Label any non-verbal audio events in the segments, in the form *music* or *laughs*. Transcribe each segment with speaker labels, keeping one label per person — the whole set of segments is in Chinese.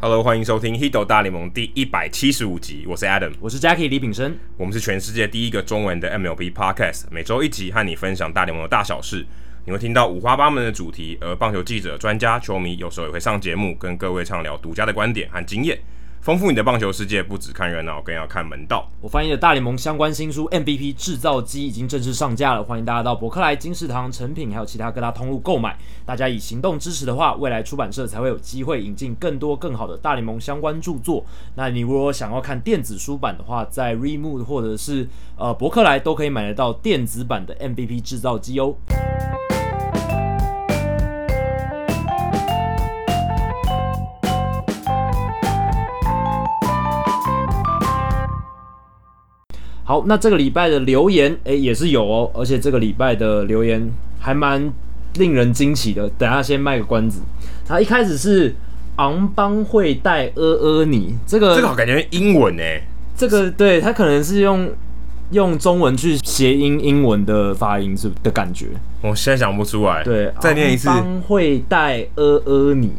Speaker 1: Hello，欢迎收听《h i d o 大联盟》第一百七十五集，我是 Adam，
Speaker 2: 我是 Jackie 李炳生。
Speaker 1: 我们是全世界第一个中文的 MLB Podcast，每周一集和你分享大联盟的大小事，你会听到五花八门的主题，而棒球记者、专家、球迷有时候也会上节目，跟各位畅聊独家的观点和经验，丰富你的棒球世界。不只看热闹，更要看门道。
Speaker 2: 我翻译的大联盟相关新书《MVP 制造机》已经正式上架了，欢迎大家到博客来、金石堂、成品还有其他各大通路购买。大家以行动支持的话，未来出版社才会有机会引进更多更好的大联盟相关著作。那你如果想要看电子书版的话，在 Readmoo 或者是呃博客来都可以买得到电子版的 MVP 制造机哦。好，那这个礼拜的留言，诶、也是有哦，而且这个礼拜的留言还蛮令人惊喜的。等一下先卖个关子，他一开始是昂邦会带呃呃你，这个
Speaker 1: 这个好感觉英文欸呢、
Speaker 2: 这个对他可能是用用中文去谐音英文的发音是的感觉。
Speaker 1: 我现在想不出来。
Speaker 2: *laughs* 对，啊
Speaker 1: 再念一次，
Speaker 2: 昂邦会带呃呃你，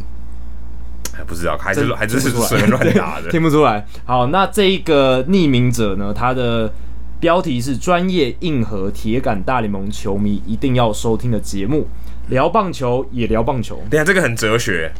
Speaker 1: 哎不知道，还是
Speaker 2: 真
Speaker 1: 还是
Speaker 2: 听不出
Speaker 1: 随
Speaker 2: 来
Speaker 1: 便乱打的。
Speaker 2: *laughs* 听不出来。好，那这一个匿名者呢，他的标题是“专业硬核铁杆大联盟球迷一定要收听的节目”，聊棒球也聊棒球。
Speaker 1: 等一下这个很哲学，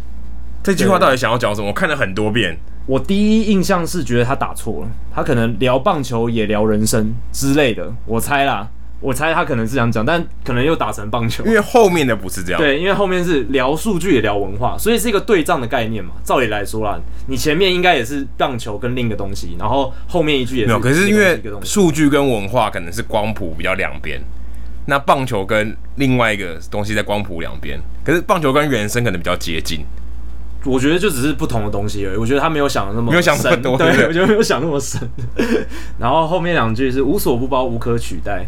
Speaker 1: 这句话
Speaker 2: 对
Speaker 1: 到底想要讲什么？我看了很多遍。
Speaker 2: 我第一印象是觉得他打错了，他可能聊棒球也聊人生之类的，我猜啦，我猜他可能是想讲，但可能又打成棒球
Speaker 1: 因。为后面的不是这样。，
Speaker 2: 对，因为后面是聊数据也聊文化，所以是一个对仗的概念嘛。照理来说啦，你前面应该也是棒球跟另一个东西，然后后面一句也
Speaker 1: 没有。
Speaker 2: 是另
Speaker 1: 可是
Speaker 2: 一个东西。
Speaker 1: 因为
Speaker 2: 一个东西
Speaker 1: 数据跟文化可能是光谱比较两边，那棒球跟另外一个东西在光谱两边，可是棒球跟原生可能比较接近。
Speaker 2: 我觉得就只是不同的东西而已。我觉得他没有想的那么
Speaker 1: 没有想那么
Speaker 2: 深
Speaker 1: 多
Speaker 2: 对
Speaker 1: 对不对
Speaker 2: 我觉得没有想那么深。然后后面两句是无所不包，无可取代。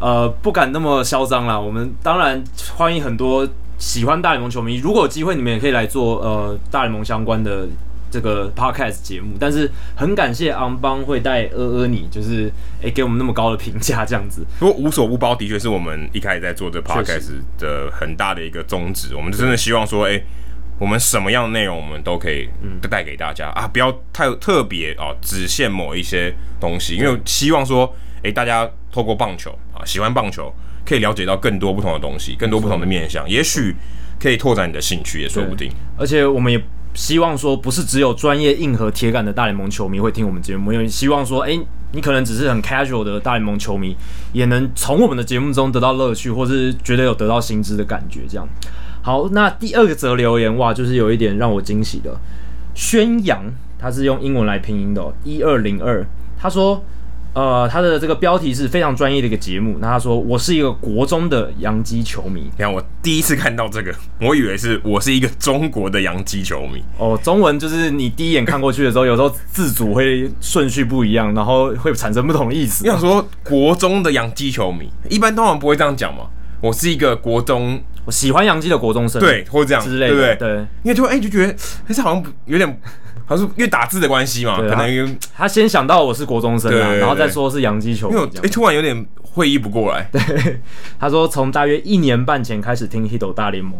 Speaker 2: 呃，不敢那么嚣张啦。我们当然欢迎很多喜欢大联盟球迷，如果有机会，你们也可以来做呃大联盟相关的这个 podcast 节目。但是很感谢昂邦会带呃呃你，就是诶、给我们那么高的评价这样子。
Speaker 1: 不过无所不包的确是我们一开始在做这
Speaker 2: 确
Speaker 1: podcast 的很大的一个宗旨，我们就真的希望说，哎、我们什么样的内容我们都可以带给大家、啊，不要太特别哦，只限某一些东西，因为希望说，哎、大家透过棒球啊，喜欢棒球，可以了解到更多不同的东西，更多不同的面向，也许可以拓展你的兴趣，也说不定。
Speaker 2: 而且我们也希望说，不是只有专业硬核铁杆的大联盟球迷会听我们节目，因为希望说，哎、你可能只是很 casual 的大联盟球迷，也能从我们的节目中得到乐趣，或是觉得有得到新知的感觉。这样，好，那第二个则留言，哇，就是有一点让我惊喜的，宣扬，他是用英文来拼音的、哦，一二零二，他说。呃，他的这个标题是非常专业的一个节目。那他说，我是一个国中的洋基球迷，
Speaker 1: 你看，我第一次看到这个，我以为是我是一个中国的洋基球迷，
Speaker 2: 哦，中文就是你第一眼看过去的时候，有时候字组会顺序不一样，然后会产生不同的意思
Speaker 1: 你。想说国中的洋基球迷，一般通常不会这样讲嘛？我是一个国中，
Speaker 2: 我喜欢杨基的国中生，啊
Speaker 1: 对，或者这样
Speaker 2: 之类的，
Speaker 1: 对不对？
Speaker 2: 对
Speaker 1: 因为就哎、就觉得，哎，这好像不有点，好像是因为打字的关系嘛，
Speaker 2: 对啊
Speaker 1: 可能有
Speaker 2: 他先想到我是国中生
Speaker 1: 对
Speaker 2: 啊，
Speaker 1: 对对
Speaker 2: 然后再说是杨基球
Speaker 1: 因
Speaker 2: 迷
Speaker 1: 为我
Speaker 2: 这
Speaker 1: 哎、
Speaker 2: 样。
Speaker 1: 突然有点会意不过来。
Speaker 2: 他说从大约一年半前开始听《h i d o 大联盟》，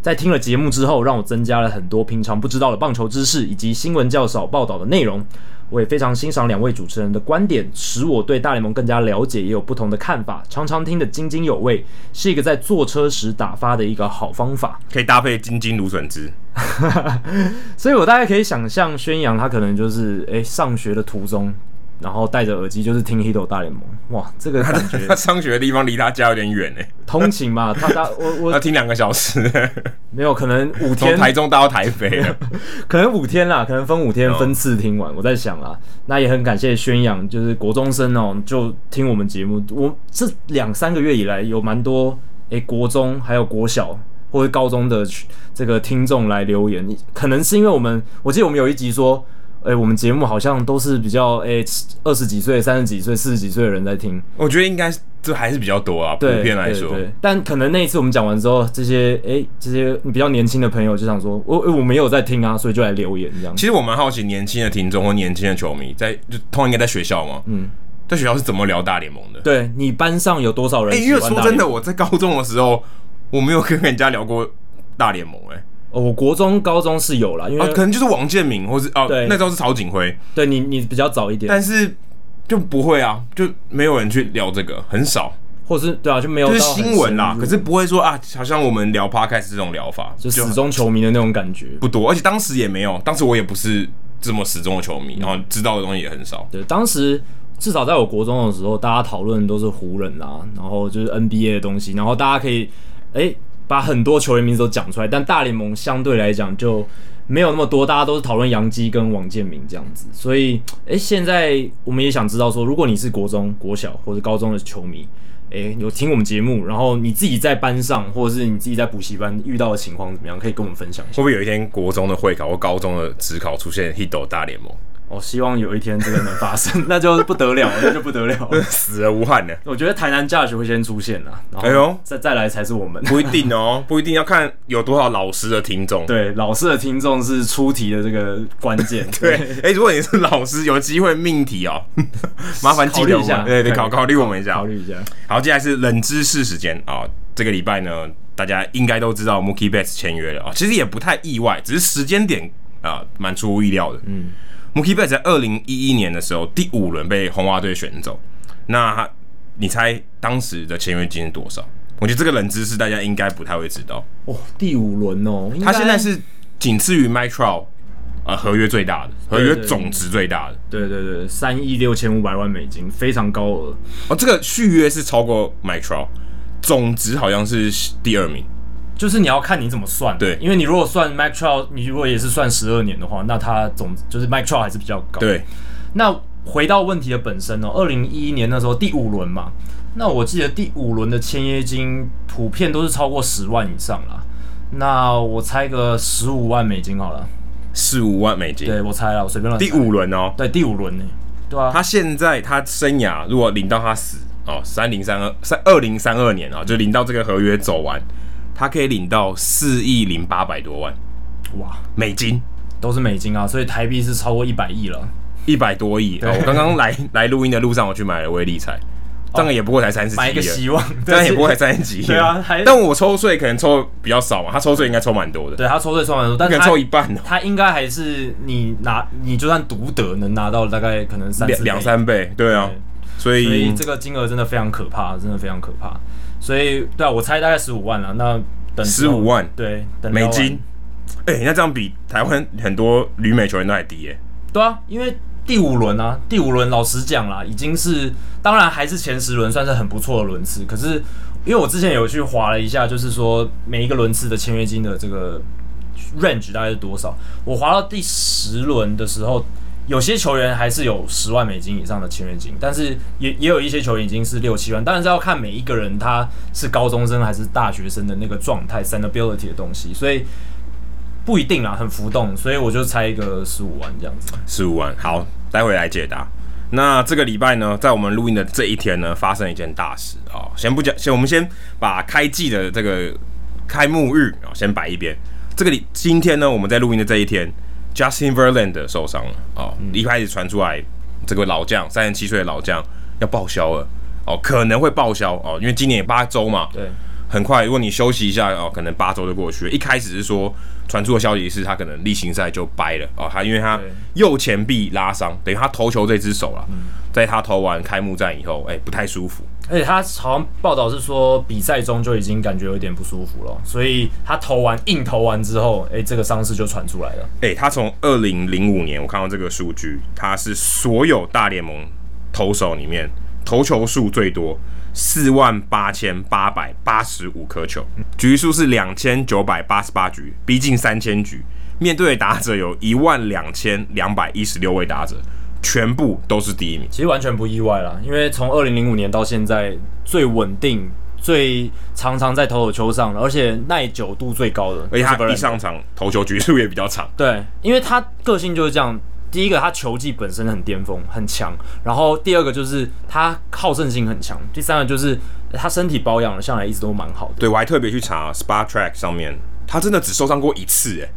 Speaker 2: 在听了节目之后，让我增加了很多平常不知道的棒球知识以及新闻较少报道的内容。我也非常欣赏两位主持人的观点，使我对大联盟更加了解，也有不同的看法，常常听得津津有味，是一个在坐车时打发的一个好方法。
Speaker 1: 可以搭配金金芦笋汁，
Speaker 2: 所以我大概可以想象，宣扬他可能就是诶、上学的途中，然后戴着耳机就是听《h i d o 大联盟》。哇，
Speaker 1: *laughs*
Speaker 2: 这个感觉
Speaker 1: 他上学的地方离他家有点远哎，
Speaker 2: 通勤嘛，他他我
Speaker 1: 要
Speaker 2: 我
Speaker 1: 听两个小
Speaker 2: *laughs*
Speaker 1: 时，
Speaker 2: 没有可能五
Speaker 1: 从
Speaker 2: 天
Speaker 1: 台中搭到台北啊了。
Speaker 2: 可能五天啦，可能分五天
Speaker 1: 哦
Speaker 2: 分次听完。我在想啦，那也很感谢宣扬，就是国中生哦、就听我们节目。我这两三个月以来，有蛮多诶、国中还有国小或者高中的这个听众来留言，可能是因为我们，我记得我们有一集说。诶，我们节目好像都是比较
Speaker 1: 哦
Speaker 2: 诶二十几岁、三十几岁、四十几岁的人在听，
Speaker 1: 我觉得应该是这还是比较多啊，普
Speaker 2: 对
Speaker 1: 遍来说
Speaker 2: 对，对但可能那一次我们讲完之后，这些诶这些比较年轻的朋友就想说，我我们也有在听啊，所以就来留言这样。
Speaker 1: 其实我蛮好奇，年轻的听众或年轻的球迷在，就通常应该在学校嘛，嗯，在学校是怎么聊大联盟的？
Speaker 2: 对你班上有多少人
Speaker 1: 哎、
Speaker 2: 喜
Speaker 1: 因为
Speaker 2: 欢
Speaker 1: 说
Speaker 2: 大联
Speaker 1: 真
Speaker 2: 盟？
Speaker 1: 的，我在高中的时候，我没有跟人家聊过大联盟、哎，
Speaker 2: 哦，我国中、高中是有啦，因为、
Speaker 1: 啊，可能就是王建民，或是哦、
Speaker 2: 对
Speaker 1: 那时候是曹景辉，
Speaker 2: 对你你比较早一点，
Speaker 1: 但是就不会啊，就没有人去聊这个，很少，
Speaker 2: 或是对啊，就没有
Speaker 1: 就是
Speaker 2: 到很
Speaker 1: 新闻啦
Speaker 2: 深。入
Speaker 1: 可是不会说啊，好像我们聊 podcast 这种聊法，
Speaker 2: 就
Speaker 1: 就
Speaker 2: 死
Speaker 1: 很
Speaker 2: 忠球迷的那种感觉。
Speaker 1: 不多，而且当时也没有，当时我也不是这么死忠的球迷，然后知道的东西也很少。
Speaker 2: 对，当时至少在我国中的时候，大家讨论都是湖人啊，然后就是 NBA 的东西，然后大家可以哎、把很多球员名字都讲出来，但大联盟相对来讲就没有那么多，大家都是讨论杨基跟王建民这样子，所以哎、现在我们也想知道说，如果你是国中、国小或者高中的球迷。哎，有听我们节目，然后你自己在班上，或者是你自己在补习班遇到的情况怎么样？可以跟我们分享一下。
Speaker 1: 会不会有一天国中的会考或高中的职考出现 Hito 大联盟， *laughs*
Speaker 2: 我、哦希望有一天这个能发生， *laughs* 那就不得了，那就不得了了。
Speaker 1: 死而无憾呢？
Speaker 2: 我觉得台南驾驶会先出现啦，然后
Speaker 1: 哎呦
Speaker 2: 再再来才是我们。 *laughs*
Speaker 1: 不一定哦，不一定要看有多少老师的听众。
Speaker 2: 对，老师的听众是出题的这个关键。
Speaker 1: *laughs* 对，哎、如果你是老师，有机会命题
Speaker 2: *laughs*
Speaker 1: 哦，麻烦记
Speaker 2: 考虑
Speaker 1: 得
Speaker 2: 一
Speaker 1: 我
Speaker 2: 下
Speaker 1: 们，对对，考考虑我们一下。哦
Speaker 2: 考虑一下。
Speaker 1: 好，接下来是冷知识时间啊、这个礼拜呢，大家应该都知道 Mookie Betts 签约了啊、其实也不太意外，只是时间点啊蛮、出乎意料的。嗯，Mookie Betts 在二零一一年的时候，第五轮被红袜队选走，那他你猜当时的签约金是多少？我觉得这个冷知识大家应该不太会知道。
Speaker 2: 哦，第五轮哦，应该
Speaker 1: 他现在是仅次于 m i t r o 呃合约最大的，合约总值最大的。
Speaker 2: 对对对，三亿六千五百万美金，非常高额。
Speaker 1: 哦，这个续约是超过 m i t r o 总值好像是第二名。
Speaker 2: 就是你要看你怎么算，
Speaker 1: 对
Speaker 2: 因为你如果算 Mac Trout，你如果也是算十二年的话，那他总就是 Mac Trout 还是比较高。
Speaker 1: 对，
Speaker 2: 那回到问题的本身哦，二零一一年那时候第五轮嘛，那我记得第五轮的签约金普遍都是超过十万以上啦。那我猜个十五万美金好了，
Speaker 1: 四五万美金。
Speaker 2: 对我猜了，我随便乱猜。
Speaker 1: 第五轮哦，
Speaker 2: 对第五轮呢、对啊，
Speaker 1: 他现在他生涯如果领到他死哦，三零三二三二零三二年啊、就领到这个合约走完，他可以领到四亿零八百多万
Speaker 2: 哇，
Speaker 1: 美金。
Speaker 2: 都是美金啊，所以台币是超过一百亿了。
Speaker 1: 一百多亿、哦，我刚刚来 *laughs* 来录音的路上，我去买了威力彩，这样也不过才三十几亿
Speaker 2: 哦买
Speaker 1: 而
Speaker 2: 一
Speaker 1: 已，
Speaker 2: 个
Speaker 1: *laughs*
Speaker 2: 希望，
Speaker 1: 这样也不会三十几亿。
Speaker 2: 对啊还
Speaker 1: 但我抽税可能抽比较少嘛，他抽税应该抽蛮多的，
Speaker 2: 对他抽税抽蛮多，但
Speaker 1: 可
Speaker 2: 是
Speaker 1: 能
Speaker 2: 他
Speaker 1: 抽一半哦，
Speaker 2: 他应该还是你拿，你就算独得能拿到大概可能三
Speaker 1: 两
Speaker 2: 四
Speaker 1: 两
Speaker 2: 倍
Speaker 1: 三倍，对啊，所
Speaker 2: 所以
Speaker 1: 以
Speaker 2: 这个金额真的非常可怕，真的非常可怕。所以对啊，我猜大概十五万了。那等之后
Speaker 1: 15万
Speaker 2: 对等聊
Speaker 1: 美
Speaker 2: 完
Speaker 1: 金，哎、那这样比台湾很多旅美球员都还低耶、
Speaker 2: 对啊，因为第五轮啊，第五轮老实讲啦，已经是当然还是前十轮算是很不错的轮次，可是因为我之前有去划了一下，就是说每一个轮次的签约金的这个 range 大概是多少，我划到第十轮的时候。有些球员还是有十万美金以上的签约金，但是也也有一些球员已经是六七万，当然是要看每一个人他是高中生还是大学生的那个状态 s e n a b i l i t y 的东西，所以不一定啦，很浮动，所以我就猜一个十五万这样子。
Speaker 1: 十五万。好，待会来解答。那这个礼拜呢，在我们录音的这一天呢，发生一件大事啊、哦。先不讲，先我们先把开季的这个开幕日啊、哦先摆一边。这个礼今天呢，我们在录音的这一天，Justin Verlander 受伤了哦，
Speaker 2: 嗯
Speaker 1: 一开始传出来这个老将三十七岁的老将要报销了哦，可能会报销哦，因为今年也八周嘛，
Speaker 2: 对，
Speaker 1: 很快，如果你休息一下哦，可能八周就过去了。一开始是说传出的消息是他可能例行赛就掰了哦，他因为他
Speaker 2: 对
Speaker 1: 右前臂拉伤，等于他投球这只手啦，在他投完开幕战以后，哎、不太舒服。
Speaker 2: 而且他好像报道是说比赛中就已经感觉有点不舒服了，所以他投完硬投完之后，哎、这个伤势就传出来了。
Speaker 1: 哎、他从二零零五年我看到这个数据，他是所有大联盟投手里面投球数最多，四万八千八百八十五颗球，局数是两千九百八十八局，逼近三千局。面对的打者有一万两千两百一十六位打者，全部都是第一名。
Speaker 2: 其实完全不意外啦，因为从二零零五年到现在，最稳定、最常常在投手球上，而且耐久度最高的，
Speaker 1: 而且
Speaker 2: 就是
Speaker 1: 他
Speaker 2: Verlander
Speaker 1: 一上场投球局数也比较长，
Speaker 2: 对，因为他个性就是这样。第一个，他球技本身很巅峰，很强；然后第二个就是他好胜心很强；第三个就是他身体保养向来一直都蛮好的，
Speaker 1: 对我还特别去查 Spa Track 上面，他真的只受伤过一次、哎，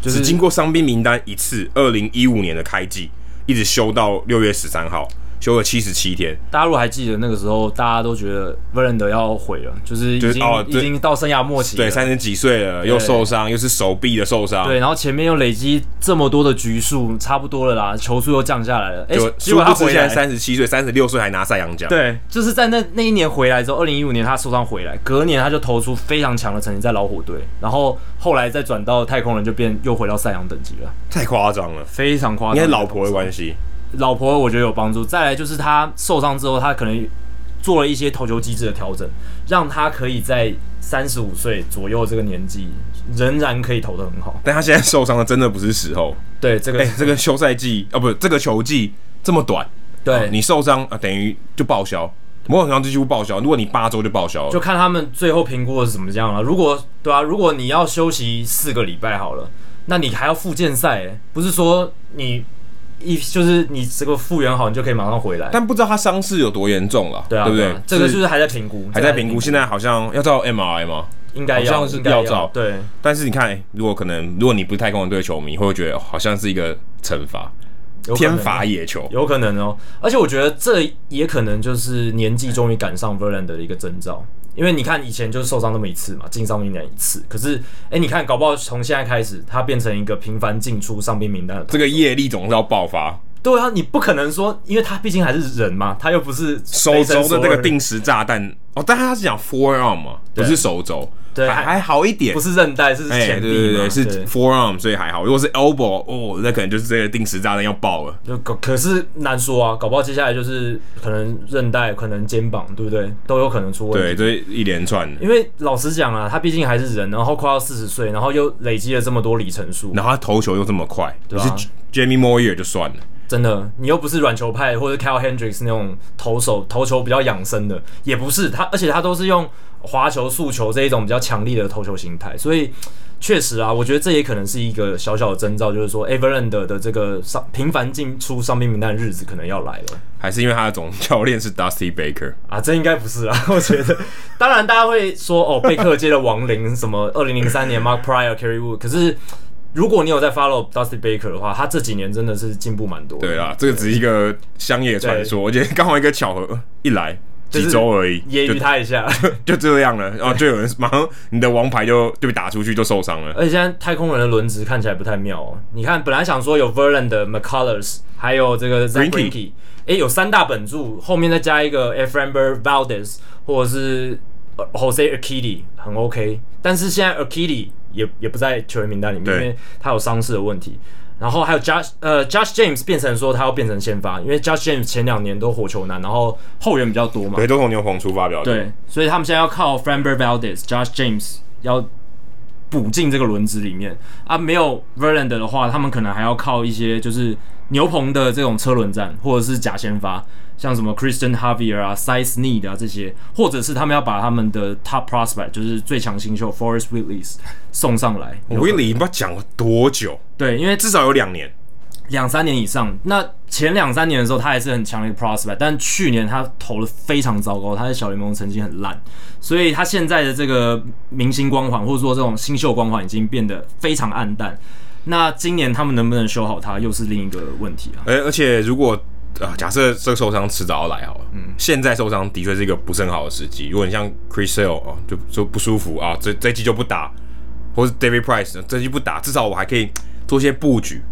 Speaker 2: 就是
Speaker 1: 只经过伤兵名单一次，二零一五年的开季，一直休到六月十三号，休了七十七天，
Speaker 2: 大家如果还记得那个时候，大家都觉得 Verlander 要毁了，就是已
Speaker 1: 就
Speaker 2: 经、
Speaker 1: 是哦
Speaker 2: 已
Speaker 1: 对
Speaker 2: 经到生涯末期了，
Speaker 1: 对，三十几岁了，又受伤，又是手臂的受伤，
Speaker 2: 对，然后前面又累积这么多的局数，差不多了啦，球速又降下来了，哎、
Speaker 1: 就
Speaker 2: 结
Speaker 1: 殊
Speaker 2: 果他
Speaker 1: 不知
Speaker 2: 回
Speaker 1: 现在
Speaker 2: 来，
Speaker 1: 三十七岁、三十六岁还拿赛扬奖，
Speaker 2: 对，就是在那那一年回来之后，二零一五年他受伤回来，隔年他就投出非常强的成绩在老虎队，然后后来再转到太空人，就变又回到赛扬等级了，
Speaker 1: 太夸张了，
Speaker 2: 非常夸张。
Speaker 1: 应该老婆的关系，
Speaker 2: 老婆我觉得有帮助。再来就是他受伤之后，他可能做了一些投球机制的调整，让他可以在三十五岁左右这个年纪仍然可以投得很好。
Speaker 1: 但他现在受伤了，真的不是时候。
Speaker 2: 对这个，
Speaker 1: 哎、这个休赛季哦，不，这个球季这么短，
Speaker 2: 对
Speaker 1: 你受伤啊，等于就报销，某种程度上几乎报销。如果你八周就报销
Speaker 2: 就
Speaker 1: 了，
Speaker 2: 看他们最后评估的是怎么样了、如果对啊，如果你要休息四个礼拜好了，那你还要复健赛、欸，不是说你一就是你这个复原好，你就可以马上回来。
Speaker 1: 但不知道他伤势有多严重了，
Speaker 2: 对啊，
Speaker 1: 不对
Speaker 2: 啊？这个就是还在评估，
Speaker 1: 还在评估，现在好像要照 MRI 吗？
Speaker 2: 应该
Speaker 1: 好
Speaker 2: 要
Speaker 1: 像是
Speaker 2: 应该
Speaker 1: 要照
Speaker 2: 对，
Speaker 1: 但是你看，哎如果可能，如果你不是太空人队的球迷，会不会觉得哦好像是一个惩罚，
Speaker 2: 有可
Speaker 1: 天
Speaker 2: 能
Speaker 1: 罚野球？
Speaker 2: 有可能哦，而且我觉得这也可能就是年纪终于赶上 Verlander 的一个征兆，因为你看以前就是受伤那么一次嘛，进伤病名单一次，可是哎、诶你看搞不好从现在开始，他变成一个频繁进出伤病名单的投
Speaker 1: 这个业力总是要爆发，
Speaker 2: 对啊，你不可能说，因为他毕竟还是人嘛，他又不是
Speaker 1: 手肘的
Speaker 2: 那
Speaker 1: 那个，定时炸弹哦，但他是讲 forearm 嘛，不
Speaker 2: 对
Speaker 1: 是手肘，
Speaker 2: 对
Speaker 1: 还还好一点
Speaker 2: 不。是韧带，是
Speaker 1: 哎、
Speaker 2: 前
Speaker 1: 对
Speaker 2: 臂
Speaker 1: 对对
Speaker 2: 嘛，
Speaker 1: 对，是 forearm，所以还好。如果是 elbow，哦，那可能就是这个定时炸弹要爆了。
Speaker 2: 就可可是难说啊，搞不好接下来就是可能韧带，可能肩膀，对不对？都有可能出问题。
Speaker 1: 对，这一连串的。
Speaker 2: 因为老实讲啊，他毕竟还是人，然后快要四十岁，然后又累积了这么多里程数，
Speaker 1: 然后他投球又这么快，
Speaker 2: 对啊
Speaker 1: 你是 Jamie Moyer 就算了，
Speaker 2: 真的，你又不是软球派或者 Cal Hendricks 那种投手投球比较养生的，也不是他，而且他都是用滑球、速球这一种比较强力的投球形态，所以确实啊，我觉得这也可能是一个小小的征兆，就是说 Everland 的这个上频繁进出伤病名单的日子可能要来了。
Speaker 1: 还是因为他的总教练是 Dusty Baker，
Speaker 2: 啊，这应该不是啊，我 *laughs* 觉得。当然，大家会说哦，贝克接了亡灵，什么二零零三年 Mark Pryor、Kerry Wood。可是，如果你有在 follow Dusty Baker 的话，他这几年真的是进步蛮多的。
Speaker 1: 对啊啦，这个只是一个乡野传说，而且刚好一个巧合，一来
Speaker 2: 就是
Speaker 1: 几周而已，
Speaker 2: 揶
Speaker 1: 就
Speaker 2: 揄他一下。
Speaker 1: 就这样了，然后就有人马上你的王牌就就被打出去就受伤了，
Speaker 2: 而且现在太空人的轮值看起来不太妙哦。你看，本来想说有 Verland 的 McCullers，还有这个 Zach
Speaker 1: Greinke
Speaker 2: Greinke，哎，有三大本柱，后面再加一个 e f r a m b e r Valdez 或者是呃 Jose Akili，很 OK。但是现在 Akili 也也不在球员名单里面，
Speaker 1: 对
Speaker 2: 因为他有伤势的问题。然后还有 Josh 呃 Josh James 变成说他要变成先发，因为 Josh James 前两年都火球男，然后后援比较多嘛。
Speaker 1: 对，都从牛棚出发表
Speaker 2: 对，所以他们现在要靠 f r a m b e r Valdez、Josh James 要补进这个轮子里面啊。没有 Verland 的话，他们可能还要靠一些就是牛棚的这种车轮战，或者是假先发，像什么 Christian Javier 啊、Size Need 啊这些，或者是他们要把他们的 Top Prospect，就是最强新秀 Forest Willis 送上来。
Speaker 1: ，Willie 不知道讲了多久，
Speaker 2: 对，因为
Speaker 1: 至少有两年，
Speaker 2: 两三年以上。那前两三年的时候，他还是很强的一个 prospect，但去年他投的非常糟糕，他在小联盟成绩很烂，所以他现在的这个明星光环或者说这种新秀光环已经变得非常暗淡。那今年他们能不能修好它，又是另一个问题啊。
Speaker 1: 而而且如果啊、假设这个受伤迟早要来好了，嗯，现在受伤的确是一个不是很好的时机。如果你像 Chris Sale 啊、就就不舒服啊，这这季就不打，或是 David Price 呃这季不打，至少我还可以做些布局。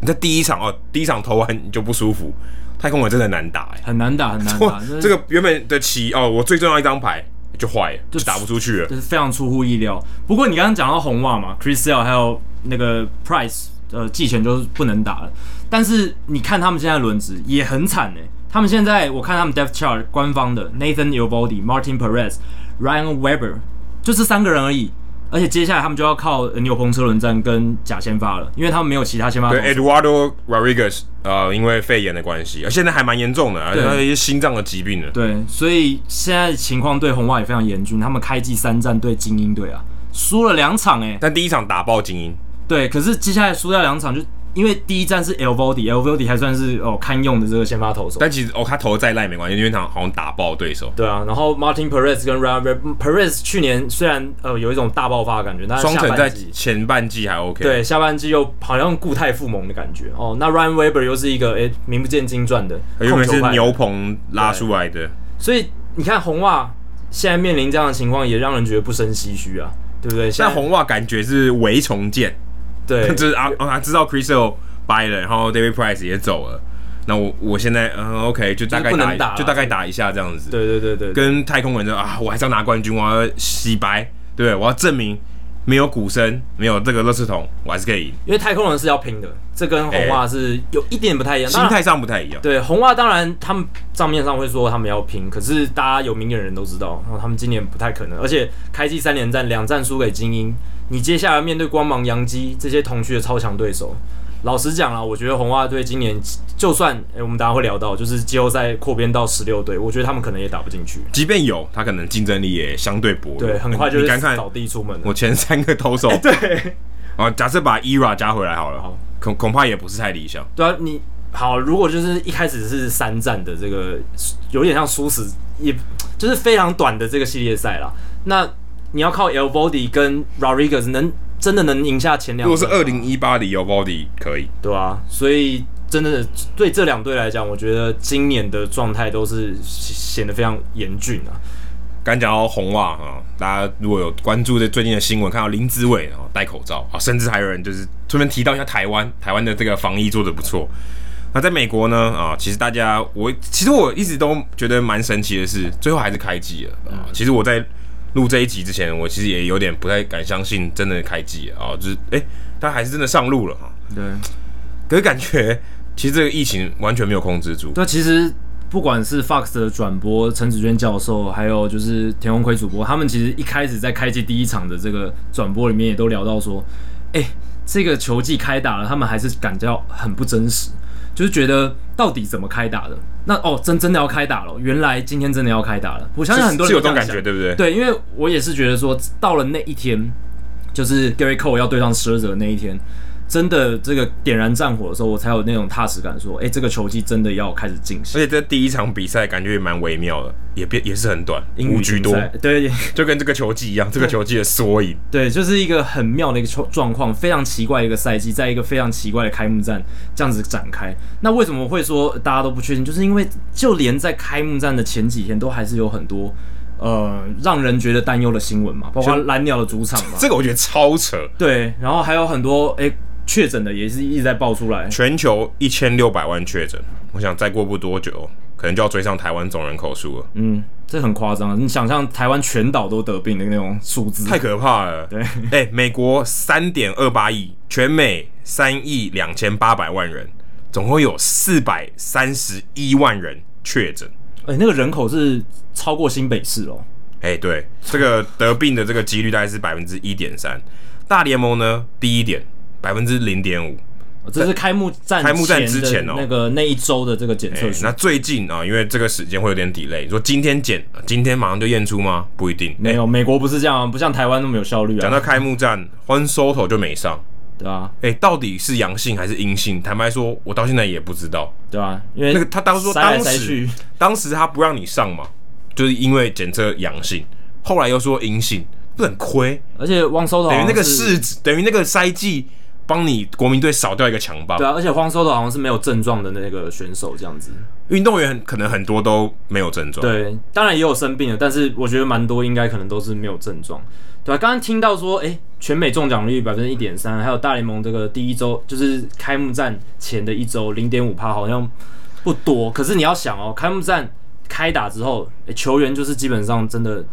Speaker 1: 你在第一场哦，第一场投完你就不舒服，太空人真的难打哎、
Speaker 2: 很难打，很难打
Speaker 1: 哇，
Speaker 2: 这
Speaker 1: *laughs* 这个原本的棋哦，我最重要一张牌就坏了，就打不出去了
Speaker 2: 这。是非常出乎意料。不过你刚刚讲到红袜嘛，Chris Sale 还有那个 Price，呃，季前就是不能打了。但是你看他们现在轮值也很惨哎、他们现在我看他们 Depth Chart 官方的 Nathan i l b o d y Martin Perez、Ryan Weber 就这三个人而已。而且接下来他们就要靠呃牛棚车轮战跟假先发了，因为他们没有其他先发投手。
Speaker 1: 对，Eduardo Rodriguez，呃，因为肺炎的关系，呃现在还蛮严重的，而且
Speaker 2: 对
Speaker 1: 他有一些心脏的疾病了。
Speaker 2: 对，所以现在情况对红袜也非常严峻。他们开季三战对精英队啊，输了两场哎、
Speaker 1: 但第一场打爆精英，
Speaker 2: 对，可是接下来输掉两场就因为第一站是 l v o d y l v o d y 还算是哦堪用的这个先发投手。
Speaker 1: 但其实哦，他投的再烂也没关系，因为他好像打爆对手，
Speaker 2: 对啊，然后 Martin Perez 跟 Ryan Re- Perez 去年虽然呃有一种大爆发的感觉，但是
Speaker 1: 双
Speaker 2: 下
Speaker 1: 城在
Speaker 2: 半季
Speaker 1: 前半季还 OK，
Speaker 2: 对下半季又好像固态复萌的感觉哦。那 Ryan Weber 又是一个诶名不见经传的
Speaker 1: 原
Speaker 2: 控
Speaker 1: 本
Speaker 2: 球
Speaker 1: 是
Speaker 2: 派
Speaker 1: 牛棚拉出来的，
Speaker 2: 所以你看红袜现在面临这样的情况，也让人觉得不胜唏嘘啊，对不对？现
Speaker 1: 但
Speaker 2: 在
Speaker 1: 红袜感觉是微重建，
Speaker 2: *laughs* 对
Speaker 1: *laughs* 就是啊啊，知道 Chris l 掰了，然后 David Price 也走了，那我我现在嗯 OK，就大概
Speaker 2: 就是不
Speaker 1: 打
Speaker 2: 能打了
Speaker 1: 就大概打一下这样子，
Speaker 2: 对对对对对，
Speaker 1: 跟太空人说啊，我还是要拿冠军，我要洗白，对不对？我要证明没有鼓声，没有这个垃圾桶，我还是可以赢。
Speaker 2: 因为太空人是要拼的，这跟红袜是有一点不太一样。
Speaker 1: 心
Speaker 2: 当然
Speaker 1: 态上不太一样，
Speaker 2: 对红袜当然他们账面上会说他们要拼，可是大家有明眼人都知道，哦他们今年不太可能，而且开季三连战两战输给精英，你接下来面对光芒、洋基这些同区的超强对手。老实讲啦，我觉得红袜队今年就算，诶、我们等一下会聊到，就是季后赛扩编到十六队，我觉得他们可能也打不进去。
Speaker 1: 即便有，他可能竞争力也相对薄弱。
Speaker 2: 对，很快就
Speaker 1: 你
Speaker 2: 是
Speaker 1: 看看
Speaker 2: 倒地出门了。
Speaker 1: 我前三个投手，对，啊，假设把 ERA 加回来好了，
Speaker 2: 好
Speaker 1: 恐恐怕也不是太理想。
Speaker 2: 对啊，你好，如果就是一开始是三战的这个，有点像殊死，也就是非常短的这个系列赛啦。那你要靠 El Body 跟 Rodriguez 能真的能赢下前两
Speaker 1: 如
Speaker 2: 名
Speaker 1: 果
Speaker 2: 吗，
Speaker 1: 是二零一八里有 Body 可以，
Speaker 2: 对啊，所以真的对这两队来讲，我觉得今年的状态都是显得非常严峻啊。
Speaker 1: 刚讲到红袜啊，大家如果有关注这最近的新闻，看到林志伟啊戴口罩啊，甚至还有人就是顺便提到一下台湾，台湾的这个防疫做得不错。那在美国呢啊，其实大家我其实我一直都觉得蛮神奇的是，最后还是开季了啊。其实我在录这一集之前，我其实也有点不太敢相信真的开季了啊，就是哎，他还是真的上路了啊。
Speaker 2: 对，
Speaker 1: 可是感觉其实这个疫情完全没有控制住。
Speaker 2: 对，啊其实不管是 Fox 的转播，陈子娟教授，还有就是田宏奎主播，他们其实一开始在开季第一场的这个转播里面也都聊到说，哎、这个球季开打了，他们还是感觉到很不真实，就是觉得到底怎么开打的？那哦，真真的要开打了，原来今天真的要开打了。我相信很多人
Speaker 1: 是有
Speaker 2: 都
Speaker 1: 这种感
Speaker 2: 样想
Speaker 1: 觉，对不对？
Speaker 2: 对，因为我也是觉得说，到了那一天，就是 Gary Cole 要对上十二者的那一天，真的这个点燃战火的时候，我才有那种踏实感，说，哎、这个球季真的要开始进
Speaker 1: 而
Speaker 2: 行。
Speaker 1: 且这第一场比赛感觉也蛮微妙的，也变也是很短，
Speaker 2: 英
Speaker 1: 五
Speaker 2: 语
Speaker 1: 局
Speaker 2: 竞
Speaker 1: 多，
Speaker 2: 赛对 *laughs*
Speaker 1: 就跟这个球季一样，这个球季的缩影。
Speaker 2: 对，就是一个很妙的一个状状况，非常奇怪的一个赛季，在一个非常奇怪的开幕战这样子展开。那为什么会说大家都不确定？就是因为就连在开幕战的前几天，都还是有很多呃让人觉得担忧的新闻嘛，包括蓝鸟的主场嘛，
Speaker 1: 这个我觉得超扯，
Speaker 2: 对，然后还有很多诶确诊的也是一直在爆出来，
Speaker 1: 全球一千六百万确诊，我想再过不多久，可能就要追上台湾总人口数了，
Speaker 2: 嗯，这很夸张。你想象台湾全岛都得病的那种数字，
Speaker 1: 太可怕了。对，哎、美国三点二八亿，全美三亿两千八百万人，总共有四百三十一万人确诊。
Speaker 2: 哎、那个人口是超过新北市哦。
Speaker 1: 哎、对，这个得病的这个几率大概是百分之一点三。大联盟呢，第一点百分之零点五。
Speaker 2: 这是开幕战
Speaker 1: 开幕战之前
Speaker 2: 的
Speaker 1: 哦
Speaker 2: 那个那一周的这个检测
Speaker 1: 对，
Speaker 2: 数，
Speaker 1: 哎那最近啊，因为这个时间会有点 delay，你说今天检，啊今天马上就验出吗？不一定。哎
Speaker 2: 没有美国不是这样啊，不像台湾那么有效率
Speaker 1: 讲
Speaker 2: 啊，
Speaker 1: 到开幕战，欢 Soto 就没上。
Speaker 2: 对啊，
Speaker 1: 哎、到底是阳性还是阴性？坦白说，我到现在也不知道。
Speaker 2: 对啊，因为
Speaker 1: 那个他当初
Speaker 2: 筛来
Speaker 1: 当
Speaker 2: 筛
Speaker 1: 时
Speaker 2: 去，
Speaker 1: *laughs* 当时他不让你上嘛，就是因为检测阳性，后来又说阴性，不是很亏？
Speaker 2: 而且汪收头
Speaker 1: 等于那个
Speaker 2: 是，
Speaker 1: 是等于那个赛季帮你国民队少掉一个强棒
Speaker 2: 对。啊，而且汪收头好像是没有症状的那个选手这样子，
Speaker 1: 运动员可能很多都没有症状。
Speaker 2: 对，当然也有生病的，但是我觉得蛮多应该可能都是没有症状，对吧、刚刚听到说，哎、全美中奖率百分之一点三，还有大联盟这个第一周就是开幕战前的一周零点五趴，好像不多。可是你要想哦，开幕战开打之后，诶球员就是基本上真的。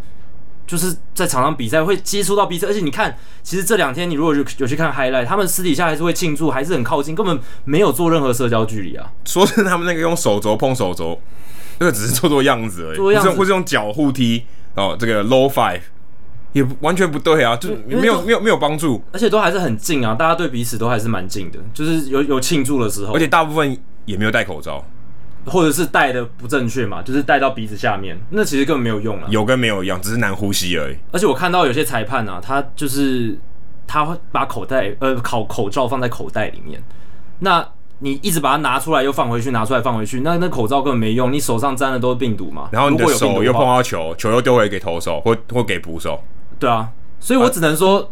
Speaker 2: 就是在场上比赛会接触到彼此，而且你看，其实这两天你如果有有去看 highlight，他们私底下还是会庆祝，还是很靠近，根本没有做任何社交距离啊。
Speaker 1: 说是他们那个用手肘碰手肘，那个只是做做样子而已，
Speaker 2: 做样子
Speaker 1: 或是或是用脚互踢哦，这个 low five 也不完全不对啊，就
Speaker 2: 因为
Speaker 1: 没有
Speaker 2: 都
Speaker 1: 没有没有帮助，
Speaker 2: 而且都还是很近啊，大家对彼此都还是蛮近的，就是有有庆祝的时候，
Speaker 1: 而且大部分也没有戴口罩，
Speaker 2: 或者是戴的不正确嘛，就是戴到鼻子下面，那其实根本没有用啊。
Speaker 1: 有跟没有一样，只是难呼吸而已。
Speaker 2: 而且我看到有些裁判啊，他就是他会把口袋呃口口罩放在口袋里面，那你一直把它拿出来又放回去，拿出来放回去，那那口罩根本没用，你手上沾的都是病毒嘛。
Speaker 1: 然后你的
Speaker 2: 如果有病毒
Speaker 1: 手
Speaker 2: 的
Speaker 1: 又
Speaker 2: 话
Speaker 1: 碰到球，球又丢回给投手或或给捕手，
Speaker 2: 对啊，所以我只能
Speaker 1: 啊
Speaker 2: 说，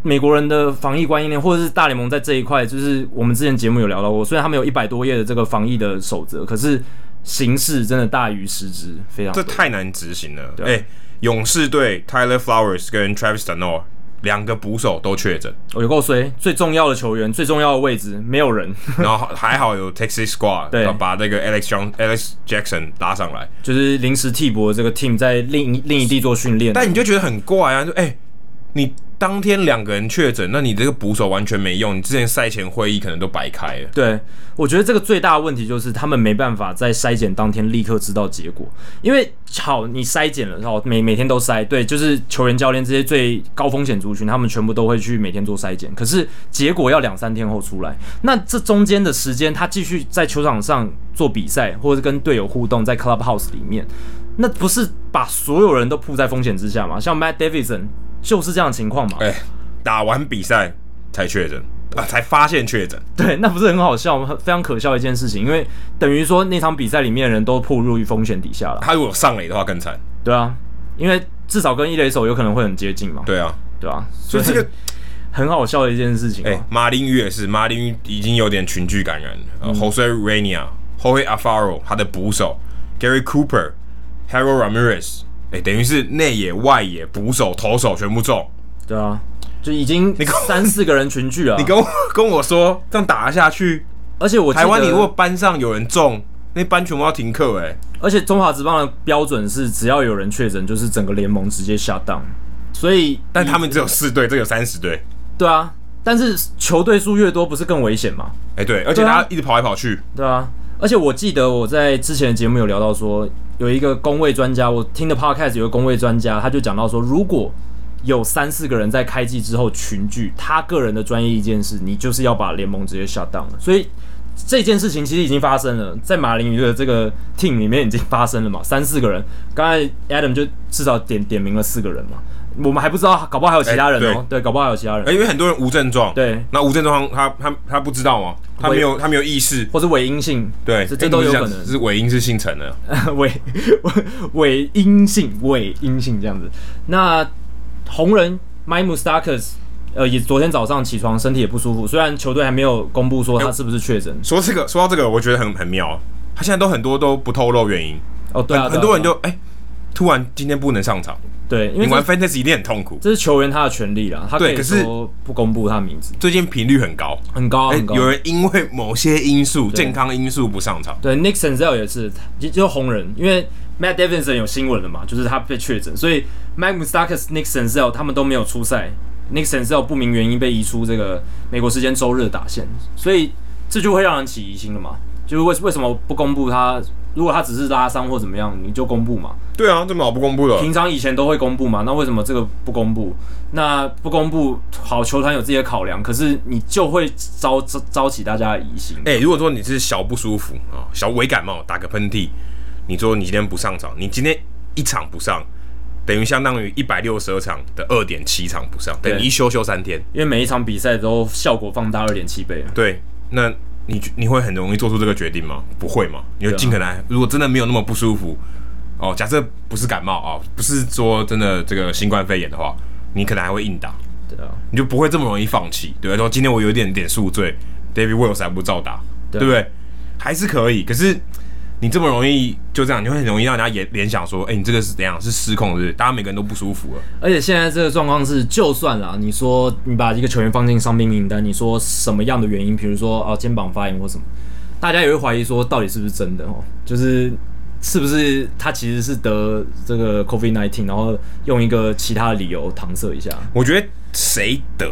Speaker 2: 美国人的防疫观念，或者是大联盟在这一块，就是我们之前节目有聊到过，虽然他们有一百多页的这个防疫的守则，可是形式真的大于实质，非常
Speaker 1: 这
Speaker 2: 多
Speaker 1: 太难执行了。哎、
Speaker 2: 对啊
Speaker 1: 勇士队 Tyler Flowers 跟 Travis t a n o 两个捕手都确
Speaker 2: *laughs*
Speaker 1: 诊，
Speaker 2: 哦有够衰。最重要的球员，最重要的位置没有人，
Speaker 1: 然后还好有 Texas Squad
Speaker 2: 对嗯
Speaker 1: 把那个 Alex John Alex Jackson 拉上来，
Speaker 2: 就是临时替补的这个 team 在另一另一地做训练。
Speaker 1: 但你就觉得很怪啊，就哎、你当天两个人确诊，那你这个捕手完全没用，你之前赛前会议可能都白开了。
Speaker 2: 对，我觉得这个最大的问题就是他们没办法在筛检当天立刻知道结果，因为好，你筛检了，然后每每天都筛，对，就是球员、教练这些最高风险族群，他们全部都会去每天做筛检，可是结果要两三天后出来，那这中间的时间，他继续在球场上做比赛，或者是跟队友互动，在 clubhouse 里面，那不是把所有人都扑在风险之下吗？像 Matt Davidson 就是这样的情况嘛，
Speaker 1: 哎、打完比赛才确诊啊，才发现确诊。
Speaker 2: *laughs* 对，那不是很好笑吗？非常可笑的一件事情，因为等于说那场比赛里面的人都暴露于风险底下了。
Speaker 1: 他如果上垒的话更惨。
Speaker 2: 对啊，因为至少跟一垒手有可能会很接近嘛。
Speaker 1: 对啊，
Speaker 2: 对啊，所
Speaker 1: 就
Speaker 2: 以
Speaker 1: 这个
Speaker 2: 很好笑的一件事情、哦。
Speaker 1: 哎、马林鱼也是，马林鱼已经有点群聚感染了。
Speaker 2: 嗯
Speaker 1: 呃、Jose Rania、Jose Alfaro 他的捕手 Gary Cooper、Harold Ramirez，哎、等于是内野、外野、捕手、投手全部中。
Speaker 2: 对啊，就已经
Speaker 1: 跟我
Speaker 2: 三四个人群聚了。
Speaker 1: 你跟我 *laughs* 跟我说这样打下去，
Speaker 2: 而啊且我记
Speaker 1: 台湾
Speaker 2: 得
Speaker 1: 你如果班上有人中，那班全部要停课哎、
Speaker 2: 而且中华职棒的标准是，只要有人确诊，就是整个联盟直接 shut down。所以，
Speaker 1: 但他们只有四队，这有三十队。
Speaker 2: 对啊，但是球队数越多，不是更危险吗？
Speaker 1: 哎、对，而且
Speaker 2: 对啊
Speaker 1: 他一直跑来跑去，
Speaker 2: 对啊，而且我记得我在之前的节目有聊到说，有一个工位专家，我听的 podcast 有个工位专家，他就讲到说，如果有三四个人在开季之后群聚，他个人的专业意见是，你就是要把联盟直接 shut down 了。所以这件事情其实已经发生了，在马林鱼的这个 team 里面已经发生了嘛，三四个人，刚才 Adam 就至少点点名了四个人嘛，我们还不知道，搞不好还有其他人哦、
Speaker 1: 哎
Speaker 2: 对，搞不好还有其他人，
Speaker 1: 哎、因为很多人无症状，
Speaker 2: 对，
Speaker 1: 那无症状他他他不知道吗？他没有他没有意识，
Speaker 2: 或是伪阴性，
Speaker 1: 对，
Speaker 2: 这
Speaker 1: 哎
Speaker 2: 这
Speaker 1: 你
Speaker 2: 都
Speaker 1: 不是
Speaker 2: 有
Speaker 1: 讲
Speaker 2: 可能
Speaker 1: 是尾音是姓陈的，
Speaker 2: *laughs* 伪伪伪阴性，伪阴性这样子。那红人 My Mustakas，呃，也昨天早上起床身体也不舒服，虽然球队还没有公布
Speaker 1: 哎
Speaker 2: 说他是不是确诊。
Speaker 1: 说这个说到这个，我觉得很很妙，他现在都很多都不透露原因，
Speaker 2: 哦，对啊，对啊
Speaker 1: 很多人
Speaker 2: 对
Speaker 1: 就
Speaker 2: 啊
Speaker 1: 哎、突然今天不能上场，
Speaker 2: 对，因
Speaker 1: 你
Speaker 2: 为
Speaker 1: 玩
Speaker 2: 这
Speaker 1: fantasy 一定很痛苦，
Speaker 2: 这是球员他的权利啦，他可
Speaker 1: 对
Speaker 2: 以
Speaker 1: 可是
Speaker 2: 说不公布他的名字，
Speaker 1: 最近频率很高，
Speaker 2: 很高啊
Speaker 1: 哎、
Speaker 2: 很高。
Speaker 1: 有人因为某些因素健康因素不上场，
Speaker 2: 对 Nick Senzel 也是，就就红人，因为 Matt Davidson 有新闻了嘛，就是他被确诊，所以 Mike Mustakas、Nick Senzel 他们都没有出赛。Nick Senzel 不明原因被移出这个美国时间周日的打线，所以这就会让人起疑心了嘛。就是为为什么不公布他？如果他只是拉伤或怎么样，你就公布嘛。
Speaker 1: 对啊，这么好不公布了，
Speaker 2: 平常以前都会公布嘛，那为什么这个不公布？那不公布，好，球团有自己的考量，可是你就会招招招起大家的疑心。
Speaker 1: 哎、如果说你是小不舒服啊、小微感冒，打个喷嚏，你说你今天不上场，你今天一场不上，等于相当于一百六十二场的二点七场不上，等于
Speaker 2: 对
Speaker 1: 一休休三天。
Speaker 2: 因为每一场比赛都效果放大二点七倍啊。
Speaker 1: 对，那你你会很容易做出这个决定吗？不会嘛？你就
Speaker 2: 对啊
Speaker 1: 尽可能，如果真的没有那么不舒服，哦，假设不是感冒啊、哦，不是说真的这个新冠肺炎的话，你可能还会硬打，
Speaker 2: 对啊，
Speaker 1: 你就不会这么容易放弃。对吧，说今天我有一点点宿醉，David Wells 还不照打，
Speaker 2: 对
Speaker 1: 对不对？还是可以，可是。你这么容易就这样，你会很容易让人家联联想说，哎、你这个是怎样？是失控，是不是？大家每个人都不舒服了。
Speaker 2: 而且现在这个状况是，就算啦，你说你把一个球员放进伤病名单，你说什么样的原因，比如说啊肩膀发炎或什么，大家也会怀疑说到底是不是真的哦，就是是不是他其实是得这个 COVID nineteen，然后用一个其他的理由搪塞一下，
Speaker 1: 我觉得谁得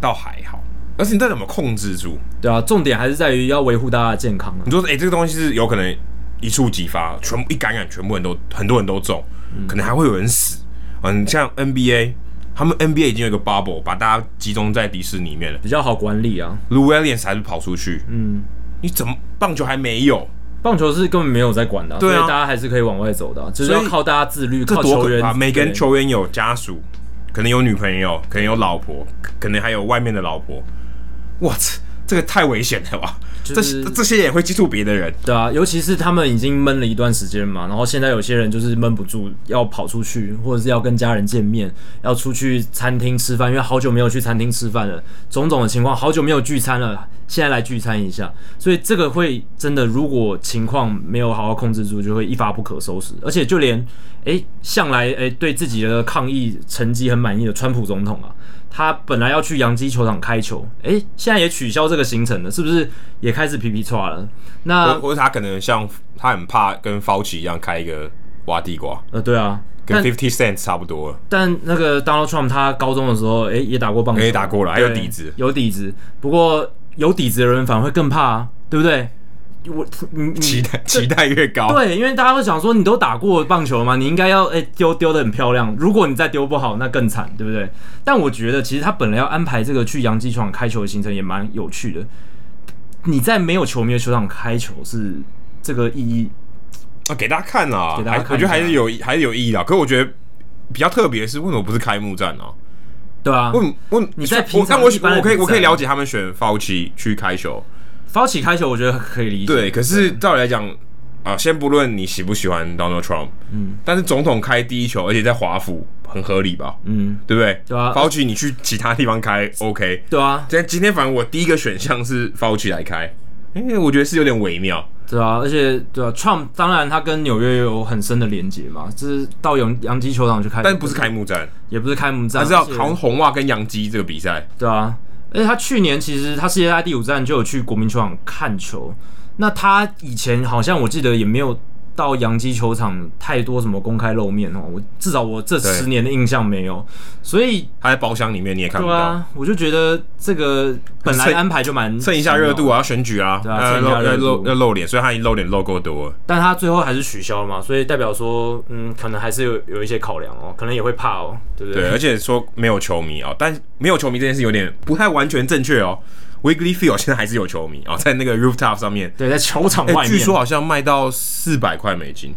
Speaker 1: 倒还好，而且你到底有没有控制住？
Speaker 2: 对啊，重点还是在于要维护大家的健康啊
Speaker 1: 你。说，哎、这个东西是有可能一触即发，全部一感染，全部人都很多人都中，
Speaker 2: 嗯
Speaker 1: 可能还会有人死。嗯，像 NBA，他们 NBA 已经有一个 bubble，把大家集中在迪士尼里面了。
Speaker 2: 比较好管理啊，
Speaker 1: l u w i l i a m s 还是跑出去，
Speaker 2: 嗯，
Speaker 1: 你怎么棒球还没有？
Speaker 2: 棒球是根本没有在管的、
Speaker 1: 对啊
Speaker 2: 所以大家还是可以往外走的啊、就是
Speaker 1: 所
Speaker 2: 要
Speaker 1: 以
Speaker 2: 靠大家自律，
Speaker 1: 这
Speaker 2: 靠
Speaker 1: 多
Speaker 2: 球
Speaker 1: 可怕！
Speaker 2: 员，
Speaker 1: 每个人
Speaker 2: 对
Speaker 1: 球员有家属，可能有女朋友，可能有老婆，可能还有外面的老婆。我操，这个太危险了吧？
Speaker 2: 就
Speaker 1: 这
Speaker 2: 是
Speaker 1: 些这些也会接触别的人，
Speaker 2: 对啊，尤其是他们已经闷了一段时间嘛，然后现在有些人就是闷不住，要跑出去，或者是要跟家人见面，要出去餐厅吃饭，因为好久没有去餐厅吃饭了，种种的情况，好久没有聚餐了，现在来聚餐一下，所以这个会真的，如果情况没有好好控制住，就会一发不可收拾，而且就连诶向来诶对自己的抗疫成绩很满意的川普总统啊，他本来要去洋基球场开球，诶，现在也取消这个行程了，是不是也开始皮皮叉了？那
Speaker 1: 或或者他可能像他很怕跟 Fauci 一样开一个挖地瓜，
Speaker 2: 呃，对啊，
Speaker 1: 跟
Speaker 2: 但
Speaker 1: Fifty Cent 差不多了。
Speaker 2: 但那个 Donald Trump 他高中的时候，哎、也打过棒球，
Speaker 1: 也打过了还有
Speaker 2: 对
Speaker 1: 底子
Speaker 2: 有底子。不过有底子的人反而会更怕、啊，对不对？我你你
Speaker 1: 期待期待越高，
Speaker 2: 嗯对，因为大家会想说，你都打过棒球了嘛，你应该要哎丢丢的很漂亮。如果你再丢不好，那更惨，对不对？但我觉得其实他本来要安排这个去洋基球场开球的行程也蛮有趣的。你在没有球迷的球场开球是这个意义，
Speaker 1: 啊，给大家看啦，
Speaker 2: 给大家
Speaker 1: 还我
Speaker 2: 看
Speaker 1: 觉得还
Speaker 2: 一下
Speaker 1: 是有还是有意义的。可是我觉得比较特别的是，为什么不是开幕战呢、
Speaker 2: 对啊。
Speaker 1: 问问
Speaker 2: 你在平
Speaker 1: 我
Speaker 2: 常
Speaker 1: 但我
Speaker 2: 一般的
Speaker 1: 我可以
Speaker 2: 比赛
Speaker 1: 我可以了解他们选 Fauci 去开球，
Speaker 2: 发起开球，我觉得可以理解。
Speaker 1: 对。可是照理来讲啊，先不论你喜不喜欢 Donald Trump，嗯，但是总统开第一球，而且在华府，很合理吧？
Speaker 2: 嗯，
Speaker 1: 对不对？
Speaker 2: 对啊
Speaker 1: Fauci 你去其他地方开 OK，
Speaker 2: 对啊，
Speaker 1: 但今天反正我第一个选项是 Fauci 来开，哎、我觉得是有点微妙。
Speaker 2: 对啊，而且对啊，Trump 当然他跟纽约有很深的连结嘛，就是到洋洋基球场去开，
Speaker 1: 但不是开幕战，
Speaker 2: 也不是开幕战，
Speaker 1: 而是要
Speaker 2: 而且
Speaker 1: 好像红袜跟洋基这个比赛，
Speaker 2: 对啊，而且他去年其实他世界大赛第五站就有去国民球场看球，那他以前好像我记得也没有到洋基球场太多什么公开露面哦，我至少我这
Speaker 1: 对
Speaker 2: 十年的印象没有，所以
Speaker 1: 他在包厢里面你也看不
Speaker 2: 对
Speaker 1: 到。
Speaker 2: 啊，我就觉得这个本来
Speaker 1: 蹭
Speaker 2: 安排就蛮
Speaker 1: 蹭一下热度啊，要选举啊，
Speaker 2: 对啊
Speaker 1: 要
Speaker 2: 蹭一下
Speaker 1: 露
Speaker 2: 热
Speaker 1: 要
Speaker 2: 度
Speaker 1: 露要露脸，所以他已经露脸露够多了。
Speaker 2: 但他最后还是取消了嘛，所以代表说，嗯，可能还是有有一些考量哦，可能也会怕哦，对不对？
Speaker 1: 对，而且说没有球迷啊、但没有球迷这件事有点不太完全正确哦。Weekly Field 现在还是有球迷啊、在那个 rooftop 上面，
Speaker 2: 对，在球场
Speaker 1: 哎、
Speaker 2: 外面，
Speaker 1: 据说好像卖到四百块美金，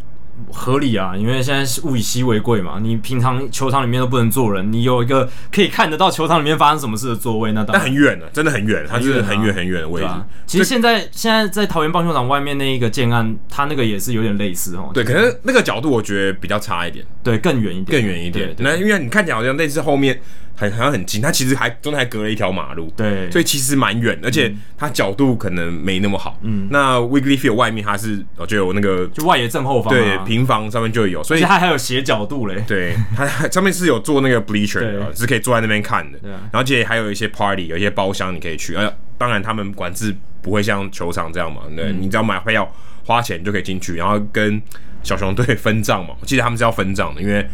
Speaker 2: 合理啊，因为现在是物以稀为贵嘛，你平常球场里面都不能坐人，你有一个可以看得到球场里面发生什么事的座位，那当
Speaker 1: 但
Speaker 2: 然。
Speaker 1: 很远啊，真的很远，它是很
Speaker 2: 很远
Speaker 1: 远
Speaker 2: 啊
Speaker 1: 很远的位
Speaker 2: 对
Speaker 1: 置。
Speaker 2: 啊，其实现在现在在桃园棒球场外面那一个建案，它那个也是有点类似哦，
Speaker 1: 对，可是那个角度我觉得比较差一点，
Speaker 2: 对，更远一点，
Speaker 1: 更远一点
Speaker 2: 对。对
Speaker 1: 那因为你看起来好像那次后面很好像很近，它其实还中间还隔了一条马路。
Speaker 2: 对，
Speaker 1: 所以其实蛮远，而
Speaker 2: 嗯
Speaker 1: 且它角度可能没那么好。嗯，那 Weekly Field 外面它是哦就有那个
Speaker 2: 就外野正后方、啊，
Speaker 1: 对平房上面就有，所
Speaker 2: 而
Speaker 1: 以
Speaker 2: 且它还有斜角度嘞，
Speaker 1: 对它它上面是有做那个 bleacher 的
Speaker 2: 对
Speaker 1: 是可以坐在那边看的。
Speaker 2: 对啊
Speaker 1: 然后而且还有一些 party，有一些包厢你可以去。呃，当然他们管制不会像球场这样嘛，对，
Speaker 2: 嗯
Speaker 1: 你只要买票花钱就可以进去，然后跟小熊队分账嘛。我记得他们是要分账的，因为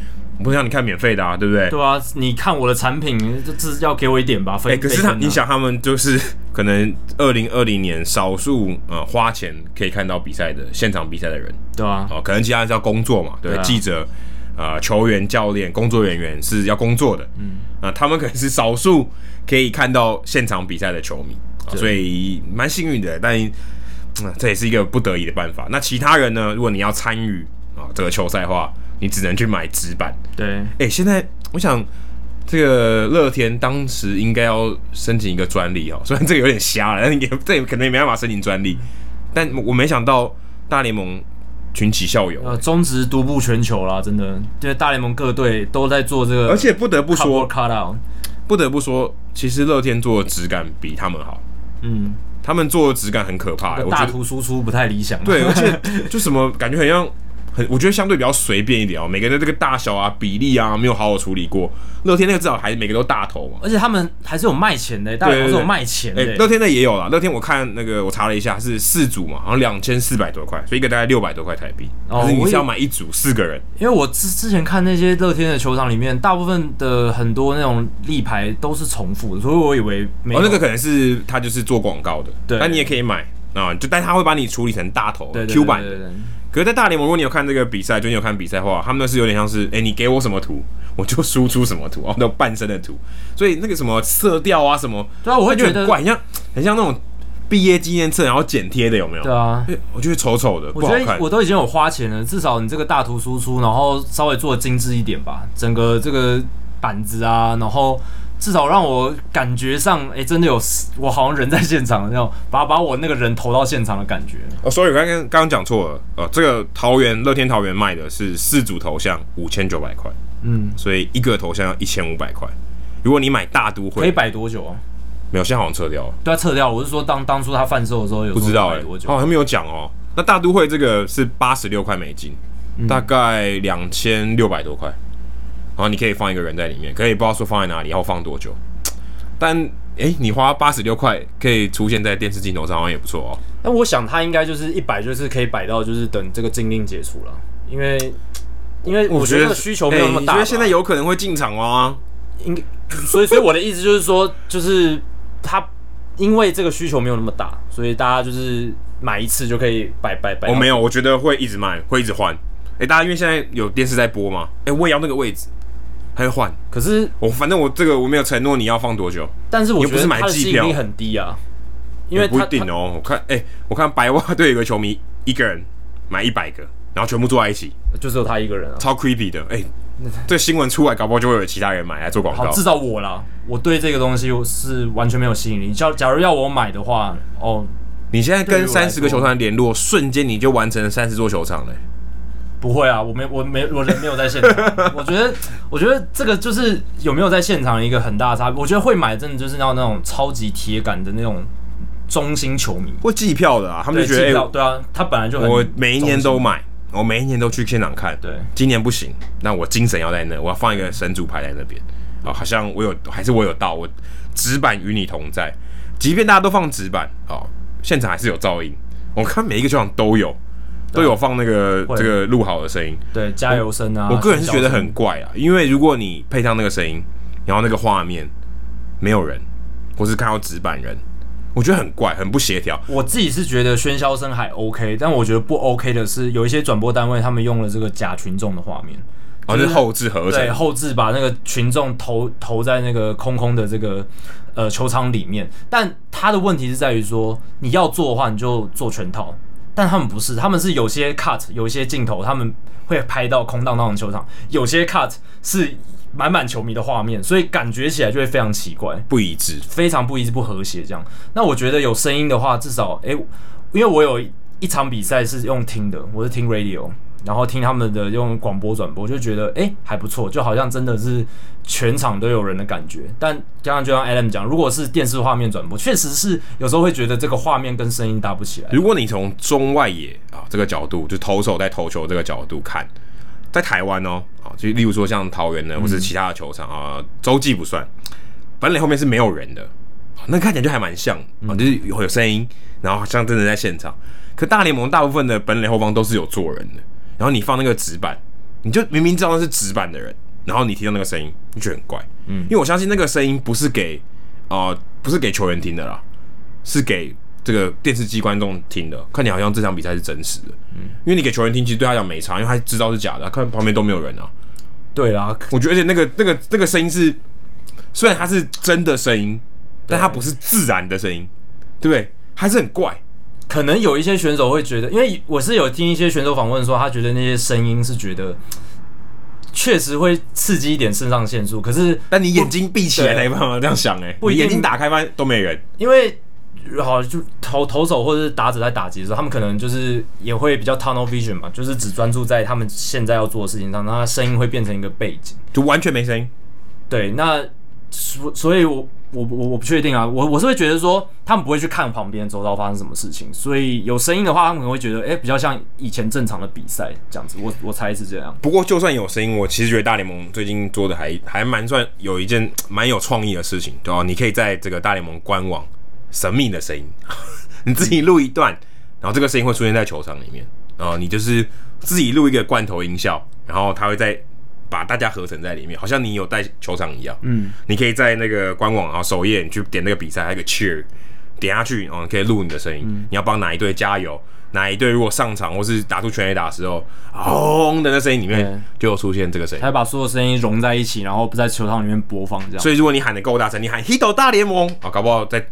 Speaker 1: 不像你看免费的啊，对不对？
Speaker 2: 对啊，你看我的产品，这这要给我一点吧，分。
Speaker 1: 哎、可是
Speaker 2: 被
Speaker 1: 他，
Speaker 2: 分啊
Speaker 1: 你想他们就是 *laughs* 可能二零二零年少数呃花钱可以看到比赛的现场比赛的人
Speaker 2: 对啊，
Speaker 1: 哦，可能其他人是要工作嘛，对，
Speaker 2: 对啊
Speaker 1: 记者、呃球员、教练、工作人员是要工作的，嗯，啊、他们可能是少数可以看到现场比赛的球迷，哦所以蛮幸运的，但、嗯这也是一个不得已的办法。那其他人呢，如果你要参与啊这个球赛的话，你只能去买纸板，
Speaker 2: 对，
Speaker 1: 哎、现在我想这个乐天当时应该要申请一个专利哦，虽然这个有点瞎了，但也这也可能也没办法申请专
Speaker 2: 嗯
Speaker 1: 利，但我没想到大联盟群起效尤，
Speaker 2: 呃，中职独步全球啦，真的，对大联盟各队都在做这个，
Speaker 1: 而且不得不
Speaker 2: cut w o
Speaker 1: 说，
Speaker 2: cut out，
Speaker 1: 不得不说，其实乐天做的质感比他们好，
Speaker 2: 嗯，
Speaker 1: 他们做的质感很可怕、欸哎我觉
Speaker 2: 大
Speaker 1: 得
Speaker 2: 图输出不太理想， *laughs*
Speaker 1: 对，而且就什么感觉很像。很，我觉得相对比较随便一点哦，每个人的这个大小啊、比例啊，没有好好处理过。乐天那个至少还每个都大头嘛，
Speaker 2: 而且他们还是有卖钱的，大联盟是有卖钱的欸
Speaker 1: 哎、，乐天的也有啦。乐天我看那个我查了一下，是四组嘛，好像两千四百多块，所以一个大概六百多块台币。
Speaker 2: 哦
Speaker 1: 可是你
Speaker 2: 我以
Speaker 1: 是要买一组四个人，
Speaker 2: 因为我之之前看那些乐天的球场里面，大部分的很多那种立牌都是重复的，所以我以为没有
Speaker 1: 哦，那个可能是他就是做广告的，
Speaker 2: 对
Speaker 1: 那你也可以买啊，就但他会把你处理成大头
Speaker 2: 对对
Speaker 1: Q 版
Speaker 2: 对对
Speaker 1: 的。
Speaker 2: 对
Speaker 1: 可是，在大联盟，如果你有看这个比赛，就你有看比赛的话，他们那是有点像是，哎、你给我什么图， *laughs* 我就输出什么图，哦，那种半身的图，所以那个什么色调啊，什么，
Speaker 2: 对啊我会
Speaker 1: 就
Speaker 2: 觉得
Speaker 1: 很怪，很像很像那种毕业纪念册，然后剪贴的，有没有？
Speaker 2: 对啊。
Speaker 1: 哎我觉得丑丑的，
Speaker 2: 我
Speaker 1: 不
Speaker 2: 觉
Speaker 1: 好
Speaker 2: 得
Speaker 1: 看。
Speaker 2: 我都已经有花钱了，至少你这个大图输出，然后稍微做的精致一点吧。整个这个板子啊，然后至少让我感觉上，哎、真的有我好像人在现场的那种，把把我那个人投到现场的感觉。
Speaker 1: 哦，sorry，我刚刚刚刚讲错了，呃，这个桃园乐天桃园卖的是四组头像五千九百块，
Speaker 2: 嗯，
Speaker 1: 所以一个头像要一千五百块。如果你买大都
Speaker 2: 可以
Speaker 1: 会，
Speaker 2: 摆多久啊？
Speaker 1: 没有，现在好像撤掉了，
Speaker 2: 对啊，撤掉。我是说当当初他贩售的时候有
Speaker 1: 不知道哎、
Speaker 2: 摆多久？
Speaker 1: 哦，还没有讲哦。那大都会这个是八十六块美金，
Speaker 2: 嗯
Speaker 1: 大概两千六百多块，然后你可以放一个人在里面，可以不知道说放在哪里，然后放多久。但哎、你花八十六块可以出现在电视镜头上，好像也不错哦。
Speaker 2: 那我想他应该就是一摆，就是可以摆到就是等这个禁令解除了，因为因为我觉得需求没有那么大吧。
Speaker 1: 我觉得现在有可能会进场吗？
Speaker 2: 应该，所以所以我的意思就是说，就是他因为这个需求没有那么大，所以大家就是买一次就可以摆摆摆。
Speaker 1: 我、哦没
Speaker 2: 有，
Speaker 1: 有，我觉得会一直卖，会一直换。哎、大家因为现在有电视在播嘛，哎、我也要那个位置，还会换。
Speaker 2: 可是
Speaker 1: 我反正我这个我没有承诺你要放多久，
Speaker 2: 但是我觉
Speaker 1: 又不
Speaker 2: 得
Speaker 1: 是买
Speaker 2: 它的吸
Speaker 1: 机
Speaker 2: 引
Speaker 1: 票
Speaker 2: 力很低啊，因为
Speaker 1: 也不
Speaker 2: 他
Speaker 1: 一定哦。我看，哎、我看白袜队有个球迷一个人买一百个，然后全部坐在一起，
Speaker 2: 他就只有他一个人啊。
Speaker 1: 超 creepy 的。
Speaker 2: *laughs*
Speaker 1: 哎、这新闻出来，搞不好就会有其他人买来做广
Speaker 2: 好，
Speaker 1: 告。
Speaker 2: 至少我啦，我对这个东西我是完全没有吸引力。假假如要我买的话，哦，
Speaker 1: 你现在
Speaker 2: 对于
Speaker 1: 跟
Speaker 2: 我来
Speaker 1: 三十个
Speaker 2: 说
Speaker 1: 球团联络，瞬间你就完成了三十座球场嘞、
Speaker 2: 不会啊，我没我没我人没有在现
Speaker 1: *laughs*
Speaker 2: 场。我觉得我觉得这个就是有没有在现场一个很大的差别。我觉得会买真的就是要那种超级铁杆的那种中心球迷。
Speaker 1: 会计票的啊，他们
Speaker 2: 对，
Speaker 1: 就觉得
Speaker 2: 气
Speaker 1: 哎、
Speaker 2: 到对啊，他本来就很
Speaker 1: 我每一年都买，我每一年都去现场看。
Speaker 2: 对
Speaker 1: 今年不行，那我精神要在那，我要放一个神主牌在那边。啊、好像我有，还是我有到，我纸板与你同在。即便大家都放纸板，哦，现场还是有噪音。我看每一个球场都有，都有放那个
Speaker 2: 啊会
Speaker 1: 这个录好的声音。
Speaker 2: 对加油声啊。
Speaker 1: 我个人是
Speaker 2: 尖叫
Speaker 1: 觉得
Speaker 2: 声
Speaker 1: 很怪啊，因为如果你配上那个声音，然后那个画面没有人，或是看到纸板人，我觉得很怪，很不协调。
Speaker 2: 我自己是觉得喧嚣声还 OK，但我觉得不 OK 的是有一些转播单位他们用了这个假群众的画面，
Speaker 1: 然后是后置合成
Speaker 2: 对，后置把那个群众投投在那个空空的这个呃球场里面。但他的问题是在于说，你要做的话，你就做全套。但他们不是，他们是有些 cut，有些镜头他们会拍到空荡荡的球场，有些 cut 是满满球迷的画面，所以感觉起来就会非常奇怪。
Speaker 1: 不一致。
Speaker 2: 非常不一致、不和谐这样。那我觉得有声音的话，至少诶、因为我有一场比赛是用听的，我是听 radio，然后听他们的用广播转播，就觉得诶、还不错，就好像真的是全场都有人的感觉。但加上就像 Adam 讲，如果是电视画面转播，确实是有时候会觉得这个画面跟声音搭不起来。
Speaker 1: 如果你从中外野啊这个角度，就投手在投球这个角度看，在台湾哦，啊，就例如说像桃园呢，或是其他的球场啊，洲际不算，本垒后面是没有人的，啊那看起来就还蛮像啊，就是有有声音，然后好像真的在现场。可大联盟大部分的本垒后方都是有坐人的，然后你放那个纸板，你就明明知道那是纸板的人，然后你听到那个声音，你觉得很怪，嗯，因为我相信那个声音不是给啊、呃不是给球员听的啦，是给这个电视机观众听的，看起来好像这场比赛是真实的。嗯，因为你给球员听，其实对他讲没差，因为他知道是假的，看旁边都没有人啊。
Speaker 2: 对啦，
Speaker 1: 我觉得，而且那个那个那个声音是，虽然它是真的声音，但它不是自然的声音，对不对？还是很怪。
Speaker 2: 可能有一些选手会觉得，因为我是有听一些选手访问说，他觉得那些声音是觉得确实会刺激一点肾上腺素，可是
Speaker 1: 但你眼睛闭起来
Speaker 2: 对
Speaker 1: 才办法这样想哎、
Speaker 2: 不一
Speaker 1: 你
Speaker 2: 定
Speaker 1: 眼睛打开发现都没人。
Speaker 2: 因为好就投投手或者是打者在打击的时候，他们可能就是也会比较 tunnel vision 嘛，就是只专注在他们现在要做的事情上，那他声音会变成一个背景。
Speaker 1: 就完全没声音，
Speaker 2: 对，那所所以我，我我我不确定啊，我我是会觉得说，他们不会去看旁边周遭发生什么事情，所以有声音的话，他们可能会觉得，哎、比较像以前正常的比赛这样子，我我猜是这样。
Speaker 1: 不过就算有声音，我其实觉得大联盟最近做的还还蛮算有一件蛮有创意的事情，对吧、你可以在这个大联盟官网神秘的声音，你自己录一段，然后这个声音会出现在球场里面，然后你就是自己录一个罐头音效，然后它会再把大家合成在里面，好像你有在球场一样。嗯，你可以在那个官网啊首页，你去点那个比赛，还有个 cheer，点下去，哦，你可以录你的声音，你要帮哪一队加油。哪一队如果上场或是打出全垒打的时候，啊轰的那声音里面
Speaker 2: 对
Speaker 1: 就有出现这个声音
Speaker 2: 他。会把所有声音融在一起，然后在球场里面播放这样。
Speaker 1: 所以如果你喊的够大声，你喊 “Hito 大联盟”啊，搞不好在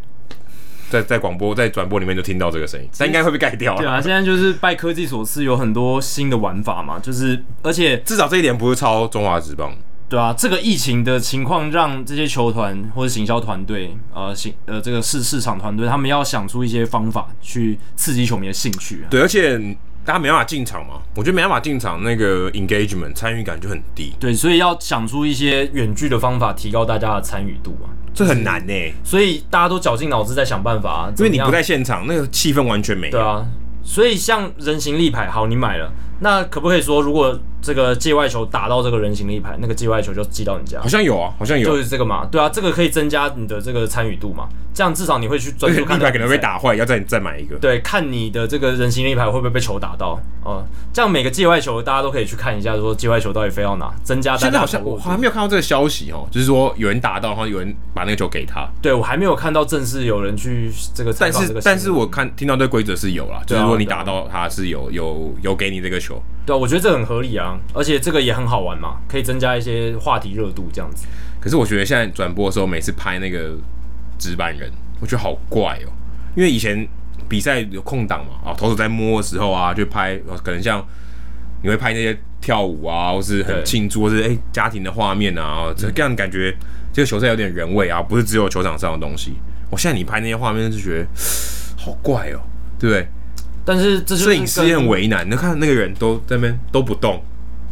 Speaker 1: 在在广播在转播里面就听到这个声音，但应该会被盖掉
Speaker 2: 对
Speaker 1: 了。
Speaker 2: 啊，现在就是拜科技所赐，有很多新的玩法嘛，就是而且
Speaker 1: 至少这一点不是抄中华职棒，
Speaker 2: 对啊，这个疫情的情况让这些球团或者行销团队，呃，行呃这个市市场团队，他们要想出一些方法去刺激球迷的兴趣啊。
Speaker 1: 对，而且大家没办法进场嘛，我觉得没办法进场，那个 engagement 参与感就很低，
Speaker 2: 对，所以要想出一些远距的方法，提高大家的参与度啊。
Speaker 1: 这很难呢、
Speaker 2: 所以大家都绞尽脑汁在想办法、啊，
Speaker 1: 因为
Speaker 2: 怎么
Speaker 1: 你
Speaker 2: 样
Speaker 1: 不在现场，那个气氛完全没
Speaker 2: 对
Speaker 1: 有。
Speaker 2: 啊，所以像人形立牌，好，你买了，那可不可以说，如果这个界外球打到这个人形立牌，那个界外球就寄到你家
Speaker 1: 好？像有啊，好像有
Speaker 2: 就，是这个嘛，对啊，这个可以增加你的这个参与度嘛，这样至少你会去专
Speaker 1: *laughs* 而且
Speaker 2: 注
Speaker 1: 立
Speaker 2: 看
Speaker 1: 牌可
Speaker 2: 这个
Speaker 1: 能
Speaker 2: 比
Speaker 1: 会
Speaker 2: 赛
Speaker 1: 被，打坏，要再再买一个。
Speaker 2: 对，看你的这个人形立牌会不会被球打到哦、这样每个界外球大家都可以去看一下，说界外球到底飞到哪，增加大
Speaker 1: 现
Speaker 2: 家
Speaker 1: 在好
Speaker 2: 的
Speaker 1: 像
Speaker 2: 投入
Speaker 1: 我
Speaker 2: 度
Speaker 1: 还没有看到这个消息哦，就是说有人打到，然后有人把那个球给他。
Speaker 2: 对我还没有看到正式有人去这个采
Speaker 1: 但
Speaker 2: 访这
Speaker 1: 是
Speaker 2: 个新闻，
Speaker 1: 但是我看听到这个规则是有啦，就
Speaker 2: 对啊
Speaker 1: 是如果你
Speaker 2: 对啊
Speaker 1: 打到他是有有有给你这个球。
Speaker 2: 对啊，我觉得这很合理啊，而且这个也很好玩嘛，可以增加一些话题热度这样子。
Speaker 1: 可是我觉得现在转播的时候，每次拍那个值班人，我觉得好怪哦、因为以前比赛有空档嘛，啊，投手在摸的时候啊，就拍，呃可能像你会拍那些跳舞啊，或是
Speaker 2: 对嗯
Speaker 1: 很庆祝，或是哎、家庭的画面啊，这这样感觉这个球赛有点人味啊，不是只有球场上的东西。我现在你拍那些画面就觉得好怪哦、对不对？
Speaker 2: 但是这就是
Speaker 1: 摄影师也很
Speaker 2: 跟
Speaker 1: 为难，你看那个人都在那边都不动，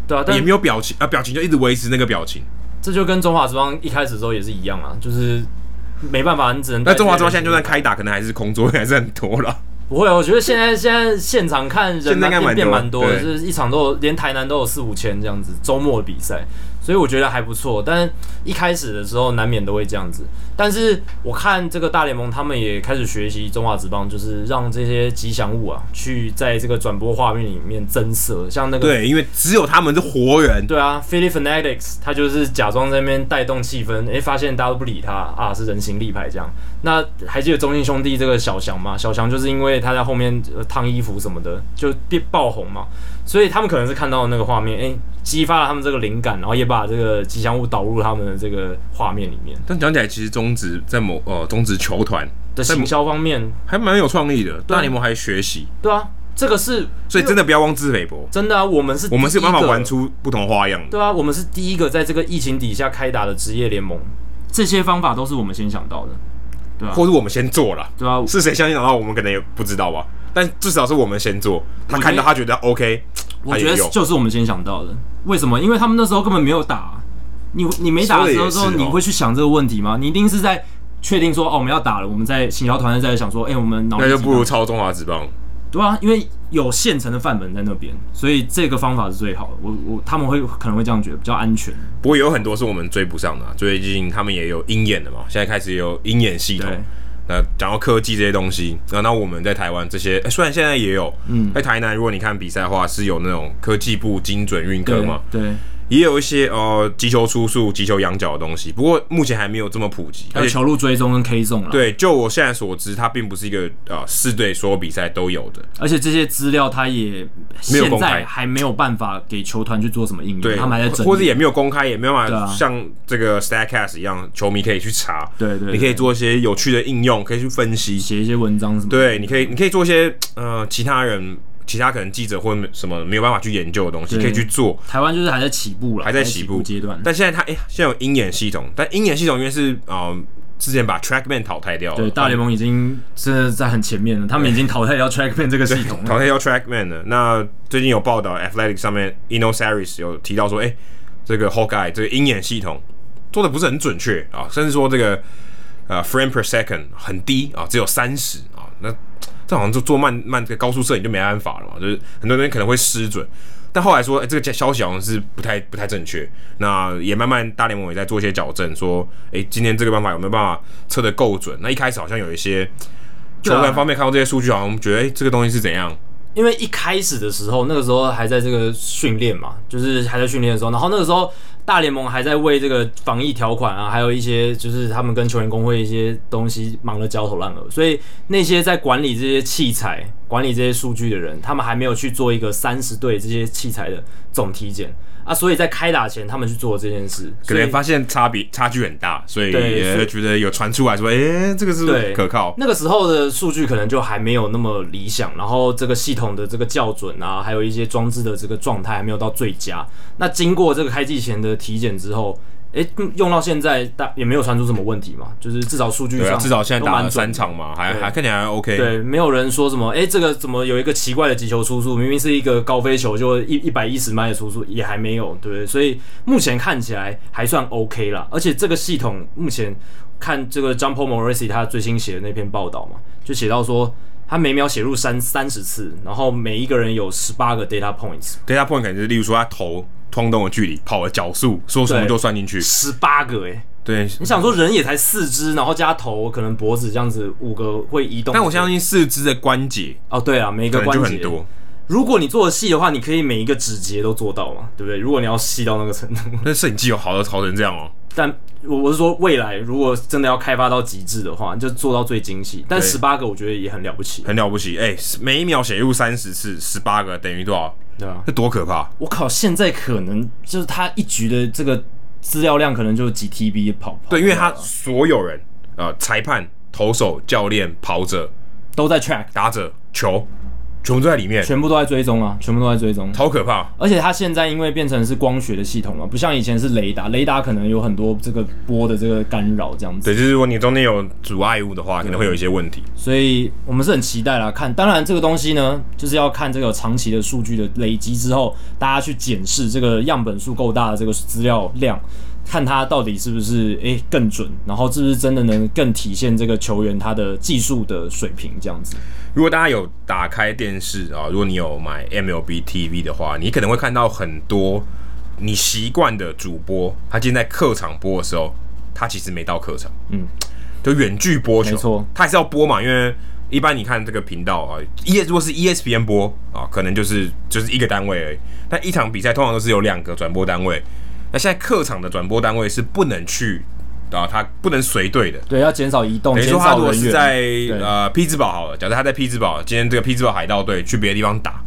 Speaker 2: 对啊，但
Speaker 1: 也没有表情啊，表情就一直维持那个表情。
Speaker 2: 这就跟中华职棒一开始的时候也是一样啊，就是没办法，你只能
Speaker 1: 那中华
Speaker 2: 带
Speaker 1: 之
Speaker 2: 这
Speaker 1: 棒
Speaker 2: 个
Speaker 1: 现在就算开打，可能还是空桌还是很多
Speaker 2: *laughs*
Speaker 1: 了。
Speaker 2: 不会，我觉得现在现在现场看人啊
Speaker 1: 现在应该蛮多
Speaker 2: 变变蛮多的，
Speaker 1: 对
Speaker 2: 就是一场都有连台南都有四五千这样子，周末的比赛，所以我觉得还不错。但一开始的时候难免都会这样子，但是我看这个大联盟他们也开始学习中华职棒，就是让这些吉祥物啊去在这个转播画面里面增色，像那个
Speaker 1: 对，因为只有他们是活人，
Speaker 2: 对啊 p h i l l y Fanatics，他就是假装在那边带动气氛，诶，发现大家都不理他啊，是人形立牌这样。那还记得中信兄弟这个小翔吗？小翔就是因为他在后面、呃、烫衣服什么的，就变爆红嘛，所以他们可能是看到那个画面，诶，激发了他们这个灵感，然后也把这个吉祥物导入他们的这个画面里面。
Speaker 1: 但讲起来，其实中职在某呃中职球团
Speaker 2: 的
Speaker 1: 在
Speaker 2: 行销方面，
Speaker 1: 还蛮有创意的，大联盟还学习，
Speaker 2: 对啊，这个是
Speaker 1: 所以真的不要妄自菲薄，
Speaker 2: 真的啊，我们是
Speaker 1: 我们是有办法
Speaker 2: 第一个
Speaker 1: 玩出不同花样的。
Speaker 2: 对啊，我们是第一个在这个疫情底下开打的职业联盟，这些方法都是我们先想到的，对啊
Speaker 1: 或，是我们先做了，
Speaker 2: 对啊，
Speaker 1: 是谁相信的话，我们可能也不知道吧。但至少是我们先做，他
Speaker 2: 我觉得
Speaker 1: 看到他觉得 OK，
Speaker 2: 我
Speaker 1: 他
Speaker 2: 觉
Speaker 1: 也
Speaker 2: 得
Speaker 1: 用。
Speaker 2: 就是我们先想到的。为什么？因为他们那时候根本没有打啊、你你没打的时候之
Speaker 1: 说
Speaker 2: 后，
Speaker 1: 的也是
Speaker 2: 你
Speaker 1: 哦
Speaker 2: 会去想这个问题吗？你一定是在确定说哦，我们要打了，我们在行销团队在想说，哎、我们脑力
Speaker 1: 那就
Speaker 2: 激
Speaker 1: 不如
Speaker 2: 荡
Speaker 1: 抄中华职棒，
Speaker 2: 对啊，因为有现成的范本在那边，所以这个方法是最好的。我我他们会可能会这样觉得比较安全。
Speaker 1: 不过有很多是我们追不上的、啊，最近他们也有鹰眼的嘛，现在开始也有鹰眼系统
Speaker 2: 对。
Speaker 1: 那讲到科技这些东西，那那我们在台湾这些、诶虽然现在也有，
Speaker 2: 嗯
Speaker 1: 在台南如果你看比赛的话，是有那种科技部精准运科
Speaker 2: 对
Speaker 1: 嘛，
Speaker 2: 对，
Speaker 1: 也有一些呃击球出速、击球仰角的东西，不过目前还没有这么普及，
Speaker 2: 还
Speaker 1: 而
Speaker 2: 有
Speaker 1: 且
Speaker 2: 球路追踪跟 K 中了。，
Speaker 1: 对，就我现在所知，它并不是一个呃四队所有比赛都有的，
Speaker 2: 而且这些资料他也
Speaker 1: 没有
Speaker 2: 现
Speaker 1: 公开
Speaker 2: 在还没有办法给球团去做什么应用，
Speaker 1: 对，
Speaker 2: 他们还在整理。
Speaker 1: 或者也没有公开，也没有办
Speaker 2: 对
Speaker 1: 法
Speaker 2: 啊
Speaker 1: 像这个 Statcast 一样，球迷可以去查，
Speaker 2: 对对对
Speaker 1: 你可以做一些有趣的应用，可以去分析，
Speaker 2: 写一些文章什么的。
Speaker 1: 对，你可以，你可以做一些呃，其他人、其他可能记者或什么没有办法去研究的东西，
Speaker 2: 对
Speaker 1: 可以去做。
Speaker 2: 台湾就是还在起步了，
Speaker 1: 还在起步
Speaker 2: 阶段。
Speaker 1: 但现在它哎、现在有鹰眼系统，但鹰眼系统因为是呃之前把 Trackman 淘汰掉了，
Speaker 2: 对，大联盟已经是在很前面了，他们已经淘汰掉 Trackman 这个系统了。
Speaker 1: 淘汰掉 Trackman 了。那最近有报道，Athletic 上面 Ino Saris 有提到说，哎、这个 Hawkeye 这个鹰眼系统做的不是很准确啊，甚至说这个呃 frame per second 很低啊，只有三十啊，那这好像就做慢慢这个高速摄影就没办法了嘛，就是很多人可能会失准。但后来说，哎、这个消息好像是不太不太正确。那也慢慢大联盟也在做一些矫正，说，哎、今天这个办法有没有办法测得够准？那一开始好像有一些球
Speaker 2: 对啊
Speaker 1: 员方面看到这些数据，好像觉得，哎、这个东西是怎样？
Speaker 2: 因为一开始的时候，那个时候还在这个训练嘛，就是还在训练的时候，然后那个时候大联盟还在为这个防疫条款啊，还有一些就是他们跟球员工会一些东西忙得焦头烂额，所以那些在管理这些器材、管理这些数据的人，他们还没有去做一个三十对这些器材的总体检。啊，所以在开打前他们去做这件事，
Speaker 1: 可
Speaker 2: 所以
Speaker 1: 能发现差别差距很大，所以
Speaker 2: 对所
Speaker 1: 也
Speaker 2: 以
Speaker 1: 觉得有传出来说，诶，这个是不是
Speaker 2: 对
Speaker 1: 可靠。
Speaker 2: 那个时候的数据可能就还没有那么理想，然后这个系统的这个校准啊，还有一些装置的这个状态还没有到最佳。那经过这个开季前的体检之后，诶，用到现在大也没有传出什么问题嘛，就是至少数据
Speaker 1: 对
Speaker 2: 上、
Speaker 1: 啊，至少现在打了三
Speaker 2: 场。
Speaker 1: 场嘛，还
Speaker 2: 对
Speaker 1: 还看起来还 OK。
Speaker 2: 对，没有人说什么，哎、这个怎么有一个奇怪的击球出速，明明是一个高飞球，就一一百一十迈的出速，也还没有，对不对？所以目前看起来还算 OK 啦。而且这个系统目前看这个 Jumpo Morrissey 他最新写的那篇报道嘛，就写到说他每秒写入三三十次，然后每一个人有十八个 data points，
Speaker 1: data point 可能就是例如说他投空洞的距离、跑的角速，说什么
Speaker 2: 对
Speaker 1: 都算进去。
Speaker 2: 十八个哎、诶
Speaker 1: 对，
Speaker 2: 你想说人也才四肢，然后加头可能脖子这样子五个会移动，
Speaker 1: 但我相信四肢的关节
Speaker 2: 哦，对啊，每一
Speaker 1: 可
Speaker 2: 个
Speaker 1: 能
Speaker 2: 关
Speaker 1: 就
Speaker 2: 节
Speaker 1: 很多。
Speaker 2: 如果你做的细的话，你可以每一个指节都做到嘛，对不对？如果你要细到那个程度， *laughs*
Speaker 1: 那摄影机有好的好成这样哦、
Speaker 2: 但我我是说未来如果真的要开发到极致的话，就做到最精细。但
Speaker 1: 对
Speaker 2: 十八个我觉得也很了不起，
Speaker 1: 很了不起。哎、每一秒写入三十次，十八个等于多少？
Speaker 2: 对啊。
Speaker 1: 这多可怕！
Speaker 2: 我靠，现在可能就是他一局的这个资料量可能就几 TB 跑跑
Speaker 1: 对，因为
Speaker 2: 啊
Speaker 1: 他所有人，呃，裁判、投手、教练、跑者、
Speaker 2: 都在 track，
Speaker 1: 打者、球，全部都在里面，
Speaker 2: 全部都在追踪啊，全部都在追踪。
Speaker 1: 超可怕。
Speaker 2: 而且它现在因为变成是光学的系统了，不像以前是雷达，雷达可能有很多这个波的这个干扰这样子。
Speaker 1: 对，就是如果你中间有阻碍物的话，可能会有一些问题。
Speaker 2: 所以我们是很期待啦。看，当然这个东西呢，就是要看这个长期的数据的累积之后，大家去检视这个样本数够大的这个资料量，看它到底是不是诶、更准，然后是不是真的能更体现这个球员他的技术的水平这样子。
Speaker 1: 如果大家有打开电视啊，如果你有买 MLB TV 的话，你可能会看到很多你习惯的主播，他今天在客场播的时候，他其实没到客场，
Speaker 2: 嗯，
Speaker 1: 就远距播球，
Speaker 2: 没错，
Speaker 1: 他还是要播嘛，因为一般你看这个频道啊，E 如果是 ESPN 播啊，可能就是就是一个单位而已，但一场比赛通常都是有两个转播单位，那现在客场的转播单位是不能去啊，他不能随队的，
Speaker 2: 对，要减少移动，
Speaker 1: 等于
Speaker 2: 减
Speaker 1: 说他
Speaker 2: 少
Speaker 1: 如果
Speaker 2: 人
Speaker 1: 是
Speaker 2: 员。
Speaker 1: 在
Speaker 2: 对
Speaker 1: 呃匹兹堡好了，假设他在匹兹堡，今天这个匹兹堡海盗队去别的地方打，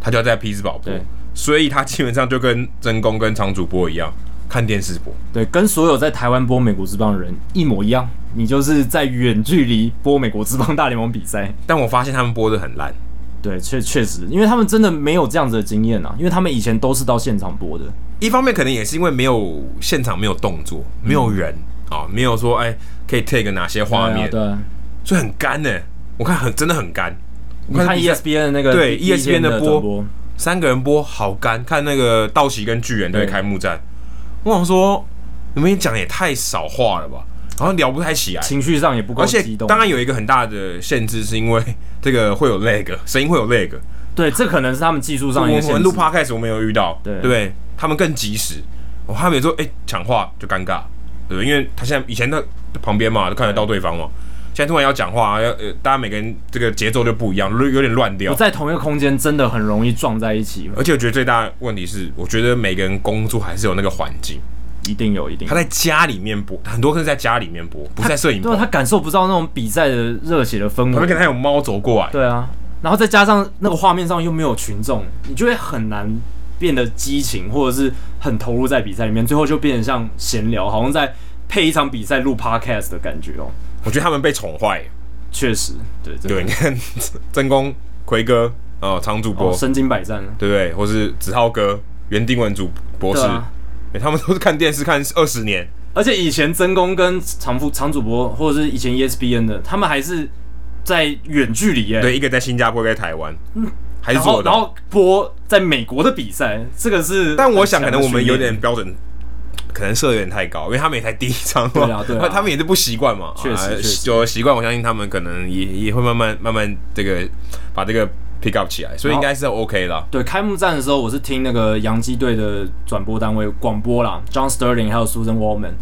Speaker 1: 他就要在匹兹堡播
Speaker 2: 对，
Speaker 1: 所以他基本上就跟真宫跟常主播一样，看电视播。
Speaker 2: 对，跟所有在台湾播美国之棒的人一模一样，你就是在远距离播美国之棒大联盟比赛。
Speaker 1: 但我发现他们播的很烂，
Speaker 2: 对，确确实，因为他们真的没有这样子的经验啊，因为他们以前都是到现场播的。
Speaker 1: 一方面可能也是因为没有现场没有动作，没有人啊、没有说哎可以 take 哪些画面，
Speaker 2: 嗯对啊、对啊
Speaker 1: 所以很干呢、我看很真的很干。
Speaker 2: 你看 E
Speaker 1: 比赛
Speaker 2: ESPN 的那个
Speaker 1: 对，E
Speaker 2: 第一
Speaker 1: ESPN
Speaker 2: 天
Speaker 1: 的
Speaker 2: 的
Speaker 1: 播
Speaker 2: 转播，
Speaker 1: 三个人播好干，看那个道奇跟巨人队
Speaker 2: 对
Speaker 1: 开幕战，我想说你们讲得也太少话了吧，好像聊不太起来。
Speaker 2: 情绪上也不够
Speaker 1: 而且
Speaker 2: 激动。
Speaker 1: 当然有一个很大的限制，是因为这个会有 lag，声音会有 lag。
Speaker 2: 对，这可能是他们技术
Speaker 1: 我
Speaker 2: 上一
Speaker 1: 们
Speaker 2: 个
Speaker 1: 我
Speaker 2: 限
Speaker 1: 们
Speaker 2: 制
Speaker 1: 录。podcast 我们有遇到，
Speaker 2: 对
Speaker 1: 对不对？他们更及时，我他们也说，哎、讲话就尴尬，对不对？因为他现在以前的旁边嘛，就看得到对方嘛，现在突然要讲话，要呃，大家每个人这个节奏就不一样，有有点乱掉
Speaker 2: 不。在同一个空间，真的很容易撞在一起，
Speaker 1: 而且我觉得最大的问题是，我觉得每个人工作还是有那个环境。
Speaker 2: 一定有，一定有
Speaker 1: 他。在家里面播，很多是在家里面播，不是在摄影
Speaker 2: 对啊，
Speaker 1: 棚。
Speaker 2: 他感受不到那种比赛的热血的氛
Speaker 1: 旁边可
Speaker 2: 围。
Speaker 1: 能还有猫走过来，
Speaker 2: 对啊，然后再加上那个画面上又没有群众，你就会很难变得激情，或者是很投入在比赛里面，最后就变得像闲聊，好像在配一场比赛录 podcast 的感觉哦。
Speaker 1: 我觉得他们被宠坏。
Speaker 2: 确实，对真的
Speaker 1: 对，你看真宫、奎哥、呃，常主播，
Speaker 2: 哦，身经百战。
Speaker 1: 对不对？或是子浩哥、袁定文主博士、
Speaker 2: 对啊
Speaker 1: 欸他们都是看电视看二十年，
Speaker 2: 而且以前真宫跟常副常主播，或者是以前 E ESPN 的，他们还是在远距离耶、
Speaker 1: 对，一个在新加坡，一个在台湾，
Speaker 2: 嗯
Speaker 1: 还是
Speaker 2: 然
Speaker 1: 做
Speaker 2: 后
Speaker 1: 得
Speaker 2: 然
Speaker 1: 到。
Speaker 2: 后播在美国的比赛，这个是。
Speaker 1: 但我想，可能我们有点，标准，可能设有点太高，因为他们也才第一张嘛，
Speaker 2: 嗯对啊对啊
Speaker 1: 那他们也是不习惯嘛，
Speaker 2: 确实
Speaker 1: 啊
Speaker 2: 确实
Speaker 1: 有习惯，我相信他们可能也也会慢慢慢慢这个把这个 pick up 起来，所以
Speaker 2: 然
Speaker 1: 应
Speaker 2: 后
Speaker 1: 该是 OK 啦。
Speaker 2: 对，开幕战的时候，我是听那个洋基队的转播单位广播啦，John Sterling 还有 Susan Wallman，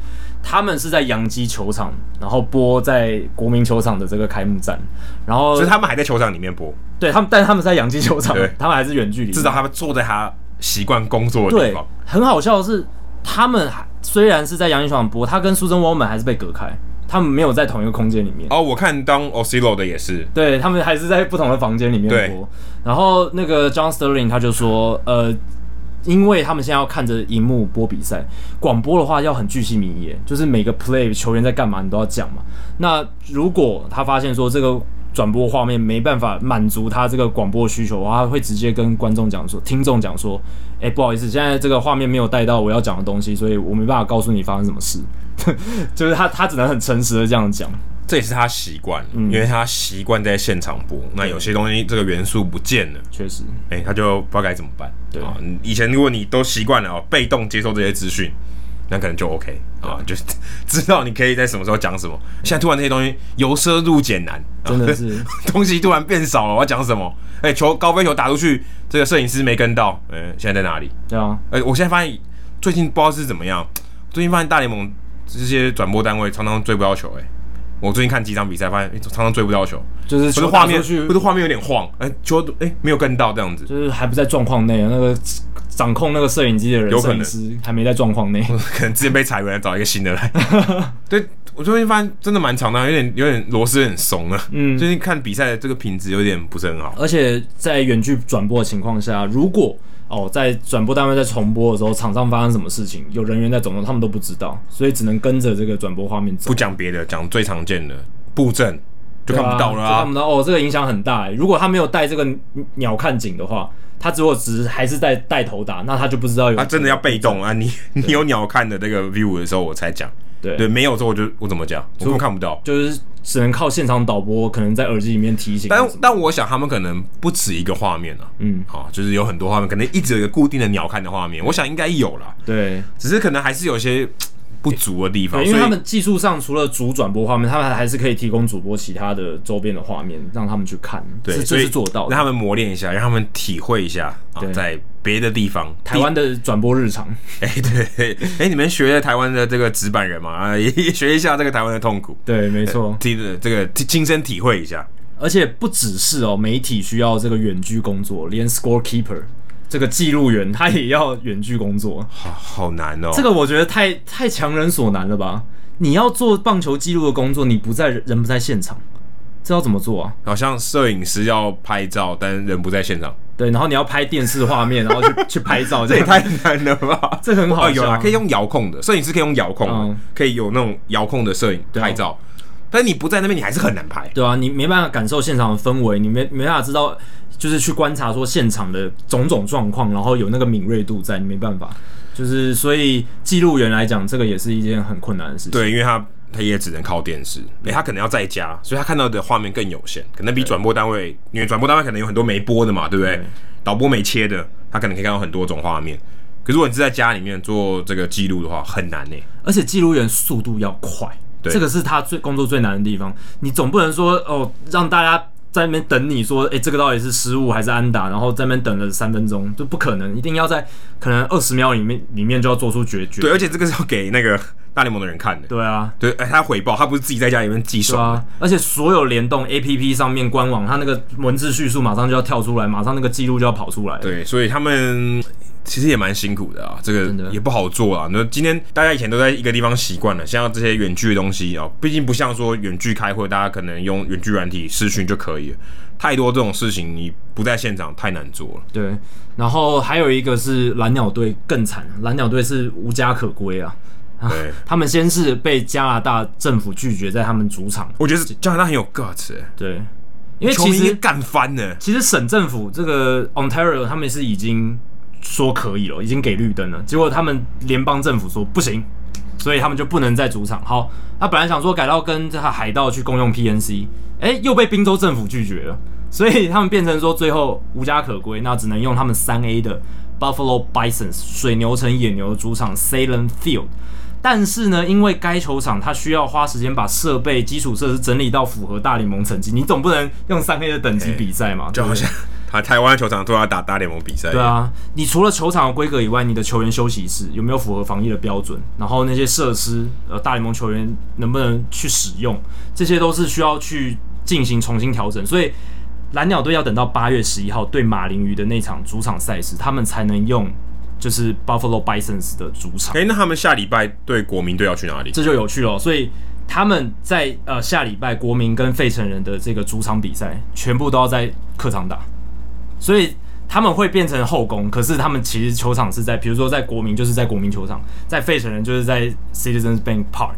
Speaker 2: 他们是在洋基球场，然后播在国民球场的这个开幕战，然后
Speaker 1: 所以他们还在球场里面播，
Speaker 2: 对他们，但他们是在洋基球场
Speaker 1: 对，
Speaker 2: 他们还是远距离，
Speaker 1: 至少他们坐在他习惯工作的地
Speaker 2: 对
Speaker 1: 方。，
Speaker 2: 很好笑的是，他们还虽然是在洋基球场播，他跟苏珍沃们还是被隔开，他们没有在同一个空间里面。
Speaker 1: 哦，我看当 Osilo 的也是，
Speaker 2: 对他们还是在不同的房间里面
Speaker 1: 对
Speaker 2: 播。然后那个 John Sterling 他就说，呃，因为他们现在要看着荧幕播比赛，广播的话要很巨细靡遗耶，就是每个 play 球员在干嘛你都要讲嘛。那如果他发现说这个转播画面没办法满足他这个广播需求的话，他会直接跟观众讲说，听众讲说，哎、不好意思，现在这个画面没有带到我要讲的东西，所以我没办法告诉你发生什么事。就是他他只能很诚实的这样讲。
Speaker 1: 这也是他习惯，
Speaker 2: 嗯
Speaker 1: 因为他习惯在现场播。那有些东西这个元素不见了，
Speaker 2: 确实，
Speaker 1: 哎、他就不知道该怎么办。
Speaker 2: 对
Speaker 1: 啊，以前如果你都习惯了哦，被动接受这些资讯，那可能就 OK 啊，
Speaker 2: 哦
Speaker 1: 就是 *laughs* 知道你可以在什么时候讲什么。现在突然这些东西由奢入俭难，啊
Speaker 2: 真的是
Speaker 1: *laughs* 东西突然变少了，我要讲什么？哎、球高飞球打出去，这个摄影师没跟到，嗯、现在在哪里？
Speaker 2: 对啊，
Speaker 1: 哎、我现在发现最近不知道是怎么样，最近发现大联盟这些转播单位常常追不到球、哎，我最近看几场比赛，发现、哎常常追不到球，
Speaker 2: 就是
Speaker 1: 不
Speaker 2: 哎球
Speaker 1: 是
Speaker 2: 打
Speaker 1: 画
Speaker 2: 出
Speaker 1: 面，
Speaker 2: 去
Speaker 1: 不是画面有点晃，哎、球哎、没有跟到这样子。
Speaker 2: 就是还不在状况内，那个掌控那个摄影机的人，
Speaker 1: 有可
Speaker 2: 摄影
Speaker 1: 能
Speaker 2: 师还没在状
Speaker 1: *laughs*
Speaker 2: 况内。
Speaker 1: 可能之前被裁员，找一个新
Speaker 2: *laughs*
Speaker 1: 的来。对，我最近发现真的蛮长的，有点有点螺丝有点松了。
Speaker 2: 嗯
Speaker 1: 最近看比赛的这个品质有点不是很好。
Speaker 2: 而且在远距转播的情况下，如果哦在转播单位在重播的时候，场上发生什么事情，有人员在总动，他们都不知道，所以只能跟着这个转播画面走
Speaker 1: 不。讲别的，讲最常见的布阵就看不到了
Speaker 2: 对啊就看
Speaker 1: 啊
Speaker 2: 不。到哦，这个影响很大欸。如果他没有带这个鸟看景的话，他如果只是还是在带头打，那他就不知道有
Speaker 1: 啊，真的要被动啊！你你有鸟看的那个 view 的时候，我才讲。
Speaker 2: 对
Speaker 1: 对，没有之后我就我怎么讲，我根本看不到。
Speaker 2: 就是只能靠现场导播，可能在耳机里面提醒或什
Speaker 1: 但
Speaker 2: 么。
Speaker 1: 但我想他们可能不止一个画面啊，
Speaker 2: 嗯，
Speaker 1: 好、就是有很多画面，可能一直有一个固定的鸟看的画面，我想应该有啦，
Speaker 2: 对，
Speaker 1: 只是可能还是有些不足的地方，
Speaker 2: 对，因
Speaker 1: 所
Speaker 2: 为
Speaker 1: 以
Speaker 2: 他们技术上除了主转播画面，他们还是可以提供主播其他的周边的画面，让他们去看，
Speaker 1: 对，
Speaker 2: 这这
Speaker 1: 所以
Speaker 2: 是做到的
Speaker 1: 让他们磨练一下，让他们体会一下啊
Speaker 2: 对，
Speaker 1: 在别的地方，
Speaker 2: 台湾的转播
Speaker 1: *laughs*
Speaker 2: 日常，
Speaker 1: 哎、对，哎、你们学台湾的这个纸板人嘛，啊， *laughs* 也也学一下这个台湾的痛苦，
Speaker 2: 对，没错。
Speaker 1: 体这个亲亲身体会一下。
Speaker 2: 而且不只是哦，媒体需要这个远距工作，连 scorekeeper 这个记录员他也要远距工作，
Speaker 1: 好好难哦。
Speaker 2: 这个我觉得太太强人所难了吧？你要做棒球记录的工作，你不在人不在现场，这要怎么做啊？
Speaker 1: 好像摄影师要拍照，但人不在现
Speaker 2: *laughs*
Speaker 1: 场，
Speaker 2: 对，然后你要拍电视画面，然后去去拍照，
Speaker 1: *laughs* 这也太难了吧？
Speaker 2: *laughs* 这很好
Speaker 1: 哦，有
Speaker 2: 笑
Speaker 1: 啦，
Speaker 2: 啊
Speaker 1: 可以用遥控的，摄影师可以用遥控的，
Speaker 2: 嗯
Speaker 1: 可以有那种遥控的摄影
Speaker 2: 对啊
Speaker 1: 拍照，但你不在那边，你还是很难拍。
Speaker 2: 对啊，你没办法感受现场的氛围，你没没办法知道，就是去观察说现场的种种状况，然后有那个敏锐度在，你没办法。就是所以记录员来讲，这个也是一件很困难的事情。，
Speaker 1: 对，因为他他也只能靠电视，哎、他可能要在家，所以他看到的画面更有限，可能比转播单位，因为转播单位可能有很多没播的嘛，对不对？
Speaker 2: 对
Speaker 1: 导播没切的，他可能可以看到很多种画面。可是如果你是在家里面做这个记录的话，很难呢、
Speaker 2: 而且记录员速度要快，
Speaker 1: 对
Speaker 2: 这个是他最工作最难的地方。你总不能说哦，让大家在那边等你说，诶，这个到底是失误还是安打，然后在那边等了三分钟，就不可能，一定要在可能二十秒里面里面就要做出决决。
Speaker 1: 对，而且这个是要给那个大联盟的人看的。
Speaker 2: 对啊，
Speaker 1: 对，哎、他回报，他不是自己在家里面记
Speaker 2: 对
Speaker 1: 手。
Speaker 2: 啊，而且所有联动 A P P 上面官网，它那个文字叙述马上就要跳出来，马上那个记录就要跑出来。，
Speaker 1: 对，所以他们其实也蛮辛苦的啊，这
Speaker 2: 真
Speaker 1: 个
Speaker 2: 的
Speaker 1: 也不好做啊。那今天大家以前都在一个地方习惯了，像这些远距的东西啊，毕竟不像说远距开会，大家可能用远距软体视讯就可以了。太多这种事情，你不在现场太难做了。
Speaker 2: 对，然后还有一个是蓝鸟队更惨，蓝鸟队是无家可归啊。
Speaker 1: 对，
Speaker 2: 他们先是被加拿大政府拒绝在他们主场，
Speaker 1: 我觉得加拿大很有 guts，、欸、
Speaker 2: 对，因为
Speaker 1: 球
Speaker 2: 其
Speaker 1: 迷
Speaker 2: 实
Speaker 1: 干翻了。
Speaker 2: 其实省政府这个 Ontario 他们是已经说可以了，已经给绿灯了，结果他们联邦政府说不行，所以他们就不能在主场。好，他本来想说改到跟这海盗去共用 PNC，哎、又被宾州政府拒绝了，所以他们变成说最后无家可归，那只能用他们三 A 的 Buffalo Bisons 水牛城野牛的主场 Salem Field。但是呢，因为该球场它需要花时间把设备、基础设施整理到符合大联盟层级，你总不能用三 A 的等级比赛嘛？
Speaker 1: 就好像他台湾球场都要打大联盟比赛，
Speaker 2: 对啊，你除了球场的规格以外，你的球员休息室有没有符合防疫的标准？然后那些设施，呃，大联盟球员能不能去使用？这些都是需要去进行重新调整。所以蓝鸟队要等到八月十一号对马林鱼的那场主场赛事，他们才能用就是 Buffalo Bisons 的主场
Speaker 1: 哎、。那他们下礼拜对国民队要去哪里？
Speaker 2: 这就有趣了。所以他们在呃下礼拜国民跟费城人的这个主场比赛，全部都要在客场打，所以他们会变成后宫，可是他们其实球场是在，比如说在国民就是在国民球场，在费城人就是在 Citizens Bank Park，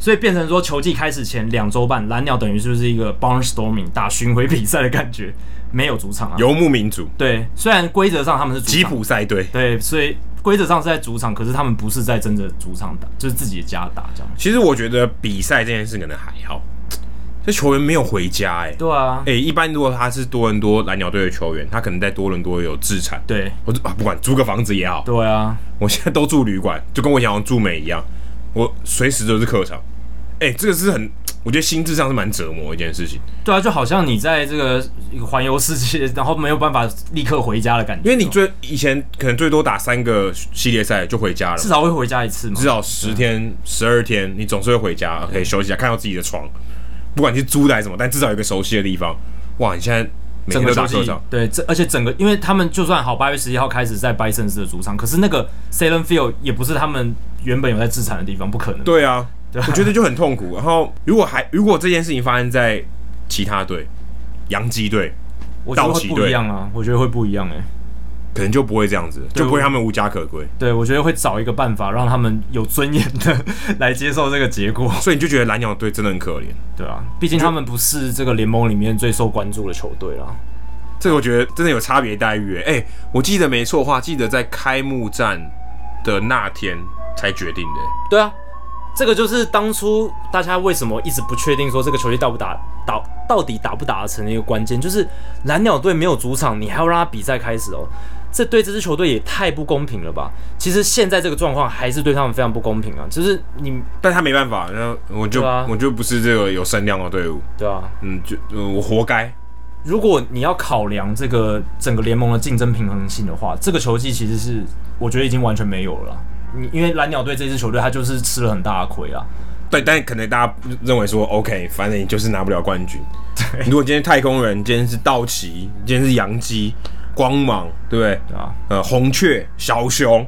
Speaker 2: 所以变成说球季开始前两周半，蓝鸟等于就是一个 barnstorming 打巡回比赛的感觉，没有主场啊。
Speaker 1: 游牧民族
Speaker 2: 对，虽然规则上他们是主
Speaker 1: 吉
Speaker 2: 场，
Speaker 1: 普赛队。
Speaker 2: 对，所以规则上是在主场，可是他们不是在真的主场打，就是自己的家打这样。
Speaker 1: 其实我觉得比赛这件事可能还好，这球员没有回家哎、欸。
Speaker 2: 对啊，
Speaker 1: 哎、一般如果他是多伦多蓝鸟队的球员，他可能在多伦多有资产，
Speaker 2: 对，
Speaker 1: 我就啊不管租个房子也好，
Speaker 2: 对啊，
Speaker 1: 我现在都住旅馆，就跟我想要住美一样，我随时都是客场。哎、这个是很，我觉得心智上是蛮折磨的一件事情，
Speaker 2: 对啊，就好像你在这个环游世界，然后没有办法立刻回家的感觉，
Speaker 1: 因为你最以前可能最多打三个系列赛就回家了
Speaker 2: 至。少会回家一次嘛
Speaker 1: 至。少十天、十二天，你总是会回家，可以休息一下，看到自己的床，不管你是租的还是什么，但至少有一个熟悉的地方。哇，你现在每
Speaker 2: 整
Speaker 1: 天
Speaker 2: 个
Speaker 1: 都
Speaker 2: 球
Speaker 1: 打
Speaker 2: 季
Speaker 1: 客场，
Speaker 2: 对，这而且整个，因为他们就算好八月十一号开始在 Bison 的主场，可是那个 Salem Field 也不是他们原本有在自产的地方，不可能。
Speaker 1: 对啊，我觉得就很痛苦。然后如果还如果这件事情发生在其他队，洋基队
Speaker 2: 我觉得
Speaker 1: 道
Speaker 2: 会
Speaker 1: 奇
Speaker 2: 不
Speaker 1: 队
Speaker 2: 一样啊，我觉得会不一样哎、
Speaker 1: 可能就不会这样子，就不会
Speaker 2: 我
Speaker 1: 他们无家可归，
Speaker 2: 对，我觉得会找一个办法让他们有尊严的 *laughs* 来接受这个结果，
Speaker 1: 所以你就觉得蓝鸟队真的很可怜。
Speaker 2: 对啊，毕竟他们不是这个联盟里面最受关注的球队啊啦。
Speaker 1: 这个我觉得真的有差别待遇欸。哎、我记得没错的话，记得在开幕战的那天才决定的欸、
Speaker 2: 对啊，这个就是当初大家为什么一直不确定说这个球队到不打打到底打不打得成的一个关键，就是蓝鸟队没有主场，你还要让他比赛开始哦，这对这支球队也太不公平了吧？其实现在这个状况还是对他们非常不公平啊，就是你
Speaker 1: 但他没办法，然后我就、
Speaker 2: 对啊
Speaker 1: 我就不是这个有声量的队伍，
Speaker 2: 对啊，
Speaker 1: 嗯，就、呃我活该。
Speaker 2: 如果你要考量这个整个联盟的竞争平衡性的话，这个球季其实是我觉得已经完全没有了啦。你因为蓝鸟队这支球队，他就是吃了很大的亏啊。
Speaker 1: 对，但可能大家认为说，OK，反正你就是拿不了冠军。如果今天太空人，今天是道奇，今天是洋基、光芒，对不对？
Speaker 2: 对啊，
Speaker 1: 呃，红雀、小熊，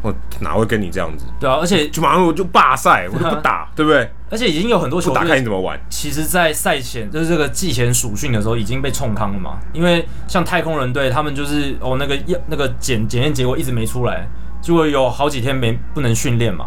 Speaker 1: 我哪会跟你这样子？
Speaker 2: 对啊，而且
Speaker 1: 就马上我就罢赛，我就不
Speaker 2: *laughs*
Speaker 1: 打，对不对？
Speaker 2: 而且已经有很多球
Speaker 1: 不打看
Speaker 2: 队
Speaker 1: 你怎么玩。
Speaker 2: 其实，在赛前就是这个季前暑训的时候已经被冲康了嘛，因为像太空人队他们就是哦那个要那个检检验结果一直没出来，结果有好几天没不能训练嘛，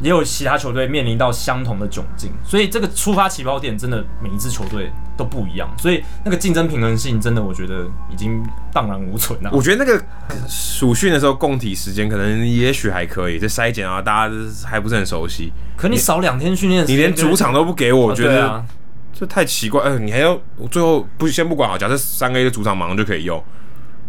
Speaker 2: 也有其他球队面临到相同的窘境，所以这个出发起跑点真的每一支球队都不一样，所以那个竞争平衡性真的我觉得已经荡然无存了、啊
Speaker 1: 我觉得那个暑训的时候，供体时间可能也许还可以，这筛检啊，大家还不是很熟悉。
Speaker 2: 可你少两天训练时
Speaker 1: 你连
Speaker 2: 间，
Speaker 1: 主场都不给我，我
Speaker 2: 我
Speaker 1: 觉
Speaker 2: 觉
Speaker 1: 得、
Speaker 2: 得、啊、
Speaker 1: 这太奇怪，呃，你还要我最后不先不管好，假设三 A 的主场马上就可以用，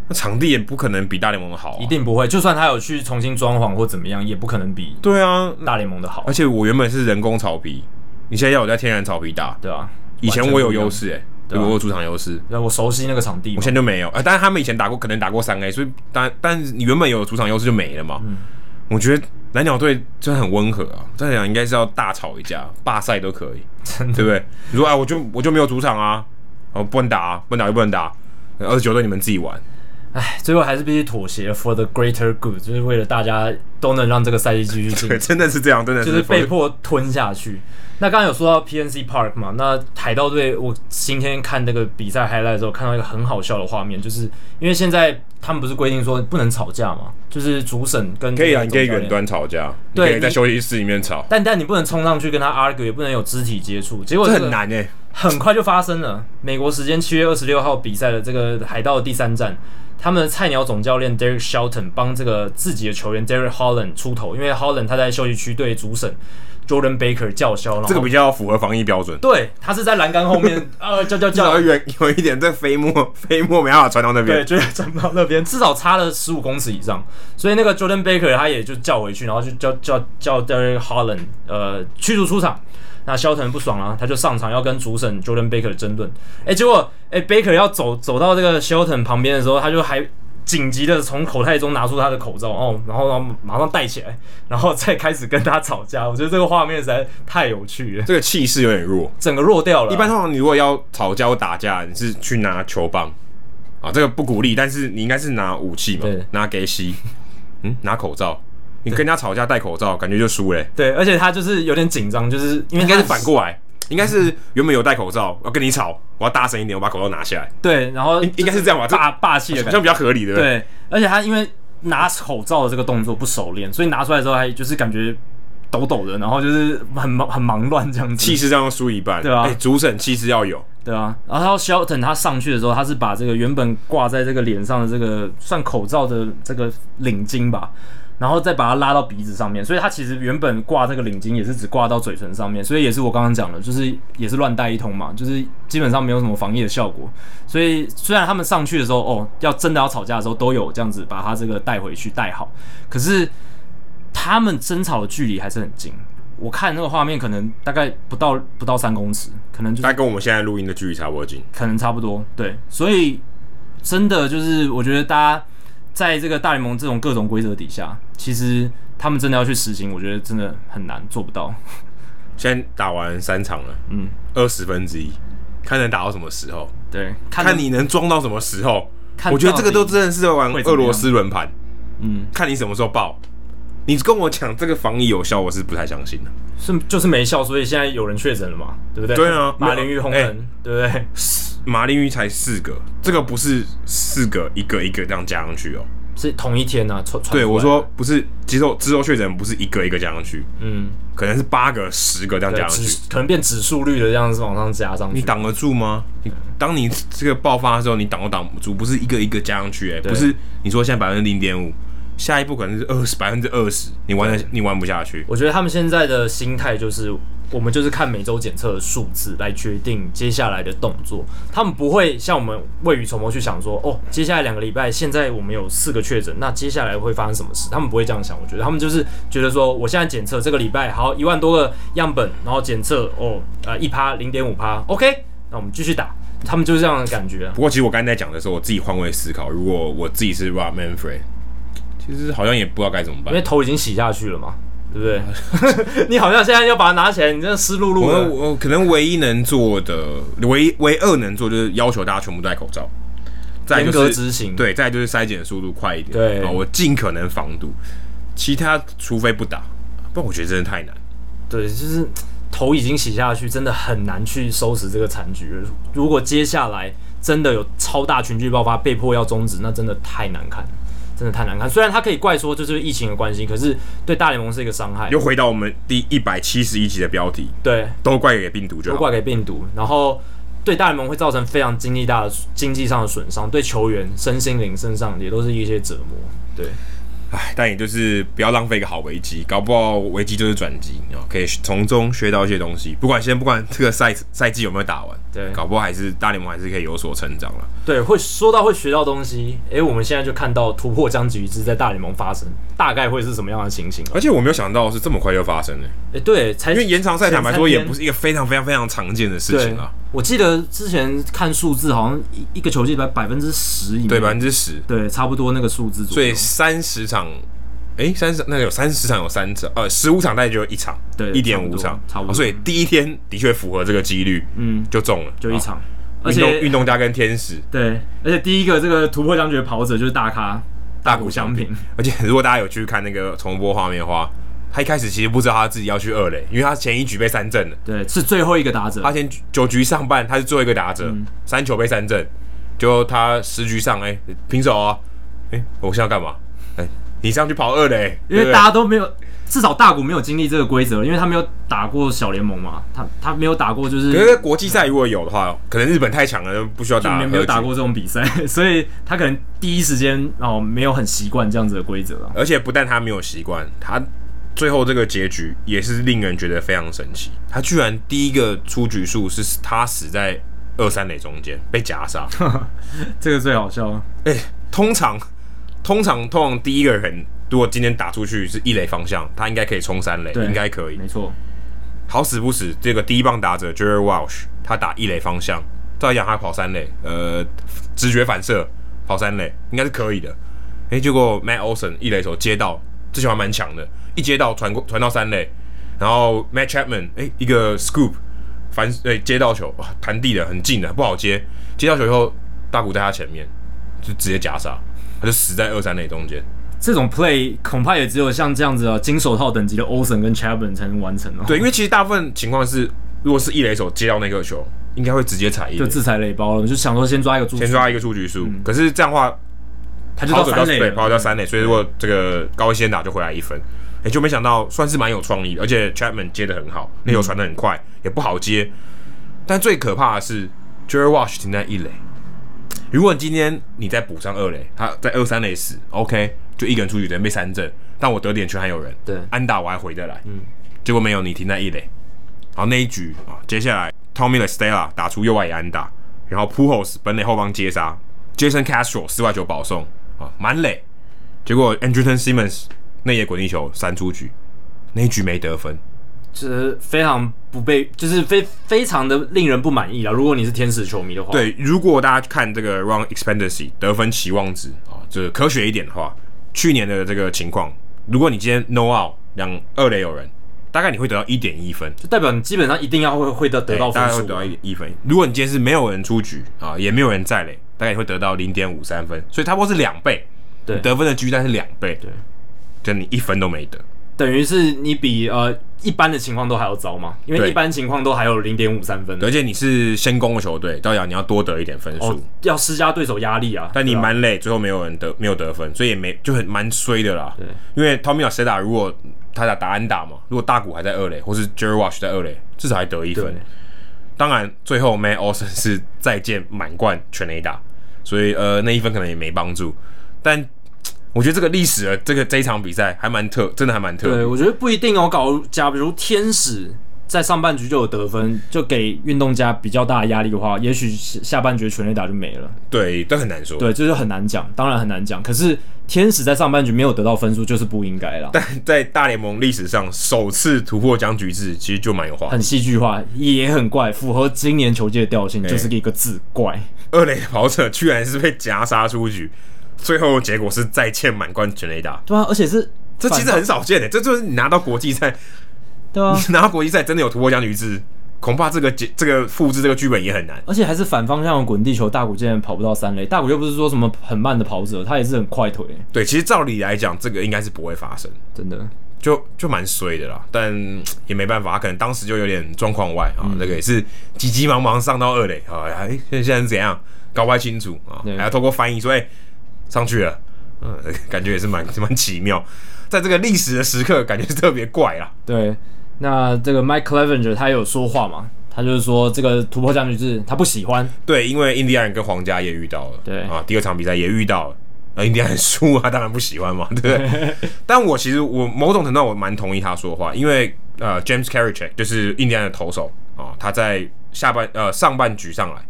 Speaker 1: 那场地也不可能比大联盟的好、啊，
Speaker 2: 一定不会，就算他有去重新装潢或怎么样，也不可能比
Speaker 1: 对啊，
Speaker 2: 大联盟的好
Speaker 1: 而，且我原本是人工草皮，你现在要我在天然草皮打，
Speaker 2: 对啊。
Speaker 1: 以前我有优势哎、
Speaker 2: 对啊
Speaker 1: 我有主场优势，
Speaker 2: 对，我熟悉那个场地嘛
Speaker 1: 我。现在就没有，呃，但是他们以前打过，可能打过三 A，所以但但是你原本有主场优势就没了嘛，
Speaker 2: 嗯
Speaker 1: 我觉得。蓝鸟队真的很温和啊，这样应该是要大吵一架，罢赛都可以，
Speaker 2: 真的
Speaker 1: 对不对？你说啊，我就我就没有主场啊，哦，不能打、啊，不能打就不能打，二十九队你们自己玩，
Speaker 2: 唉，最后还是必须妥协，for the greater good，就是为了大家都能让这个赛季继续进
Speaker 1: *laughs* 对，，真的是这样，真的
Speaker 2: 就是是被迫吞下去。那刚刚有说到 PNC Park 嘛，那海盗队，我今天看那个比赛 highlight 的时候，看到一个很好笑的画面，就是因为现在他们不是规定说不能吵架嘛，就是主审跟
Speaker 1: 可以啊，
Speaker 2: 这个
Speaker 1: 你可以
Speaker 2: 总教
Speaker 1: 远
Speaker 2: 练
Speaker 1: 端吵架，你
Speaker 2: 对
Speaker 1: 可以在
Speaker 2: 你
Speaker 1: 休息室里面吵，
Speaker 2: 但但你不能冲上去跟他 argue，也不能有肢体接触，结果
Speaker 1: 这
Speaker 2: 这个
Speaker 1: 很难哎、
Speaker 2: 很快就发生了。美国时间七月二十六号比赛的这个海盗的第三战，他们的菜鸟总教练 Derek Shelton 帮这个自己的球员 Derek Holland 出头，因为 Holland 他在休息区对主审 Jordan Baker 叫嚣，然后
Speaker 1: 这个比较符合防疫标准。
Speaker 2: 对他是在栏杆
Speaker 1: *laughs*
Speaker 2: 后面呃叫叫
Speaker 1: 至少
Speaker 2: 叫，
Speaker 1: 远有一点，这飞沫飞沫没办法传到那
Speaker 2: 对，
Speaker 1: 边。
Speaker 2: 就是转到那边，至少差了十五公尺以上，所以那个 Jordan Baker 他也就叫回去，然后就叫叫叫 Derek Holland 呃驱逐出场。那肖腾不爽啊，他就上场要跟主审 Jordan Baker 争论。哎、结果哎、Baker 要走走到这个 Shelton 旁边的时候，他就还紧急的从口袋中拿出他的口罩哦，然后然后马上戴起来，然后再开始跟他吵架。我觉得这个画面实在太有趣了，
Speaker 1: 这个气势有点弱。
Speaker 2: 整个弱掉了啊。
Speaker 1: 一般通常你如果要吵架或打架，你是去拿球棒啊，这个不鼓励，但是你应该是拿武器嘛
Speaker 2: 对，
Speaker 1: 拿给
Speaker 2: *laughs*
Speaker 1: 吸，嗯，拿口罩。你跟人家吵架戴口罩，感觉就输嘞、
Speaker 2: 对，而且他就是有点紧张，就是因为
Speaker 1: 应该是
Speaker 2: 他
Speaker 1: 反过来，应该是原本有戴口罩，我要跟你吵，我要大声一点，我把口罩拿下来，
Speaker 2: 对，然后
Speaker 1: 应该是这样吧这
Speaker 2: 哎霸霸气的
Speaker 1: 好
Speaker 2: 感觉
Speaker 1: 像。比较合理，对不对？
Speaker 2: 对，而且他因为拿口罩的这个动作不熟练，所以拿出来之后还就是感觉抖抖的，然后就是很忙很忙乱这样
Speaker 1: 气
Speaker 2: 子。
Speaker 1: 势这样输一半，
Speaker 2: 对啊
Speaker 1: 哎主审气势要有，
Speaker 2: 对啊，然后他 Shelton 他上去的时候，他是把这个原本挂在这个脸上的这个算口罩的这个领巾吧。然后再把它拉到鼻子上面，所以他其实原本挂这个领巾也是只挂到嘴唇上面，所以也是我刚刚讲的，就是也是乱戴一通嘛，就是基本上没有什么防疫的效果。所以虽然他们上去的时候，哦，要真的要吵架的时候都有这样子把他这个带回去带好，可是他们争吵的距离还是很近。我看那个画面，可能大概不到不到三公尺，可能就是
Speaker 1: 但跟我们现在录音的距离差不多近。
Speaker 2: 可能差不多，对，所以真的就是我觉得大家在这个大联盟这种各种规则底下，其实他们真的要去实行，我觉得真的很难做不到。
Speaker 1: 现在打完三场了，
Speaker 2: 嗯，
Speaker 1: 二十分之一，看能打到什么时候，
Speaker 2: 对，看
Speaker 1: 看你能装到什么时候。
Speaker 2: 看
Speaker 1: 我觉得
Speaker 2: 到
Speaker 1: 这个
Speaker 2: 底
Speaker 1: 都真的是在玩
Speaker 2: 会怎
Speaker 1: 俄
Speaker 2: 么样
Speaker 1: 罗斯轮盘，
Speaker 2: 嗯
Speaker 1: 看你什么时候爆。你跟我讲这个防疫有效，我是不太相信的。
Speaker 2: 是就是没效，所以现在有人确诊了嘛，对不对？
Speaker 1: 对啊
Speaker 2: 马林鱼红人，对不对？
Speaker 1: 马林鱼才四个，这个不是四个一个一个这样加上去哦。
Speaker 2: 是同一天啊，传传
Speaker 1: 对，
Speaker 2: 出来
Speaker 1: 我说不是，肌肉肌肉确诊不是一个一个加上去，
Speaker 2: 嗯，
Speaker 1: 可能是八个、十个这样
Speaker 2: 对
Speaker 1: 加，上去。
Speaker 2: 指可能变指数率的这样子往上加上去，
Speaker 1: 你挡得住吗？你当你这个爆发的时候，你挡都挡不住，不是一个一个加上去、欸，哎，
Speaker 2: 对
Speaker 1: 不是你说现在百分之零点五，下一步可能是二十百分之二十，你玩的你玩不下去。
Speaker 2: 我觉得他们现在的心态就是，我们就是看每周检测的数字来决定接下来的动作。他们不会像我们未雨绸缪去想说，哦，接下来两个礼拜，现在我们有四个确诊，那接下来会发生什么事？他们不会这样想。我觉得他们就是觉得说，我现在检测这个礼拜好一万多个样本，然后检测哦，呃，一趴零点五趴，OK，那我们继续打。他们就是这样的感觉啊。
Speaker 1: 不过其实我刚才在讲的时候，我自己换位思考，如果我自己是 Rob Manfred，其实好像也不知道该怎么
Speaker 2: 因为
Speaker 1: 办。
Speaker 2: 头已经洗下去了嘛，对不对？ *laughs* 你好像现在要把它拿起来，你真的湿漉漉
Speaker 1: 我
Speaker 2: 的。
Speaker 1: 我可能唯一能做的，唯唯二能做就是要求大家全部戴口罩，再来
Speaker 2: 严
Speaker 1: 就
Speaker 2: 格
Speaker 1: 是
Speaker 2: 执行，
Speaker 1: 对，再来就是筛检的速度快一点，
Speaker 2: 对
Speaker 1: 啊我尽可能防堵，其他除非不打，不然我觉得真的太难。
Speaker 2: 对，就是头已经洗下去，真的很难去收拾这个残局了。如果接下来真的有超大群聚爆发，被迫要终止，那真的太难看了，真的太难看。虽然他可以怪说就是疫情的关系，可是对大联盟是一个伤害。
Speaker 1: 又回到我们第一百七十一集的标题，
Speaker 2: 对，
Speaker 1: 都怪给病毒就
Speaker 2: 都
Speaker 1: 好。
Speaker 2: 怪给病毒，然后对大联盟会造成非常经济大的经济上的损伤，对球员身心灵身上也都是一些折磨。对，
Speaker 1: 唉，但也就是不要浪费一个好危机，搞不好危机就是转机啊，可以从中学到一些东西。不管先不管这个赛赛季有没有打完，
Speaker 2: 对
Speaker 1: 搞不好还是大联盟还是可以有所成长啊了。
Speaker 2: 对，会说到会学到东西。诶，我们现在就看到突破僵局之在大联盟发生，大概会是什么样的情形了？啊
Speaker 1: 而且我没有想到是这么快就发生了，
Speaker 2: 诶，对，才
Speaker 1: 因为延长赛
Speaker 2: 前
Speaker 1: 坦白说
Speaker 2: 三
Speaker 1: 也
Speaker 2: 天
Speaker 1: 不是一个非常非常非常常见的事情啊，
Speaker 2: 我记得之前看数字，好像一一个球季百百分之十以内
Speaker 1: 对百分之十，
Speaker 2: 对，差不多那个数字左
Speaker 1: 所以
Speaker 2: 右。
Speaker 1: 三十场，诶，三十那有三十场有三场，呃，十五场大概就有一场，
Speaker 2: 对
Speaker 1: 一点
Speaker 2: 差不
Speaker 1: 五
Speaker 2: 多
Speaker 1: 场，
Speaker 2: 差不多
Speaker 1: 啊所以第一天的确符合这个几率，
Speaker 2: 嗯，
Speaker 1: 就中了，哦
Speaker 2: 就一场，而
Speaker 1: 啊运动
Speaker 2: 且
Speaker 1: 运动家跟天使
Speaker 2: 对，而且第一个这个突破僵局的跑者就是大咖
Speaker 1: 大
Speaker 2: 谷翔平，
Speaker 1: *laughs* 而且如果大家有去看那个重播画面的话，他一开始其实不知道他自己要去二垒，因为他前一局被三振了，
Speaker 2: 对，是最后一个打者
Speaker 1: 他，前九局上半他是最后一个打者，
Speaker 2: 嗯
Speaker 1: 三球被三振，就他十局上哎、平手啊，哎、我现在要干嘛？哎、你上去跑二垒，
Speaker 2: 因
Speaker 1: 对不
Speaker 2: 为
Speaker 1: 对
Speaker 2: 大家都没有，至少大谷没有经历这个规则，因为他没有打过小联盟嘛，他他没有打过就
Speaker 1: 可是
Speaker 2: 是。
Speaker 1: 在国际赛如果有的话，可能日本太强了，不需要
Speaker 2: 就
Speaker 1: 打
Speaker 2: 没没
Speaker 1: 和
Speaker 2: 有
Speaker 1: 局
Speaker 2: 打过这种比赛， *laughs* 所以他可能第一时间哦没有很习惯这样子的规则啊。
Speaker 1: 而且不但他没有习惯，他最后这个结局也是令人觉得非常神奇。他居然第一个出局数是他死在二三垒中间被夹杀。
Speaker 2: 这个最好笑了。
Speaker 1: 哎、通常通常通常第一个人如果今天打出去是一垒方向，他应该可以冲三垒，
Speaker 2: 对
Speaker 1: 应该可以。
Speaker 2: 没错，
Speaker 1: 好死不死，这个第一棒打者 Jerry Walsh 他打一垒方向，照理讲他跑三垒，呃，直觉反射跑三垒应该是可以的。诶，结果 Matt Olson 一垒手接到，这球还蛮强的，一接到传过传到三垒，然后 Matt Chapman 诶一个 scoop 反诶接到球哇弹地的很近的不好接，接到球以后大谷在他前面就直接夹杀，他就死在二三垒中间。
Speaker 2: 这种 play 恐怕也只有像这样子啊金手套等级的 Olsen 跟 Chapman 才能完成哦。
Speaker 1: 对，因为其实大部分情况是如果是一垒手接到那个球，应该会直接踩一
Speaker 2: 就
Speaker 1: 垒，
Speaker 2: 自裁垒包了，就想说先抓一个助，
Speaker 1: 先抓一个出局数。可是这样的话，
Speaker 2: 他就
Speaker 1: 跑
Speaker 2: 到
Speaker 1: 者到
Speaker 2: 三垒
Speaker 1: 对，跑者
Speaker 2: 了，嗯
Speaker 1: 到三垒，所以如果这个高一先打就回来一分，哎、就没想到算是蛮有创意的，而且 Chapman 接的很好，那球传的很快，也不好接。但最可怕的是 Jerry Wash 停在一垒，如果你今天你再补上二垒，他在二三垒死，OK，就一个人出局，等于被三振，但我得点圈还有人，
Speaker 2: 对
Speaker 1: 安打我还回得来，嗯，结果没有，你停在一垒。好，那一局啊，接下来 Tommy l e s t e l a 打出右外野安打，然后 Pujols 本垒后方接杀，Jason Castro 四外球保送啊，满垒，结果 Andrewton Simmons 内野滚地球三出局，那一局没得分，
Speaker 2: 就是非常不被，就是非非常的令人不满意了。如果你是天使球迷的话，，
Speaker 1: 对，如果大家看这个 Run Expectancy 得分期望值啊，这科学一点的话，去年的这个情况，如果你今天 No out 两二垒有人，大概你会得到一点一分，
Speaker 2: 就代表你基本上一定要会会得得到
Speaker 1: 对大
Speaker 2: 分
Speaker 1: 概会
Speaker 2: 数
Speaker 1: 得，到一一分。如果你今天是没有人出局啊，也没有人在垒，大概也会得到零点五三分，所以差不多是两倍，
Speaker 2: 对
Speaker 1: 你得分的几率大概是两倍，
Speaker 2: 对，嗯
Speaker 1: 就你一分都没得。
Speaker 2: 等于是你比呃一般的情况都还要糟嘛，因为
Speaker 1: 对
Speaker 2: 一般情况都还有零点五三分，
Speaker 1: 而且你是先攻的球队，照样你要多得一点分数。
Speaker 2: 哦，要施加对手压力啊。
Speaker 1: 但你
Speaker 2: 对啊
Speaker 1: 蛮累，最后没有人得没有得分，所以也没就很蛮衰的啦。
Speaker 2: 对，
Speaker 1: 因为 Tommy 老师打，如果他打打安打嘛，如果大谷还在二垒，或是 Jerry Wash 在二垒，至少还得一分
Speaker 2: 对。
Speaker 1: 当然，最后 May Olson 是再见满贯全垒打，所以呃那一分可能也没帮助。但嘖我觉得这个历史的这个这一场比赛还蛮特，真的还蛮特
Speaker 2: 对，
Speaker 1: 别。
Speaker 2: 我觉得不一定哦。搞假如天使在上半局就有得分，就给运动家比较大的压力的话，也许下下半局全垒打就没了。
Speaker 1: 对，这很难说。
Speaker 2: 对，这就很难讲，当然很难讲。可是天使在上半局没有得到分数，就是不应该啦，
Speaker 1: *laughs* 在大联盟历史上首次突破僵局制，其实就蛮有话题
Speaker 2: 很戏剧化，也很怪，符合今年球季的调性，就是一个字怪。
Speaker 1: 二垒跑者居然是被夹杀出局，最后结果是再见满贯全垒打，
Speaker 2: 对啊，而且是
Speaker 1: 这其实很少见的、欸这就是你拿到国际赛， *laughs*
Speaker 2: 对啊，
Speaker 1: 拿到国际赛真的有突破僵局制，恐怕这个结这个复制这个剧本也很难。
Speaker 2: 而且还是反方向的滚地球，大谷竟然跑不到三垒，大谷又不是说什么很慢的跑者，他也是很快腿，
Speaker 1: 对，其实照理来讲，这个应该是不会发生，
Speaker 2: 真的。
Speaker 1: 就就蛮衰的啦，但嗯也没办法，他可能当时就有点状况外啊，这个也是急急忙忙上到二垒啊，哎，现现在是怎样搞不太清楚啊，
Speaker 2: 对
Speaker 1: 还要透过翻译说，哎、上去了，嗯，感觉也是蛮蛮奇妙，在这个历史的时刻，感觉是特别怪啦。
Speaker 2: 对，那这个 Mike Clevenger 他有说话嘛？他就是说这个突破僵局制他不喜欢，
Speaker 1: 对，因为印第安人跟皇家也遇到了，
Speaker 2: 对
Speaker 1: 啊，第二场比赛也遇到了，呃，印第安人输啊，当然不喜欢嘛，对不对？但我其实我某种程度上我蛮同意他说的话，因为呃，James Carrick 就是印第安的投手啊，他在下半呃上半局上来，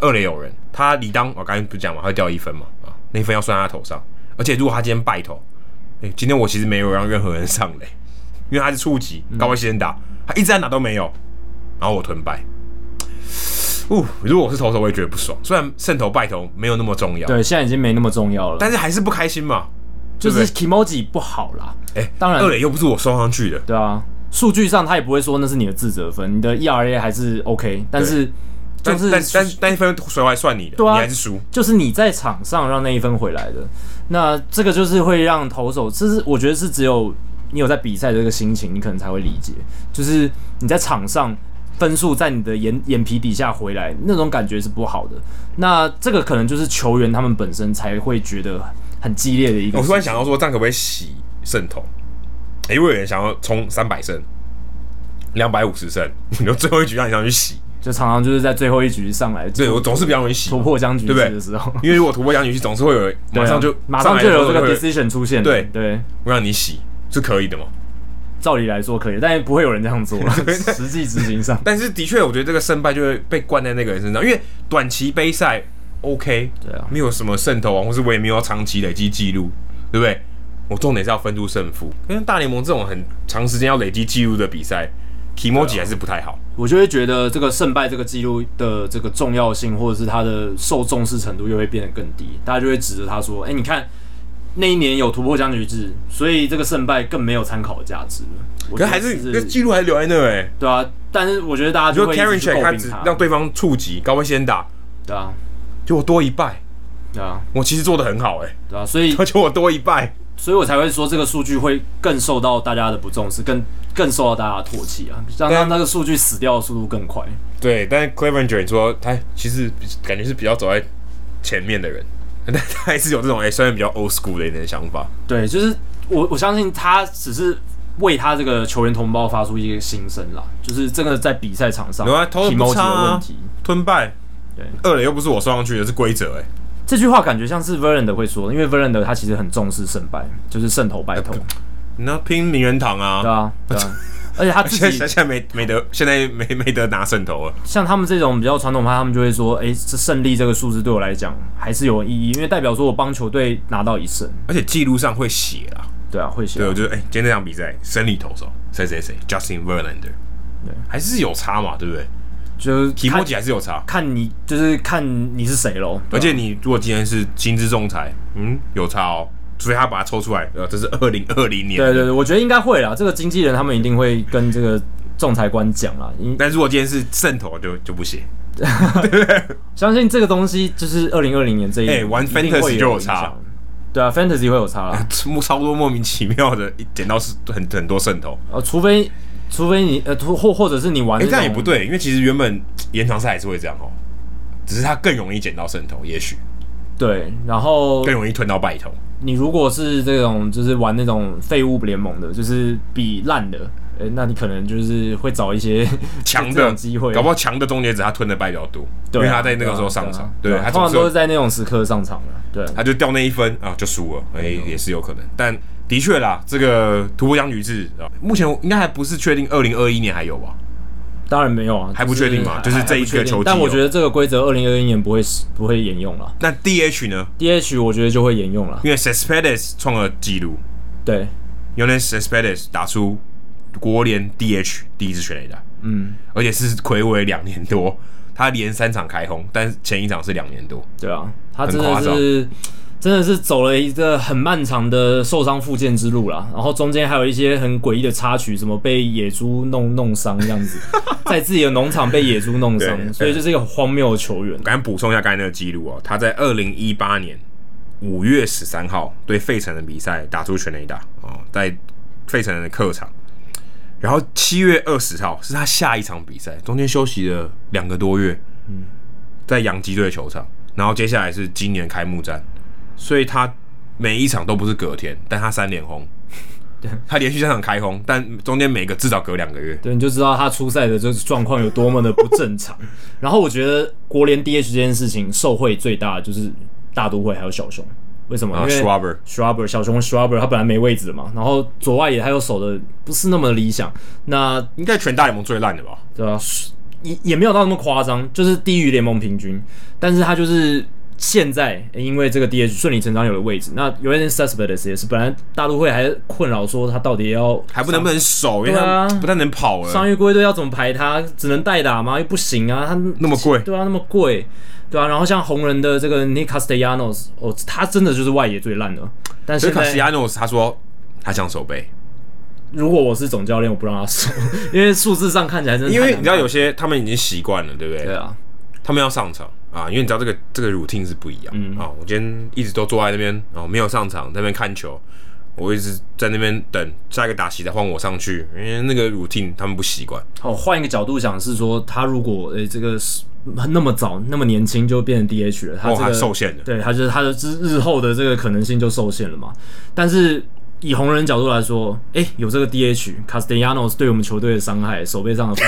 Speaker 1: 二垒有人，他理当我刚才不是讲嘛，他会掉一分嘛，啊，那一分要算在他头上，而且如果他今天败投，诶哎今天我其实没有让任何人上垒，因为他是触及
Speaker 2: 嗯
Speaker 1: 高位先打，他一直在打都没有，然后我吞败。哦，如果我是投手，我也觉得不爽。虽然胜投败投没有那么重要，
Speaker 2: 对，现在已经没那么重要了，
Speaker 1: 但是还是不开心嘛。
Speaker 2: 就
Speaker 1: 对
Speaker 2: 是
Speaker 1: 不
Speaker 2: Kimoji 不好啦。
Speaker 1: 哎、
Speaker 2: 当然
Speaker 1: 二垒又不是我送上去的，
Speaker 2: 对啊，数据上他也不会说那是你的自责分，你的 ERA 还是 OK，但是就
Speaker 1: 但
Speaker 2: 是
Speaker 1: 但但但一分谁来算你的？
Speaker 2: 对啊
Speaker 1: 你还是输。
Speaker 2: 就是你在场上让那一分回来的，那这个就是会让投手，这是我觉得是只有你有在比赛的这个心情，你可能才会理解，就是你在场上分数在你的眼眼皮底下回来，那种感觉是不好的。那这个可能就是球员他们本身才会觉得很激烈的一个。
Speaker 1: 我突然想，到说，这样可不可以洗胜投？哎、如果有人想要冲三百胜、两百五十胜， *laughs* 你就最后一局让你上去洗，
Speaker 2: 就常常就是在最后一局上来
Speaker 1: 对我总是比较容易洗
Speaker 2: 突。破僵局
Speaker 1: 对不对
Speaker 2: 的时候，
Speaker 1: 因为如果突破僵局是总是会有人马上就、
Speaker 2: 对啊马上
Speaker 1: 来
Speaker 2: 就
Speaker 1: 的时
Speaker 2: 有
Speaker 1: 候
Speaker 2: 这个
Speaker 1: 会
Speaker 2: decision 出现了，
Speaker 1: 对
Speaker 2: 对。
Speaker 1: 我让你洗是可以的嘛。
Speaker 2: 照理来说可以，但是不会有人这
Speaker 1: *laughs*
Speaker 2: 样做了。实际执行上，
Speaker 1: 但是的确，我觉得这个胜败就会被灌在那个人身上，因为短期杯赛 OK，
Speaker 2: 对啊
Speaker 1: 没有什么胜投王，或是我也没有要长期累积记录，对不对？我重点是要分出胜负，因为大联盟这种很长时间要累积记录的比赛 k i m o j i
Speaker 2: 啊
Speaker 1: 还是不太好。
Speaker 2: 我就会觉得这个胜败这个记录的这个重要性，或者是它的受重视程度又会变得更低，大家就会指着他说：“哎、你看那一年有突破僵局制，所以这个胜败更没有参考的价值了。”我
Speaker 1: 可是
Speaker 2: 觉得
Speaker 1: 还是那
Speaker 2: 是
Speaker 1: 记录还留在那哎、欸，
Speaker 2: 对啊，但是我觉得大家
Speaker 1: 就
Speaker 2: 就会
Speaker 1: k
Speaker 2: 一
Speaker 1: a r r
Speaker 2: 直
Speaker 1: y
Speaker 2: 去
Speaker 1: check
Speaker 2: 诟
Speaker 1: 他
Speaker 2: 病
Speaker 1: 只
Speaker 2: 他，
Speaker 1: 让对方触及，高位先打，
Speaker 2: 对啊，
Speaker 1: 就我多一败，
Speaker 2: 对啊，
Speaker 1: 我其实做的很好哎、 *laughs*
Speaker 2: 对啊，所以
Speaker 1: 而且我多一败，
Speaker 2: 所以我才会说这个数据会更受到大家的不重视，更更受到大家的唾弃啊，让让那个数据死掉的速度更快。
Speaker 1: 对，但是 Clevenger 你说他其实感觉是比较走在前面的人，但他还是有这种哎、虽然比较 old school 的一点想法。
Speaker 2: 对，就是我我相信他只是为他这个球员同胞发出一些心声啦，就是这个在比赛场上
Speaker 1: 有啊投得不
Speaker 2: emoji
Speaker 1: 差啊
Speaker 2: 的问题。
Speaker 1: 吞败，
Speaker 2: 对，
Speaker 1: 二垒又不是我送上去的，是规则哎。
Speaker 2: 这句话感觉像是 Verlander 会说的，因为 Verlander 他其实很重视胜败，就是胜投败投，
Speaker 1: 呃你要拼名人堂啊！
Speaker 2: 对啊，
Speaker 1: *laughs*
Speaker 2: 对啊。而且他自
Speaker 1: 现
Speaker 2: 己
Speaker 1: 在现在没没得，现在没没得拿胜投了。
Speaker 2: 像他们这种比较传统派，他们就会说，诶，这胜利这个数字对我来讲还是有意义，因为代表说我帮球队拿到一胜，
Speaker 1: 而且记录上会写啦。
Speaker 2: 对啊，会写
Speaker 1: 对，我觉得哎、今天这场比赛胜利投手谁谁谁，Justin Verlander，
Speaker 2: 对，
Speaker 1: 还是有差嘛，对不对？
Speaker 2: 就是
Speaker 1: 提莫
Speaker 2: 看
Speaker 1: 吉还是有差，
Speaker 2: 看你就是看你是谁喽，
Speaker 1: 而且你如果今天是薪资仲裁，嗯，有差哦，除非他把它抽出来，呃，这是二零二零年，
Speaker 2: 对对对，我觉得应该会啦，这个经纪人他们一定会跟这个仲裁官讲啦，因
Speaker 1: 但如果今天是胜投就就不写，
Speaker 2: 相信这个东西就是二零二零年这一年
Speaker 1: 哎玩
Speaker 2: 一定会
Speaker 1: Fantasy 就有
Speaker 2: 影
Speaker 1: 差
Speaker 2: 响，对啊，Fantasy 会有
Speaker 1: *laughs*
Speaker 2: 差啦，
Speaker 1: 莫 *laughs* 超多莫名其妙的一捡到是很很多胜投，
Speaker 2: 呃，除非除非你呃，除或或者是你玩
Speaker 1: 哎、
Speaker 2: 那
Speaker 1: 这样也
Speaker 2: 种
Speaker 1: 不对，因为其实原本延长赛还是会这样哦，只是他更容易捡到胜投，也许
Speaker 2: 对，然后
Speaker 1: 更容易吞到败投，
Speaker 2: 你如果是这种就是玩那种废物联盟的，就是比烂的，呃、那你可能就是会找一些
Speaker 1: 强
Speaker 2: *laughs* 这
Speaker 1: 的
Speaker 2: 种机会，
Speaker 1: 搞不好强的终结者他吞的败比较多，因
Speaker 2: 对啊、
Speaker 1: 为他在那个时候
Speaker 2: 对啊
Speaker 1: 上场，
Speaker 2: 对
Speaker 1: 对
Speaker 2: 啊
Speaker 1: 他总
Speaker 2: 通常
Speaker 1: 是
Speaker 2: 都
Speaker 1: 有
Speaker 2: 是在那种时刻上场的，对，啊
Speaker 1: 他就掉那一分啊，就输了，哎、也是有可能。但的确啦，这个土伯洋局制啊，目前应该还不是确定，二零二一年还有吧？
Speaker 2: 当然没有啊，
Speaker 1: 还不确定嘛
Speaker 2: 就
Speaker 1: 就是这一个
Speaker 2: 还不确定
Speaker 1: 球季哦
Speaker 2: 但我
Speaker 1: 有
Speaker 2: 觉得这个规则二零二一年不会不会沿用了
Speaker 1: 那 DH 呢？
Speaker 2: ，DH 我觉得就会沿用了，
Speaker 1: 因为 Cespedes 创了纪录
Speaker 2: 对，
Speaker 1: 因为 Cespedes 打出国联 DH 第一支全垒打，
Speaker 2: 嗯，
Speaker 1: 而且是暌违两年多，他连三场开轰，但前一场是两年多。
Speaker 2: 对啊，他
Speaker 1: 很
Speaker 2: 真的
Speaker 1: 夸张
Speaker 2: 是真的是走了一个很漫长的受伤复健之路啦，然后中间还有一些很诡异的插曲，什么被野猪弄弄伤这样
Speaker 1: *laughs*
Speaker 2: 子，在自己的农场被野猪弄
Speaker 1: 对
Speaker 2: 伤，所以就是一个荒谬的球员
Speaker 1: 我。赶紧补充一下刚才那个记录哦，他在二零一八年五月十三号对费城的比赛打出全垒打哦，在费城人的客场。然后七月二十号是他下一场比赛，中间休息了两个多月，在洋基队的球场。然后接下来是今年开幕战，所以他每一场都不是隔天，但他三连轰，他连续三场开轰，但中间每个至少隔两个月。
Speaker 2: 对，你就知道他出赛的这个状况有多么的不正常。然后我觉得国联 DH 这件事情受惠最大的就是大都会还有小熊，为什么？
Speaker 1: 啊
Speaker 2: 因为
Speaker 1: Schwarber
Speaker 2: Schwarber 小熊 Schwarber 他本来没位置嘛，然后左外野他又守的不是那么理想，那
Speaker 1: 应该全大联盟最烂的吧？
Speaker 2: 对啊，也也没有到那么夸张，就是低于联盟平均，但是他就是现在诶因为这个 DH 顺理成章有了位置，那有点 suspect 也是，本来大都会还困扰说他到底要
Speaker 1: 还不能不能守，因为
Speaker 2: 对
Speaker 1: 他
Speaker 2: 啊
Speaker 1: 不太能跑了。
Speaker 2: 上月归队要怎么排他，只能代打吗？又不行啊，他
Speaker 1: 那么贵
Speaker 2: 对啊，那么贵，对啊，然后像红人的这个 Nick Castellanos，哦，他真的就是外野最烂的，但
Speaker 1: 所
Speaker 2: 是
Speaker 1: 以卡西亚诺斯他说他想守备，
Speaker 2: 如果我是总教练，我不让他守， *laughs* 因为数字上看起来真的
Speaker 1: 因
Speaker 2: 太
Speaker 1: 为
Speaker 2: 难
Speaker 1: 你知道
Speaker 2: 看
Speaker 1: 有些他们已经习惯了，对不对？
Speaker 2: 对啊，
Speaker 1: 他们要上场啊，因为你知道这个这个 routine 是不一样啊、
Speaker 2: 嗯
Speaker 1: 我今天一直都坐在那边，然、后没有上场，在那边看球，我一直在那边等下一个打席再换我上去，因为那个 routine 他们不习惯。
Speaker 2: 哦，换一个角度想是说，他如果诶、这个是那么早那么年轻就变成 DH 了，他
Speaker 1: 哦，
Speaker 2: 这
Speaker 1: 他
Speaker 2: 个、
Speaker 1: 受限了。
Speaker 2: 对他就是他的日日后的这个可能性就受限了嘛。但是以红人角度来说，诶、有这个 DH Castellanos 对我们球队的伤害、手背上的负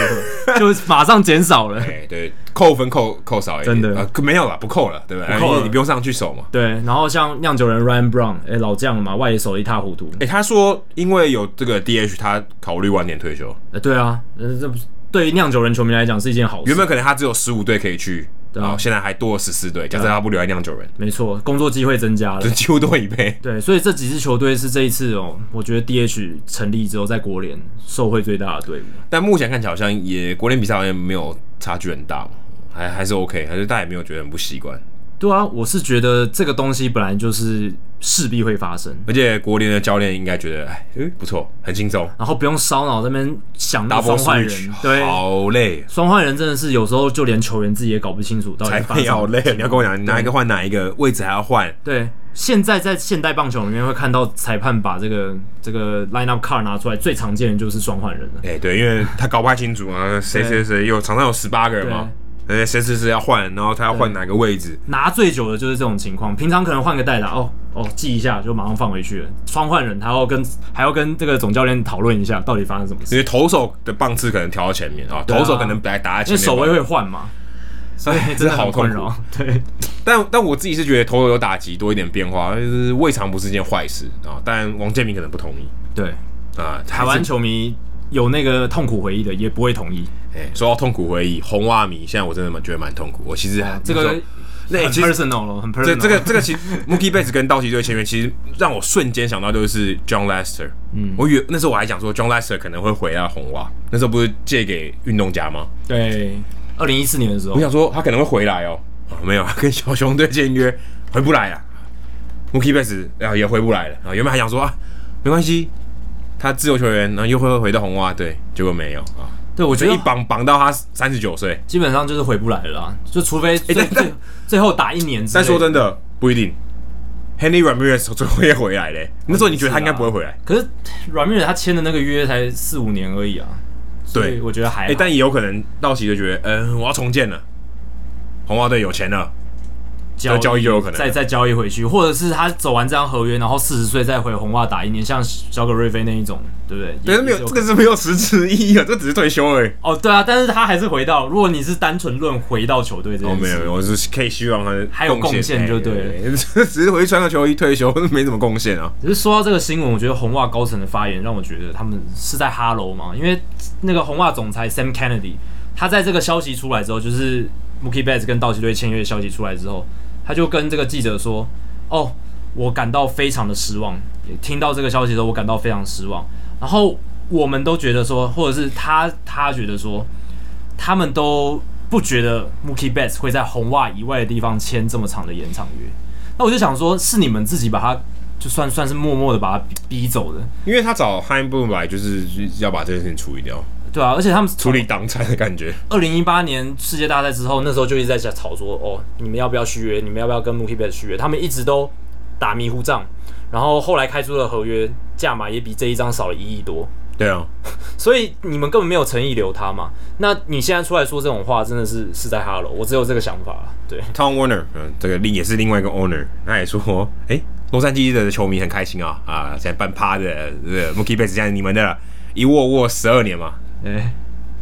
Speaker 2: 荷就马上减少
Speaker 1: *laughs*
Speaker 2: 了。
Speaker 1: 哎、对，扣分扣扣少一点，
Speaker 2: 真的
Speaker 1: 呃、没有了，不扣了，对不对？
Speaker 2: 不扣了
Speaker 1: 因为你不用上去守嘛。
Speaker 2: 对，然后像酿酒人 Ryan Brown，诶、老将了嘛，外野手一塌糊涂。
Speaker 1: 哎、他说因为有这个 DH，他考虑晚点退休，
Speaker 2: 呃对啊，呃这不是对于酿酒人球迷来讲是一件好
Speaker 1: 原
Speaker 2: 事。
Speaker 1: 本可能他只有十五队可以去，
Speaker 2: 对啊啊
Speaker 1: 然后现在还多了十四队，假设他不留在酿酒人，
Speaker 2: 没错，工作机会增加了
Speaker 1: 就。几乎多一
Speaker 2: *laughs*
Speaker 1: 倍。
Speaker 2: 对，所以这几支球队是这一次哦，我觉得 DH 成立之后，在国联受惠最大的队伍。
Speaker 1: 但目前看起来好像也国联比赛好像没有差距很大嘛，还还是 OK，还是大家也没有觉得很不习惯。
Speaker 2: 对啊，我是觉得这个东西本来就是势必会发生，
Speaker 1: 而且国联的教练应该觉得，哎，诶不错，很轻松。
Speaker 2: 然后不用烧脑这边想到
Speaker 1: Double
Speaker 2: 双换
Speaker 1: switch，
Speaker 2: 人，对，
Speaker 1: 好累，哎
Speaker 2: 双换人真的是有时候就连球员自己也搞不清楚到底
Speaker 1: 裁
Speaker 2: 发生
Speaker 1: 判也好累。你要跟我讲，哪一个换哪一个位置还要换，
Speaker 2: 对，现在在现代棒球里面会看到裁判把这个这个 lineup card 拿出来，最常见的就是双换人了。
Speaker 1: 哎、对，因为他搞不太清楚啊，谁谁谁有场上有十八个人嘛，哎，谁谁谁要换，然后他要换哪个位置，
Speaker 2: 拿最久的就是这种情况，平常可能换个代打，哦哦记一下就马上放回去了。双换人，还要跟还要跟这个总教练讨论一下到底发生什么事，
Speaker 1: 因为投手的棒次可能调到前面啊，
Speaker 2: 啊
Speaker 1: 投手可能本来打在
Speaker 2: 因
Speaker 1: 前
Speaker 2: 为
Speaker 1: 面，哎
Speaker 2: 守卫会换嘛，所以真的
Speaker 1: 这好
Speaker 2: 很困
Speaker 1: 痛苦
Speaker 2: 扰。对，
Speaker 1: 但但我自己是觉得投手有打击多一点变化，就是未尝不是件坏事啊。但王建民可能不同意
Speaker 2: 对，
Speaker 1: 啊。
Speaker 2: 台
Speaker 1: 台
Speaker 2: 湾球迷有那个痛苦回忆的，也不会同意。
Speaker 1: 哎、说到痛苦回忆，红袜迷现在我真的蛮觉得蛮痛苦。我其实、
Speaker 2: 啊这个
Speaker 1: 那、
Speaker 2: 很
Speaker 1: 其实
Speaker 2: personal 了，很 personal。
Speaker 1: 这这个这个其实 Mookie Betts 跟道奇队签约，其实让我瞬间想到就是 John Lester。嗯，我原那时候我还想说 John Lester 可能会回到红袜，那时候不是借给运动家吗？
Speaker 2: 对，二零一四年的时候
Speaker 1: 我，想说他可能会回来哦，啊、 *laughs* 没有，跟小熊队签约回不来了。Mookie Betts 啊也回不来了啊，原本还想说啊没关系，他自由球员，然后又会回到红袜队，结果没有啊，
Speaker 2: 对我觉
Speaker 1: 所以
Speaker 2: 得
Speaker 1: 一绑绑到他三十九岁。
Speaker 2: 基本上就是回不来了啦，啊就除非最、
Speaker 1: 但但
Speaker 2: 最最后打一年之类
Speaker 1: 但
Speaker 2: 的。
Speaker 1: 说真的，不一定。Henry Ramirez 最后也回来嘞、那时候你觉得他应该不会回来？
Speaker 2: 可是阮密尔他签的那个约才四五年而已啊，所以
Speaker 1: 对
Speaker 2: 我觉得还
Speaker 1: 哎、
Speaker 2: 好、
Speaker 1: 但也有可能道奇就觉得，嗯、我要重建了，红袜队有钱了，
Speaker 2: 交
Speaker 1: 交易就有可能
Speaker 2: 再再交易回去，或者是他走完这张合约，然后四十岁再回红袜打一年，像小葛瑞菲那一种，对不对？
Speaker 1: 对，
Speaker 2: 也
Speaker 1: 是没有
Speaker 2: 也
Speaker 1: 这个是没有实质意义啊，这只是退休而已。
Speaker 2: 哦，对啊，但是他还是回到，如果你是单纯论回到球队这
Speaker 1: 哦，
Speaker 2: 件
Speaker 1: 没
Speaker 2: 事，
Speaker 1: 有，没有我是可以希望他
Speaker 2: 还有贡献就对了
Speaker 1: 哎 *laughs* 只是回去穿个球衣退休， *laughs* 没什么贡献啊。
Speaker 2: 只是说到这个新闻，我觉得红袜高层的发言让我觉得他们是在哈喽嘛，因为那个红袜总裁 Sam Kennedy，他在这个消息出来之后，就是 Mookie Betts 跟道奇队签约的消息出来之后，他就跟这个记者说：“哦，我感到非常的失望，听到这个消息之后，我感到非常失望。”然后我们都觉得说，或者是他他觉得说，他们都不觉得 Mookie Betts 会在红袜以外的地方签这么长的延长约。那我就想说，是你们自己把他就算算是默默的把他逼逼走的，
Speaker 1: 因为他找 h e i m b l u m 来就是要把这件事情处理掉，
Speaker 2: 对啊，而且他们
Speaker 1: 处理挡拆的感觉。
Speaker 2: 二零一八年世界大赛之后，那时候就一直在讲吵说，哦，你们要不要续约？你们要不要跟 Mookie Betts 续约？他们一直都打迷糊仗，然后后来开出的合约价码也比这一张少了一亿多，
Speaker 1: 对啊，
Speaker 2: 所以你们根本没有诚意留他嘛？那你现在出来说这种话，真的是是在哈喽，我只有这个想法了，对。
Speaker 1: Tom Warner，嗯，这个另也是另外一个 owner，他也说，哎、洛杉矶的球迷很开心啊啊，现在办趴的这个 Mookie Betts 现在你们的了一握握十二年嘛，
Speaker 2: 哎、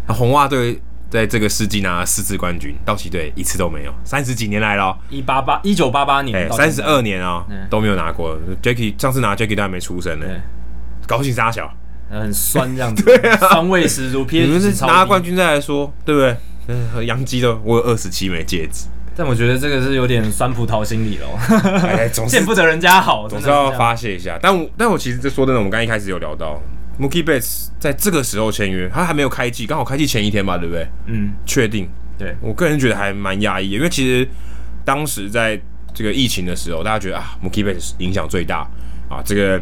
Speaker 1: 那红袜队在这个世纪拿了四次冠军，道奇队一次都没有，三十几年来了哦，
Speaker 2: 一八八一九八八
Speaker 1: 哎、
Speaker 2: 年，
Speaker 1: 三十，二年啊、
Speaker 2: 嗯
Speaker 1: 都没有拿过，Jacky 上次拿 Jacky 都还没出生呢
Speaker 2: 对，
Speaker 1: 高兴傻小，
Speaker 2: 很酸这
Speaker 1: *laughs*
Speaker 2: 样子，酸味十足。
Speaker 1: 啊你们
Speaker 2: pH 值
Speaker 1: 是
Speaker 2: 超
Speaker 1: 拿
Speaker 2: 低
Speaker 1: 冠军再来说，对不对？嗯，和杨基的我有二十七枚戒
Speaker 2: *laughs*
Speaker 1: 指，
Speaker 2: 但我觉得这个是有点酸葡萄心理喽，
Speaker 1: *laughs* 哎，总是
Speaker 2: 见不得人家好，
Speaker 1: 总
Speaker 2: 真
Speaker 1: 是
Speaker 2: 的这
Speaker 1: 要
Speaker 2: 样
Speaker 1: 发泄一下。但我但我其实这说真的，我们刚刚一开始有聊到，Mookie Betts 在这个时候签约，他还没有开季，刚好开季前一天吧，对不对？
Speaker 2: 嗯，
Speaker 1: 确定，
Speaker 2: 对
Speaker 1: 我个人觉得还蛮压抑的，因为其实当时在这个疫情的时候，大家觉得啊，Mookie Betts 影响最大啊，这个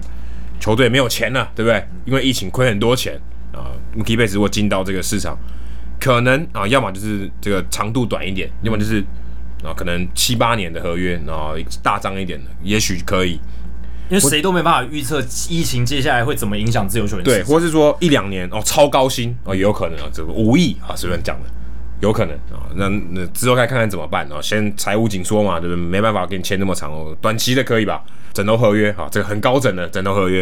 Speaker 1: 球队没有钱了，对不对？因为疫情亏很多钱啊，Mookie Betts 如果进到这个市场，可能啊，要么就是这个长度短一点，要么就是啊，可能七八年的合约，然后大张一点的，也许可以。
Speaker 2: 因为谁都没办法预测疫情接下来会怎么影响自由球员市
Speaker 1: 对，
Speaker 2: 场。
Speaker 1: 或是说一两年哦，超高薪哦，也有可能啊，这个无意啊，随便讲的，有可能啊、那那之后该看看怎么办啊、先财务紧缩嘛，对不对？没办法给你签那么长哦，短期的可以吧？整头合约啊、这个很高整的整头合约，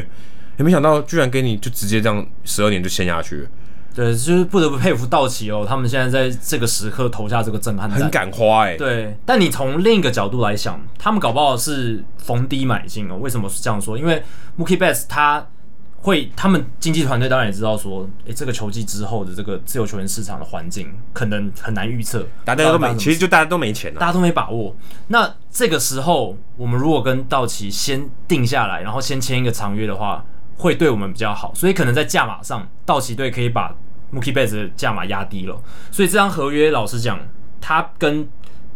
Speaker 1: 也没想到居然给你就直接这样十二年就签下去了，
Speaker 2: 对，就是不得不佩服道奇哦，他们现在在这个时刻投下这个震撼
Speaker 1: 很
Speaker 2: 弹。
Speaker 1: 敢花哎、
Speaker 2: 对，但你从另一个角度来想，他们搞不好是逢低买进哦。为什么是这样说？因为 Mookie Betts 他会，他们经纪团队当然也知道说，诶，这个球季之后的这个自由球员市场的环境可能很难预测，
Speaker 1: 大家都
Speaker 2: 不知
Speaker 1: 没，
Speaker 2: 道发生
Speaker 1: 其实就大家都没钱啊。
Speaker 2: 大家都没把握。那这个时候，我们如果跟道奇先定下来，然后先签一个长约的话，会对我们比较好。所以可能在价码上，道奇队可以把 Mookie Betts 的价码压低了。所以这张合约，老实讲，它跟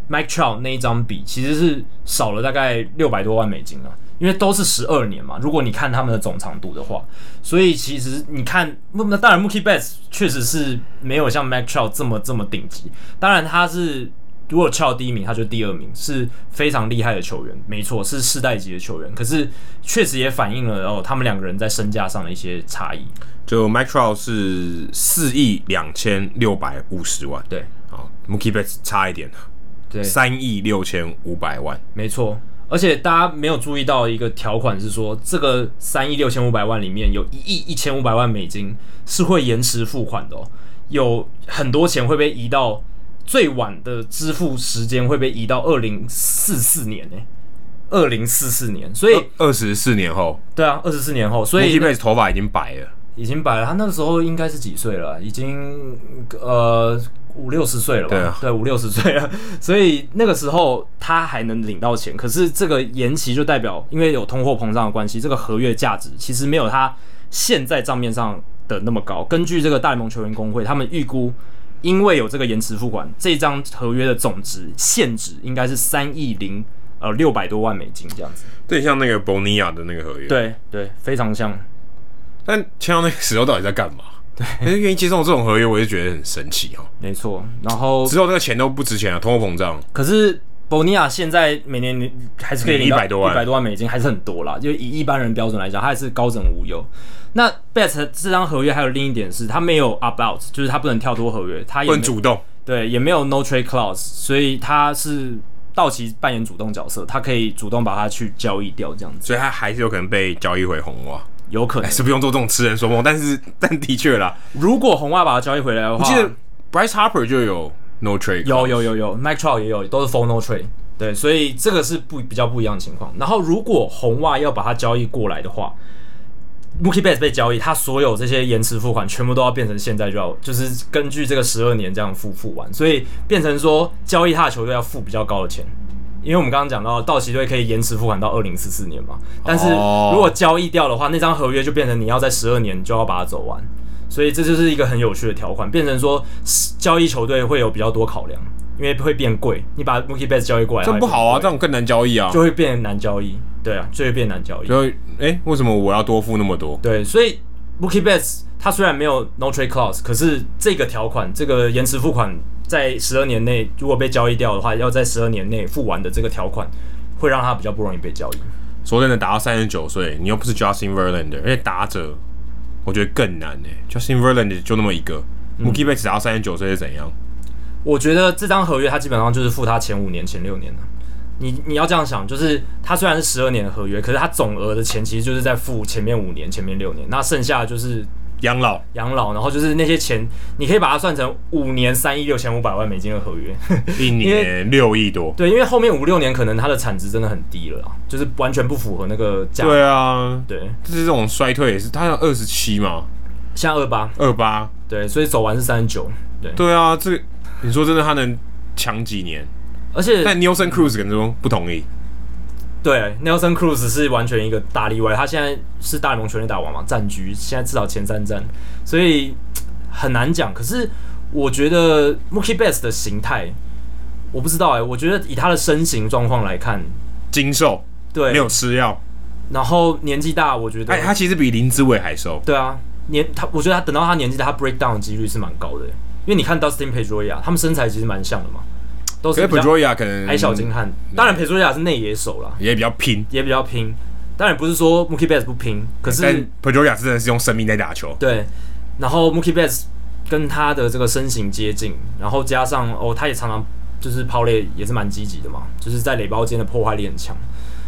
Speaker 2: Mike Trout 那一张比，其实是少了大概六百多万美金啊。因为都是十二年嘛，如果你看他们的总长度的话，所以其实你看，那那当然 Mookie Betts 确实是没有像 Mac Trout 这么这么顶级，当然他是如果翘第一名，他就第二名，是非常厉害的球员，没错，是世代级的球员。可是确实也反映了哦，他们两个人在身价上的一些差异。
Speaker 1: 就 Mike Trout 是四亿两千六百五十万，哦
Speaker 2: 对
Speaker 1: 好，Mookie Betts 差一点了，
Speaker 2: 对，
Speaker 1: 三亿六千五百万，
Speaker 2: 没错。而且大家没有注意到一个条款是说，这个三亿六千五百万里面有一亿一千五百万美金是会延迟付款的哦，有很多钱会被移到最晚的支付时间会被移到二零四四年呢、二零四四年。所以，
Speaker 1: 二十四年后
Speaker 2: 哦对啊，二十四年后，所以
Speaker 1: ，Mookie Betts 头发已经白了，
Speaker 2: 已经白了。他那个时候应该是几岁了？已经呃五六十岁了吧？
Speaker 1: 对啊
Speaker 2: 五六十岁了。所以那个时候他还能领到钱，可是这个延期就代表因为有通货膨胀的关系，这个合约价值其实没有他现在账面上的那么高。根据这个大联盟球员工会，他们预估。因为有这个延迟付款，这张合约的总值现值应该是三亿零呃六百多万美金这样子。
Speaker 1: 对，像那个 Bonilla 的那个合约，，
Speaker 2: 对对，非常像。
Speaker 1: 但签到那个时候到底在干嘛？对，但是愿意接受这种合约，我就觉得很神奇哦。
Speaker 2: 没错，然后
Speaker 1: 之后那个钱都不值钱了，啊通货膨胀，
Speaker 2: 可是博尼亚现在每年你还是可以领
Speaker 1: 100多万
Speaker 2: 一百多万美金，还是很多啦。就以一般人标准来讲，他还是高枕无忧。那 Bet 这张合约还有另一点是，他没有 up out，就是他不能跳脱合约，他也
Speaker 1: 不
Speaker 2: 没
Speaker 1: 能主动，
Speaker 2: 对也没有 no trade clause，所以他是道奇扮演主动角色，他可以主动把它去交易掉，这样子
Speaker 1: 所以他还是有可能被交易回红袜，
Speaker 2: 有可能
Speaker 1: 哎，。是不用做这种痴人说梦，但是 *laughs* 但的确啦，
Speaker 2: 如果红袜把它交易回来的
Speaker 1: 我
Speaker 2: 话，
Speaker 1: 记得 Bryce Harper 就有 no trade，
Speaker 2: 有有有有，Mac Trout 也有，都是 full no trade。对，所以这个是不比较不一样的情况。然后如果红袜要把它交易过来的话，Mookie Betts 被交易，他所有这些延迟付款全部都要变成现在就要，就是根据这个十二年这样付付完，所以变成说交易他的球队要付比较高的钱。因为我们刚刚讲到，道奇队可以延迟付款到二零四四年嘛，但是
Speaker 1: 哦
Speaker 2: 如果交易掉的话，那张合约就变成你要在十二年就要把它走完，所以这就是一个很有趣的条款，变成说交易球队会有比较多考量，因为会变贵。你把 Mookie Betts 交易过来，
Speaker 1: 这不好啊，这
Speaker 2: 样
Speaker 1: 样更难交易啊。
Speaker 2: 就会变难交易。对啊，就会变难交易。
Speaker 1: 所以，哎、为什么我要多付那么多？
Speaker 2: 对，所以 Mookie Betts 他虽然没有 No Trade Clause，可是这个条款，这个延迟付款在十二年内如果被交易掉的话，要在十二年内付完的这个条款，会让他比较不容易被交易。
Speaker 1: 说真的，打到三十九岁，你又不是 Justin Verlander，而且打者我觉得更难呢、Justin Verlander 就那么一个、m
Speaker 2: 嗯
Speaker 1: o o k i e Betts 打到三十九岁是怎样？
Speaker 2: 我觉得这张合约它基本上就是付他前五年、前六年的。你你要这样想，就是它虽然是十二年的合约，可是它总额的钱其实就是在付前面五年、前面六年，那剩下的就是
Speaker 1: 养老
Speaker 2: 养老，然后就是那些钱，你可以把它算成五年三亿六千五百万美金的合约。 *laughs*
Speaker 1: 一年六亿多。
Speaker 2: 对，因为后面五六年可能它的产值真的很低了啦，啊就是完全不符合那个价。
Speaker 1: 对啊，
Speaker 2: 对，
Speaker 1: 就是这种衰退也是，他二十七嘛，
Speaker 2: 像二八，
Speaker 1: 二八。
Speaker 2: 对，所以走完是三十九。对，
Speaker 1: 对啊，这个你说真的，他能强几年？
Speaker 2: 而且
Speaker 1: 但 Nelson Cruz 可能说不同意，
Speaker 2: 对，Nelson Cruz 是完全一个大例外，他现在是大联盟全垒打王嘛，战局现在至少前三战，所以很难讲。可是我觉得 Mookie Betts 的形态，我不知道哎、我觉得以他的身形状况来看，
Speaker 1: 精瘦
Speaker 2: 对，
Speaker 1: 没有吃药，
Speaker 2: 然后年纪大，我觉得，
Speaker 1: 哎，他其实比林志伟还瘦。
Speaker 2: 对啊，年他，我觉得他等到他年纪大，他 breakdown 的几率是蛮高的欸、因为你看 Dustin Pedroia，他们身材其实蛮像的嘛，都
Speaker 1: 可
Speaker 2: 是
Speaker 1: 是
Speaker 2: 比较
Speaker 1: Pedroia 可能
Speaker 2: 矮小精悍。当然 Pedroia 是内野手啦，
Speaker 1: 也比较拼，
Speaker 2: 也比较拼。当然不是说 Mookie Betts 不拼，可是
Speaker 1: 嗯但 Pedroia 真的是用生命在打球。
Speaker 2: 对，然后 Mookie Betts 跟他的这个身形接近，然后加上哦，他也常常就是抛垒也是蛮积极的嘛，就是在垒包间的破坏力很强，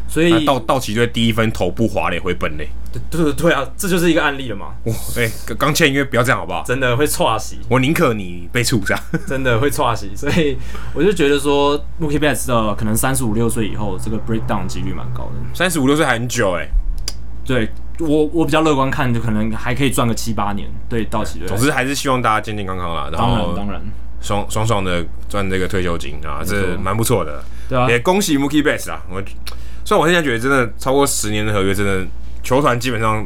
Speaker 2: 所
Speaker 1: 那
Speaker 2: 以
Speaker 1: 道道奇队第一分头部滑垒回本垒，
Speaker 2: 对对对啊，这就是一个案例了嘛，
Speaker 1: 哇！哎、刚刚签约不要这样好不好？
Speaker 2: 真的会岔席，
Speaker 1: 我宁可你被处杀。
Speaker 2: 真的会岔席，所以我就觉得说 Mookie Betts 的可能三十五六岁以后，这个 breakdown 几率蛮高的。
Speaker 1: *laughs* 三十五六岁还很久哎、
Speaker 2: 对我我比较乐观看，就可能还可以赚个七八年，对道奇队来
Speaker 1: 总
Speaker 2: 说。
Speaker 1: 之还是希望大家健健康康啦，然
Speaker 2: 当然
Speaker 1: 后
Speaker 2: 当然，
Speaker 1: 爽爽爽的赚这个退休金啊，这蛮不错的。
Speaker 2: 对啊，
Speaker 1: 也恭喜 Mookie Betts 啊！我虽然我现在觉得真的超过十年的合约，真的球团基本上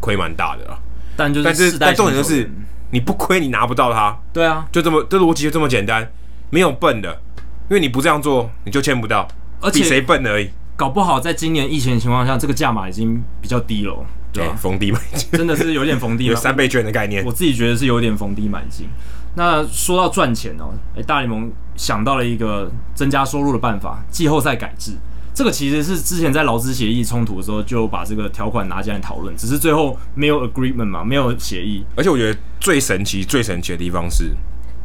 Speaker 1: 亏蛮大的啊。
Speaker 2: 但就
Speaker 1: 但
Speaker 2: 是
Speaker 1: 是
Speaker 2: 世代
Speaker 1: 但重
Speaker 2: 性
Speaker 1: 点就
Speaker 2: 球员
Speaker 1: 是你不亏，你拿不到他，
Speaker 2: 对啊，
Speaker 1: 就这么这逻辑就这么简单，没有笨的，因为你不这样做你就签不到，
Speaker 2: 而且
Speaker 1: 比谁笨而已。
Speaker 2: 搞不好在今年疫情的情况下，这个价码已经比较低了哦，对
Speaker 1: 对，
Speaker 2: 吧、
Speaker 1: 哎逢低买进，
Speaker 2: 真的是有点逢
Speaker 1: *laughs*
Speaker 2: 低
Speaker 1: 有
Speaker 2: 买，
Speaker 1: 三倍券的概念
Speaker 2: 我。自己觉得是有点逢低买进。那说到赚钱哦，哎、大联盟想到了一个增加收入的办法——季后赛改制。这个其实是之前在劳资协议冲突的时候就把这个条款拿进来讨论，只是最后没有 agreement 嘛，没有协议。
Speaker 1: 而且我觉得最神奇、最神奇的地方是，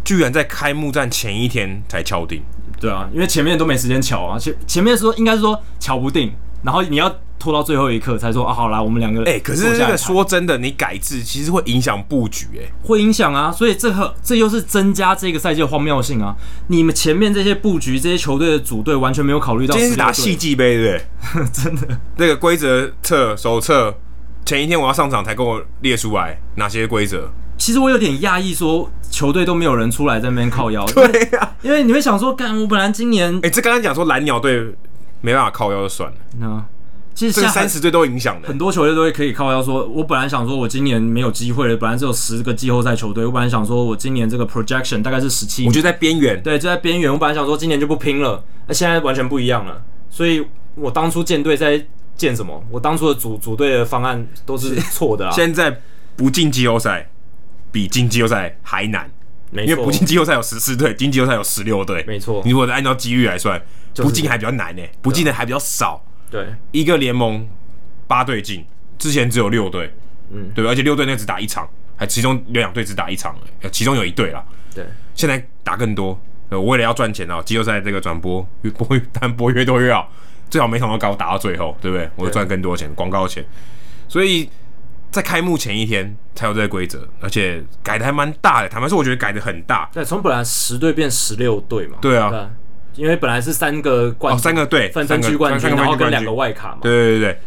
Speaker 1: 居然在开幕战前一天才敲定。
Speaker 2: 对啊，因为前面都没时间瞧啊，前前面说应该是说瞧不定，然后你要拖到最后一刻才说啊，好啦，我们两个
Speaker 1: 哎、可
Speaker 2: 坐
Speaker 1: 是
Speaker 2: 下
Speaker 1: 这
Speaker 2: 来
Speaker 1: 个
Speaker 2: 谈
Speaker 1: 说真的，你改制其实会影响布局、哎，
Speaker 2: 会影响啊，所以这个这又是增加这个赛季的荒谬性啊！你们前面这些布局、这些球队的组队完全没有考虑到
Speaker 1: 今天是
Speaker 2: 16
Speaker 1: 打
Speaker 2: 队
Speaker 1: 戏剧杯，对不对？ *laughs*
Speaker 2: 真的
Speaker 1: 那个规则册手册前一天我要上场才给我列出来哪些规则。
Speaker 2: 其实我有点讶异，说球队都没有人出来在那边靠腰。对
Speaker 1: 呀、啊，
Speaker 2: 因为你会想说，干，我本来今年
Speaker 1: 哎、这刚刚讲说蓝鸟队没办法靠腰就算了，
Speaker 2: 啊，其实
Speaker 1: 这个
Speaker 2: 下
Speaker 1: 三十队都有影响的、
Speaker 2: 很多球队都会可以靠腰说，我本来想说我今年没有机会了，本来只有十个季后赛球队，我本来想说我今年这个 projection 大概是十七
Speaker 1: 我，觉得在边缘，
Speaker 2: 对，就在边缘。我本来想说今年就不拼了，那现在完全不一样了。所以我当初建队在建什么？我当初的组组队的方案都是
Speaker 1: *laughs*
Speaker 2: 错的啊。
Speaker 1: 现在不进季后赛比进季后赛还难，
Speaker 2: 没
Speaker 1: 因为
Speaker 2: 错
Speaker 1: 不，进季后赛有十四队，进季后赛有十六队。
Speaker 2: 没错
Speaker 1: 你，如果按照几率来算，
Speaker 2: 是啊
Speaker 1: 不进还比较难呢、不进的还比较少。
Speaker 2: 对，
Speaker 1: 一个联盟八队进，之前只有六队，
Speaker 2: 嗯
Speaker 1: 嗯，对吧，而且六队那只打一场，还其中有两队只打一场，呃其中有一队啦，
Speaker 2: 对，
Speaker 1: 现在打更多。呃，我为了要赚钱啊，季后赛这个转播越播越单播越多越好，最好每场都搞打到最后，对不对？我就赚更多钱，广告钱。所以在开幕前一天才有这个规则，而且改的还蛮大的。坦白说，我觉得改的很大。
Speaker 2: 对，从本来十队变十六队嘛。
Speaker 1: 对啊
Speaker 2: 因为本来是三个冠
Speaker 1: 哦，
Speaker 2: 军
Speaker 1: 三个队，
Speaker 2: 分
Speaker 1: 三
Speaker 2: 分
Speaker 1: 个
Speaker 2: 区冠军，
Speaker 1: 三个
Speaker 2: 然
Speaker 1: 分
Speaker 2: 后
Speaker 1: 区
Speaker 2: 跟
Speaker 1: 冠
Speaker 2: 两
Speaker 1: 军
Speaker 2: 个。外卡嘛。
Speaker 1: 对对对对，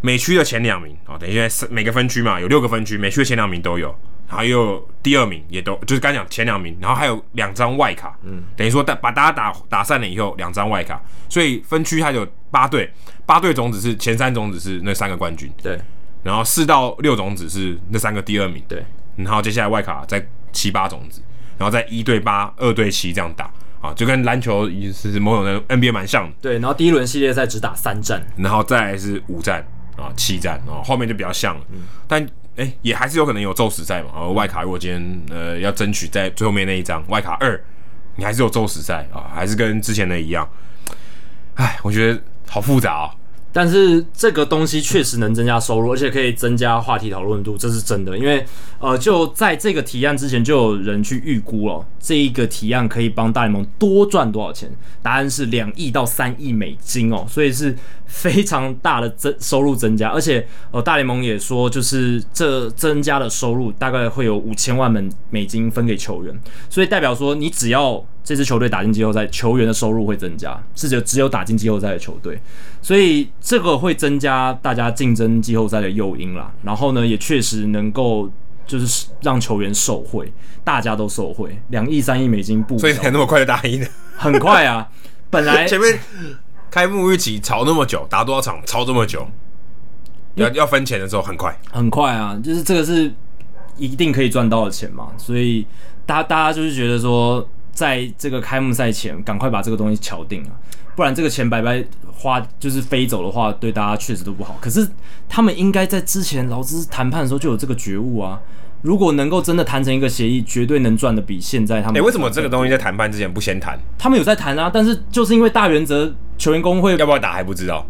Speaker 1: 每区的前两名哦，等于现在是每个分区嘛，有六个分区，每区的前两名都有，还有第二名也都，就是刚讲前两名，然后还有两张外卡，嗯，等于说大把大家打打散了以后，两张外卡，所以分区它有八队，八队种子是前三种子是那三个冠军，
Speaker 2: 对
Speaker 1: 然后四到六种子是那三个第二名，
Speaker 2: 对
Speaker 1: 然后接下来外卡再七八种子，然后再一对八、二对七这样打啊，就跟篮球也是某种的 NBA 蛮像的。
Speaker 2: 对，然后第一轮系列赛只打三战，
Speaker 1: 然后再来是五战啊、七战啊，后面就比较像了。
Speaker 2: 嗯
Speaker 1: 但哎、也还是有可能有宙死赛嘛。然后外卡如果今天呃要争取在最后面那一张外卡二，你还是有宙死赛啊，还是跟之前的一样。哎，我觉得好复杂哦。
Speaker 2: 但是这个东西确实能增加收入，而且可以增加话题讨论度，这是真的。因为呃，就在这个提案之前，就有人去预估了这一个提案可以帮大联盟多赚多少钱，答案是两亿到三亿美金哦，所以是非常大的增收入增加。而且呃，大联盟也说，就是这增加的收入大概会有五千万美美金分给球员，所以代表说你只要这支球队打进季后赛，球员的收入会增加，是只有只有打进季后赛的球队。所以这个会增加大家竞争季后赛的诱因啦。然后呢，也确实能够就是让球员受惠，大家都受惠，两亿三亿美金不
Speaker 1: 所以
Speaker 2: 小
Speaker 1: 才那么快就打
Speaker 2: *laughs*
Speaker 1: 赢的。
Speaker 2: 很快啊。本
Speaker 1: *laughs*
Speaker 2: 来
Speaker 1: 前面开幕一起吵那么久，打多少场吵这么久，要
Speaker 2: 嗯
Speaker 1: 要分钱的时候很快。
Speaker 2: 很快啊，就是这个是一定可以赚到的钱嘛，所以大大家就是觉得说，在这个开幕赛前赶快把这个东西敲定啊，不然这个钱白白花就是飞走的话，对大家确实都不好。可是他们应该在之前劳资谈判的时候就有这个觉悟啊，如果能够真的谈成一个协议，绝对能赚的比现在他们。
Speaker 1: 哎、为什么这个东西在谈判之前不先谈？
Speaker 2: 他们有在谈啊？但是就是因为大原则，球员工会
Speaker 1: 要不要打还不知道，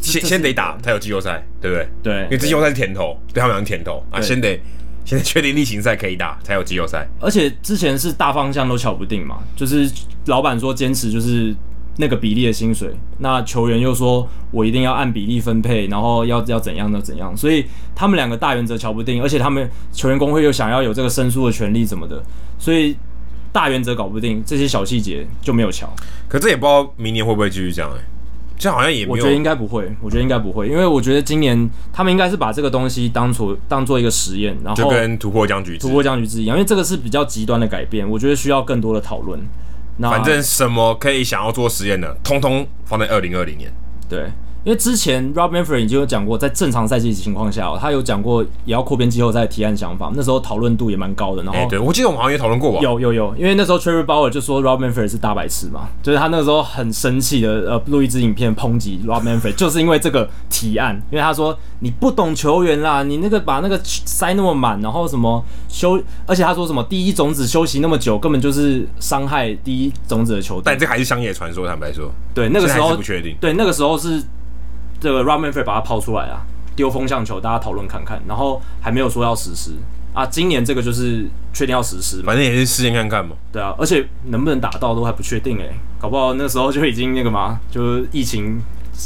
Speaker 1: 先
Speaker 2: 这是
Speaker 1: 先得打才有季后赛，对不对？
Speaker 2: 对
Speaker 1: 因为季后赛是甜头，对他们来讲是甜头啊，
Speaker 2: 对
Speaker 1: 先得先得确定例行赛可以打，才有季后赛。
Speaker 2: 而且之前是大方向都瞧不定嘛，就是老板说坚持就是那个比例的薪水，那球员又说我一定要按比例分配，然后要要怎样要怎样，所以他们两个大原则瞧不定，而且他们球员工会又想要有这个申诉的权利什么的，所以大原则搞不定，这些小细节就没有瞧。
Speaker 1: 可这也不知道明年会不会继续这样哎、欸，这样好像也
Speaker 2: 我
Speaker 1: 没
Speaker 2: 觉得应
Speaker 1: 有。
Speaker 2: 该不会，我觉得应该不会，因为我觉得今年他们应该是把这个东西当做当做一个实验，然后
Speaker 1: 就跟突破僵局制
Speaker 2: 哦突，破僵局之一样，因为这个是比较极端的改变，我觉得需要更多的讨论。那
Speaker 1: 反正什么可以想要做实验的，通通放在二零二零年。
Speaker 2: 对，因为之前 Rob Manfred 已经有讲过，在正常赛季情况下、哦，他有讲过也要扩编季后赛提案想法，那时候讨论度也蛮高的。然后、
Speaker 1: 哎、对我记得我们好像也讨论过吧？
Speaker 2: 哦有有有，因为那时候 Trevor Bauer 就说 Rob Manfred 是大白痴嘛，就是他那时候很生气的，呃，录一支影片抨击 Rob Manfred，就是 *laughs* 因为这个提案，因为他说你不懂球员啦，你那个把那个塞那么满，然后什么休，而且他说什么第一种子休息那么久，根本就是伤害第一种子的球队
Speaker 1: 但。这还是乡野传说，坦白说，
Speaker 2: 对，那个时
Speaker 1: 现在还
Speaker 2: 候
Speaker 1: 是不确定
Speaker 2: 对，那个时候是这个 r a m a n f r e 把它抛出来啊，丢风向球，大家讨论看看，然后还没有说要实施啊。今年这个就是确定要实施嘛，
Speaker 1: 反正也是试验看看嘛。
Speaker 2: 对啊，而且能不能打到都还不确定哎、搞不好那时候就已经那个嘛，就是疫情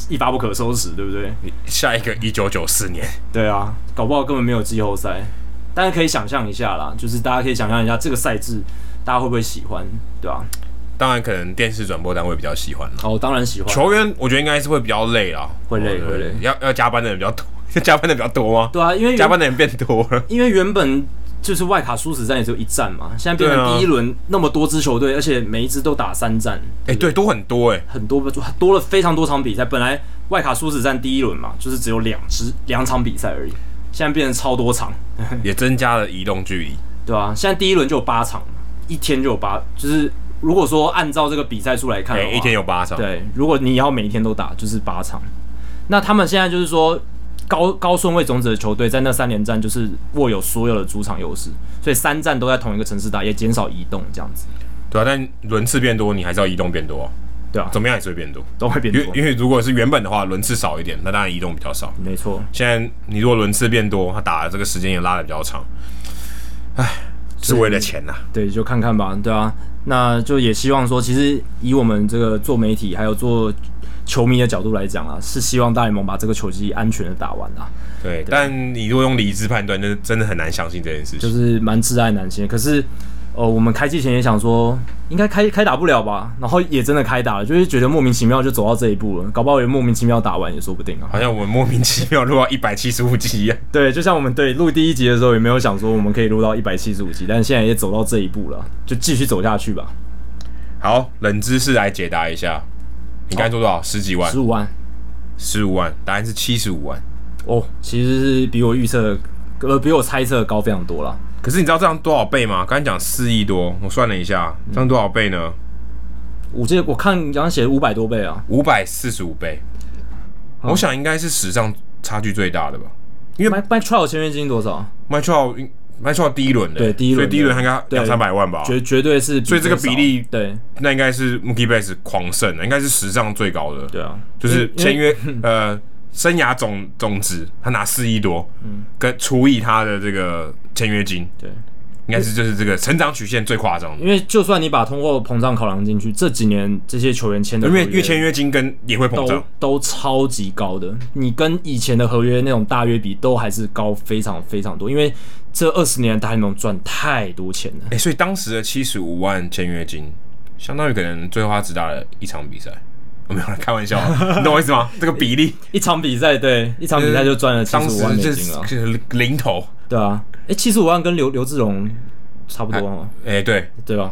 Speaker 2: 一发不可收拾，对不对？
Speaker 1: 下一个一九九四年，
Speaker 2: 对啊，搞不好根本没有季后赛，但是可以想象一下啦，就是大家可以想象一下这个赛制，大家会不会喜欢，对吧、
Speaker 1: 当然可能电视转播单位比较喜欢了。
Speaker 2: 哦，当然喜欢，
Speaker 1: 球员我觉得应该是会比较累啊，
Speaker 2: 会累
Speaker 1: 哦对
Speaker 2: 会累
Speaker 1: 要要加班的人比较多， *laughs* 加班的比较多吗？
Speaker 2: 对啊， *laughs* 因为
Speaker 1: 加班的人变多了，
Speaker 2: 因为原本就是外卡殊死战也只有一战嘛，现在变
Speaker 1: 对
Speaker 2: 成
Speaker 1: 啊
Speaker 2: 第一轮那么多支球队，而且每一支都打三战，
Speaker 1: *laughs* 哎、对，多很多哎、
Speaker 2: 很多多了非常多场比赛。本来外卡殊死战第一轮嘛，就是只有两支两场比赛而已，现在变成超多场，
Speaker 1: 也增加了移动距离。
Speaker 2: 对吧、现在第一轮就有八场，一天就有八，就是如果说按照这个比赛数来看
Speaker 1: 哎、
Speaker 2: 的话，
Speaker 1: 一天有八场，
Speaker 2: 对，如果你要每一天都打，就是八场。那他们现在就是说高高顺位种子的球队在那三连战就是握有所有的主场优势，所以三战都在同一个城市打，也减少移动这样子，
Speaker 1: 对啊，但轮次变多，你还是要移动变多、啊，
Speaker 2: 对啊，
Speaker 1: 怎么样也是会变多。
Speaker 2: 都会变
Speaker 1: 因为
Speaker 2: 多。
Speaker 1: 因为如果是原本的话，轮次少一点，那当然移动比较少。
Speaker 2: 没错，
Speaker 1: 现在你如果轮次变多，他打的这个时间也拉的比较长，唉，是为了钱呐、
Speaker 2: 对，就看看吧，对啊，那就也希望说，其实以我们这个做媒体还有做球迷的角度来讲啊，是希望大联盟把这个球季安全的打完啊。
Speaker 1: 对，但你如果用理智判断，真的真的很难相信这件事
Speaker 2: 就
Speaker 1: 情。
Speaker 2: 是蛮挚爱难行。可是，呃，我们开季前也想说，应该开开打不了吧，然后也真的开打了，就是觉得莫名其妙就走到这一步了，搞不好也莫名其妙打完也说不定啊。
Speaker 1: 好像我们莫名其妙录到一百七十五集一样，
Speaker 2: *laughs* 对，就像我们对录第一集的时候，也没有想说我们可以录到一百七十五集，但现在也走到这一步了，就继续走下去吧。
Speaker 1: 好，冷知识来解答一下。你刚才说多少？十几万
Speaker 2: 十？五万
Speaker 1: 十五万？答案是七十五万。
Speaker 2: 哦，其实是比我预测，呃，比我猜测高非常多了。
Speaker 1: 可是你知道这样多少倍吗？刚才讲四亿多，我算了一下，
Speaker 2: 嗯
Speaker 1: 这样多少倍呢？
Speaker 2: 我记得我看刚刚写五百多倍啊，
Speaker 1: 五百四十五倍。我想应该是史上差距最大的吧。
Speaker 2: 因为 Mike Trout 签约金多少？
Speaker 1: 麦超麦超第一轮的，
Speaker 2: 对第一轮
Speaker 1: 所以第一轮应该
Speaker 2: 对
Speaker 1: 两三百万吧。
Speaker 2: 绝绝对是，
Speaker 1: 所以这个比例
Speaker 2: 对
Speaker 1: 那应该是 Mookie Betts 狂胜的，应该是史上最高的，
Speaker 2: 对啊，
Speaker 1: 就是签约呃生涯总总值，他拿四亿多，跟除以他的这个签约金，
Speaker 2: 嗯对。
Speaker 1: 应该是就是这个成长曲线最夸张的，
Speaker 2: 因为就算你把通货膨胀考量进去，这几年这些球员签的
Speaker 1: 因
Speaker 2: 合
Speaker 1: 为
Speaker 2: 约
Speaker 1: 因为签约金跟也会膨
Speaker 2: 都
Speaker 1: 胀，
Speaker 2: 都超级高的，你跟以前的合约那种大约比，都还是高非常非常多。因为这二十年大联盟赚太多钱了，
Speaker 1: 哎，所以当时的七十五万签约金，相当于可能最后他只打了一场比赛。哦我没有啦开玩笑，啊你懂我意思吗？这个比例，
Speaker 2: 一场比赛对一场比赛就赚了七
Speaker 1: 当
Speaker 2: 十
Speaker 1: 时
Speaker 2: 五万
Speaker 1: *laughs*
Speaker 2: 美
Speaker 1: 就是
Speaker 2: 金啊了，
Speaker 1: 就是零头，
Speaker 2: 对啊，哎，七十五万跟刘刘志荣差不多嘛，
Speaker 1: 哎，对，
Speaker 2: 对吧？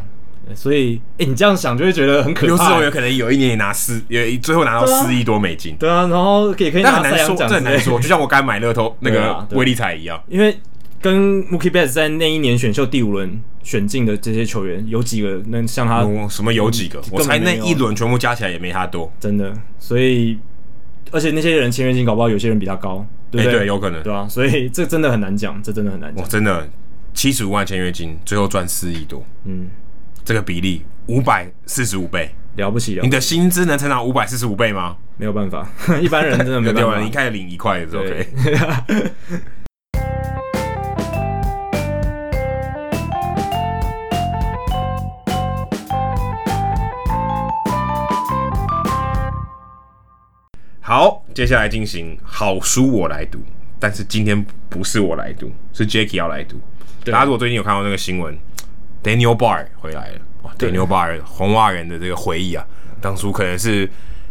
Speaker 2: 所以，哎，你这样想就会觉得很可怕。
Speaker 1: 刘志荣有可能有一年也拿四，也最后拿到
Speaker 2: 对啊
Speaker 1: 四亿多美金，
Speaker 2: 对啊，然后也可以
Speaker 1: 但
Speaker 2: 拿
Speaker 1: 很
Speaker 2: 赛
Speaker 1: 难
Speaker 2: 扬
Speaker 1: 说，
Speaker 2: 奖
Speaker 1: 这
Speaker 2: 之
Speaker 1: 很
Speaker 2: 类
Speaker 1: 难
Speaker 2: 的。
Speaker 1: 说，就像我刚买乐透那
Speaker 2: 对
Speaker 1: 个
Speaker 2: 啊对
Speaker 1: 威力彩一样，
Speaker 2: 因为跟 Mookie Betts 在那一年选秀第五轮选进的这些球员，有几个能像他
Speaker 1: 我什么有几个？我
Speaker 2: 啊嗯根
Speaker 1: 猜
Speaker 2: 本
Speaker 1: 那
Speaker 2: 没有啊
Speaker 1: 一轮全部加起来也没他多，
Speaker 2: 真的？所以，而且那些人签约金搞不好有些人比他高，对
Speaker 1: 哎，
Speaker 2: 不对？
Speaker 1: 对，有可能
Speaker 2: 对，啊吧、所以这真的很难讲，这真的很难
Speaker 1: 我
Speaker 2: 讲。
Speaker 1: 真的七十五万签约金，最后赚四亿多，
Speaker 2: 嗯，
Speaker 1: 这个比例五百四十五倍，
Speaker 2: 了不起了啊
Speaker 1: 你，的薪资能成长五百四十五倍吗？
Speaker 2: 没有办法， *laughs* 一般人真的没
Speaker 1: 对
Speaker 2: 办
Speaker 1: *laughs* 吧？你一
Speaker 2: 法。
Speaker 1: 开始领一块也是 OK。好，接下来进行好书我来读，但是今天不是我来读，是 Jacky 要来读。
Speaker 2: 对
Speaker 1: 大家如果最近有看到那个新闻，Daniel Barr 回来了，哇
Speaker 2: 对
Speaker 1: ，Daniel Barr 红袜人的这个回忆啊，当初可能是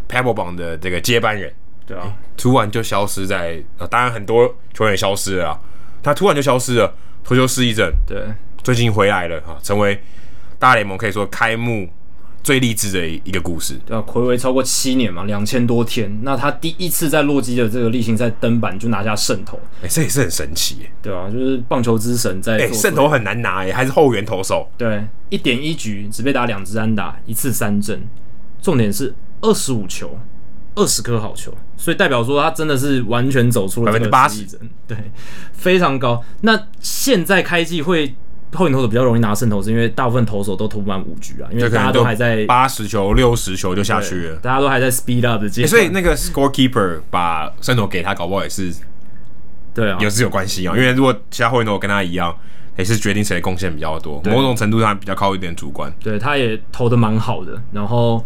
Speaker 1: Pebble 榜的这个接班人，
Speaker 2: *laughs* 对啊，
Speaker 1: 突然就消失在，呃、当然很多球员也消失了啊，他突然就消失了，退休失忆症，
Speaker 2: 对，
Speaker 1: 最近回来了啊，成为大联盟可以说开幕最励志的一个故事。
Speaker 2: 对啊，暌违超过七年嘛，两千多天。那他第一次在洛基的这个例行赛登板就拿下胜投，
Speaker 1: 哎、这也是很神奇耶、
Speaker 2: 对啊，就是棒球之神在
Speaker 1: 哎、
Speaker 2: 做
Speaker 1: 胜投很难拿耶、还是后援投手。
Speaker 2: 对，一点一局只被打两支安打，一次三振，重点是二十五球，二十颗好球，所以代表说他真的是完全走出了这个
Speaker 1: 80%
Speaker 2: 失意人，对，非常高。那现在开季会后援投手比较容易拿胜投，是因为大部分投手都投不满五局啊，因为
Speaker 1: 就可
Speaker 2: 大家
Speaker 1: 能
Speaker 2: 都还在
Speaker 1: 八十球、六十球就下去
Speaker 2: 对
Speaker 1: 了。
Speaker 2: 大家都还在 speed up 的阶
Speaker 1: 欸
Speaker 2: 段，
Speaker 1: 所以那个 scorekeeper 把胜投给他，搞不好也是
Speaker 2: 对啊，
Speaker 1: 也是有关系啊。因为如果其他后援投手跟他一样，也是决定谁的贡献比较多，某种程度上比较靠一点主观。
Speaker 2: 对，他也投的蛮好的。然后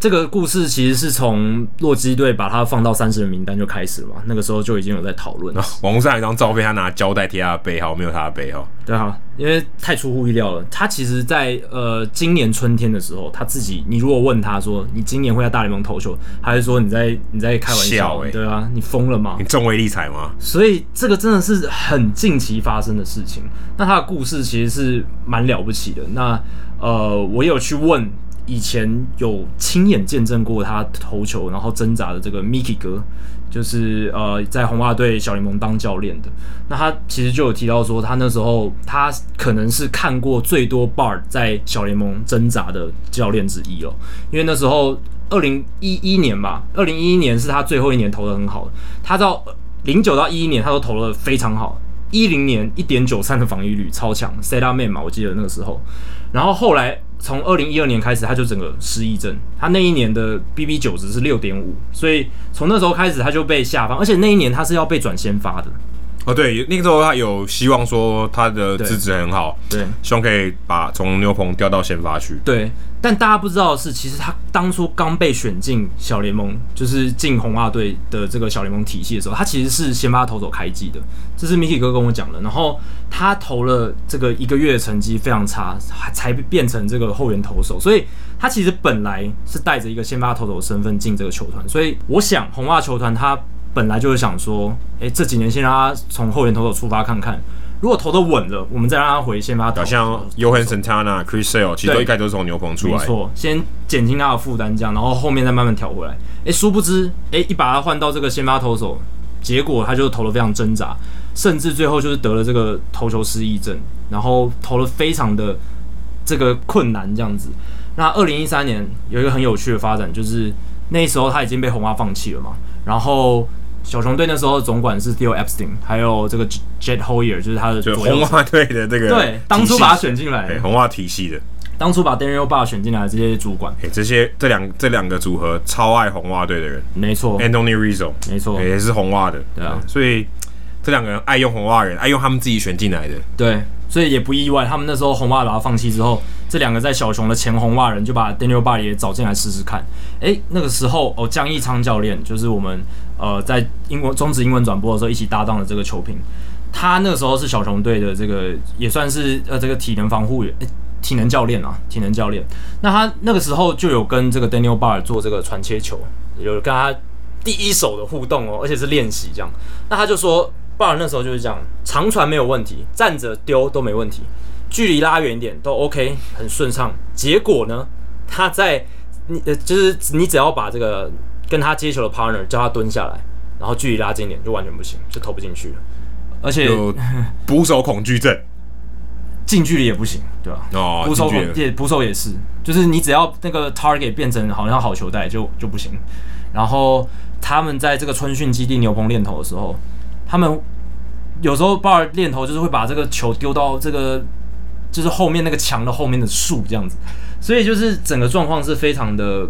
Speaker 2: 这个故事其实是从洛基队把他放到三十人名单就开始了嘛，那个时候就已经有在讨论了。
Speaker 1: 网络上有一张照片，他拿胶带贴他的背号，没有他的背号。
Speaker 2: 对啊，因为太出乎意料了。他其实在，呃今年春天的时候，他自己，你如果问他说你今年会在大联盟投球，他就说你在你在开玩笑，
Speaker 1: 笑欸
Speaker 2: 对啊，你疯了吗
Speaker 1: 你？中威力彩吗？
Speaker 2: 所以这个真的是很近期发生的事情。那他的故事其实是蛮了不起的。那呃，我也有去问以前有亲眼见证过他投球然后挣扎的这个 Miki 哥，就是呃在红袜队小联盟当教练的。那他其实就有提到说，他那时候他可能是看过最多 Bar 在小联盟挣扎的教练之一哦，因为那时候。二零一一年吧，二零一一年是他最后一年投的很好的，他到零九到一一年他都投的非常好，一零年一点九三的防御率超强 s e t a Man 嘛，我记得那个时候。然后后来从二零一二年开始，他就整个失忆症，他那一年的 BB 九值是六点五，所以从那时候开始他就被下放，而且那一年他是要被转先发的，
Speaker 1: 哦，对，那个时候他有希望说他的资质很好，
Speaker 2: 对
Speaker 1: 希望可以把从牛棚调到先发去。
Speaker 2: 对。但大家不知道的是，其实他当初刚被选进小联盟，就是进红袜队的这个小联盟体系的时候，他其实是先发投手开季的，这是 Miki 哥跟我讲的。然后他投了这个一个月的成绩非常差，还才变成这个后援投手，所以他其实本来是带着一个先发投手的身份进这个球团，所以我想红袜球团他本来就是想说，诶，这几年先让他从后援投手出发看看，如果投得稳了，我们再让他回先发投
Speaker 1: 好
Speaker 2: 手。
Speaker 1: 像 Johan Santana、Chris Sale 其实都一开始都是从牛棚出
Speaker 2: 没
Speaker 1: 来，
Speaker 2: 错，先减轻他的负担，这样，然后后面再慢慢调回来。诶，殊不知，诶，一把他换到这个先发投手，结果他就投的非常挣扎，甚至最后就是得了这个投球失忆症，然后投的非常的这个困难这样子。那二零一三年有一个很有趣的发展，就是那时候他已经被红袜放弃了嘛，然后。小熊队那时候的总管是 Theo Epstein，还有这个 Jet Hoyer，就是他的
Speaker 1: 就
Speaker 2: 左右
Speaker 1: 红
Speaker 2: 手
Speaker 1: 袜队的这个
Speaker 2: 对，当初把他
Speaker 1: 把
Speaker 2: 选进来，
Speaker 1: 红袜体系的。
Speaker 2: 当初把 Daniel Bar 选进来的这些主管，
Speaker 1: 哎、这些这两这两个组合超爱红袜队的人
Speaker 2: 没错，
Speaker 1: ，Anthony Rizzo
Speaker 2: 没错，
Speaker 1: 欸也是红袜的，哎
Speaker 2: 对啊
Speaker 1: 所以这两个人爱用红袜人，爱用他们自己选进来的，
Speaker 2: 对，所以也不意外，他们那时候红袜把他放弃之后，这两个在小熊的前红袜人就把 Daniel Bar 也找进来试试看。诶，那个时候哦，江一昌教练就是我们呃在英文中职英文转播的时候一起搭档的这个球评，他那个时候是小熊队的这个也算是呃这个体能防护员。诶体能教练啊，体能教练，那他那个时候就有跟这个 Daniel Bar 做这个传切球，有跟他第一手的互动哦，而且是练习这样。那他就说，鲍尔那时候就是这样，长传没有问题，站着丢都没问题，距离拉远一点都 OK，很顺畅。结果呢，他在你呃，就是你只要把这个跟他接球的 partner 叫他蹲下来，然后距离拉近一点，就完全不行，就投不进去了。而且
Speaker 1: 有捕手恐惧症
Speaker 2: 近距离也不行，对吧、
Speaker 1: 哦，
Speaker 2: 捕手
Speaker 1: 进去了
Speaker 2: 也捕手也是，就是你只要那个 target 变成好像好球带就就不行。然后他们在这个春训基地牛棚练投的时候，他们有时候鲍尔练投就是会把这个球丢到这个就是后面那个墙的后面的树这样子，所以就是整个状况是非常的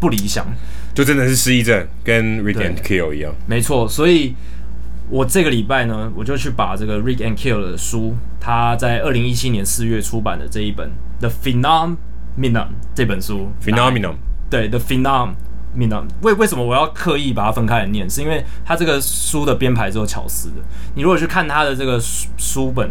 Speaker 2: 不理想。
Speaker 1: 就真的是失忆症，跟 Rick and Kill 一样。
Speaker 2: 没错，所以我这个礼拜呢，我就去把这个 Rick and Kill 的书，他在二零一七年四月出版的这一本《The Phenomenon》这本书
Speaker 1: Phenomenon，
Speaker 2: 对 The Phenomenon。为为什么我要刻意把它分开来念？是因为它这个书的编排是有巧思的。你如果去看它的这个书书本，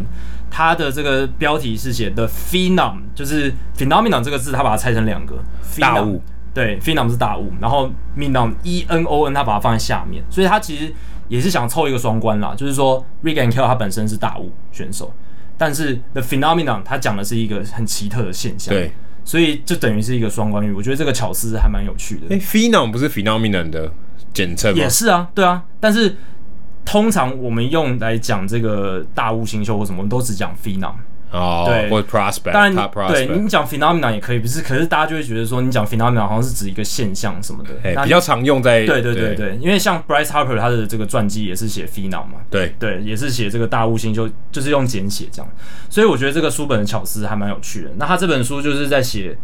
Speaker 2: 它的这个标题是写 The Phenom，就是 Phenomenon 这个字，它把它拆成两个
Speaker 1: 大
Speaker 2: phenom
Speaker 1: 雾
Speaker 2: 对，phenom 是大物，然后 menom e n o n 它把它放在下面，所以它其实也是想凑一个双关啦，就是说 Rig and Kill 它本身是大物选手，但是 the phenomenon 它讲的是一个很奇特的现象，
Speaker 1: 对，
Speaker 2: 所以就等于是一个双关语。我觉得这个巧思还蛮有趣的。
Speaker 1: 哎，phenom 不是 phenomenon 的简称吗
Speaker 2: 也？是啊，对啊，但是通常我们用来讲这个大物新秀或什么，我们都只讲 phenom。
Speaker 1: 哦，
Speaker 2: 对
Speaker 1: 或 prospect，
Speaker 2: 当然
Speaker 1: top
Speaker 2: 你，对
Speaker 1: prospect，
Speaker 2: 你讲 phenomenon 也可以，不是？可是大家就会觉得说，你讲 phenomenon 好像是指一个现象什么的。
Speaker 1: 哎，
Speaker 2: 那
Speaker 1: 比较常用在
Speaker 2: 对对对对，因为像 Bryce Harper 他的这个传记也是写 phenom 嘛，
Speaker 1: 对，
Speaker 2: 对，也是写这个大物星就就是用简写这样，所以我觉得这个书本的巧思还蛮有趣的。那他这本书就是在写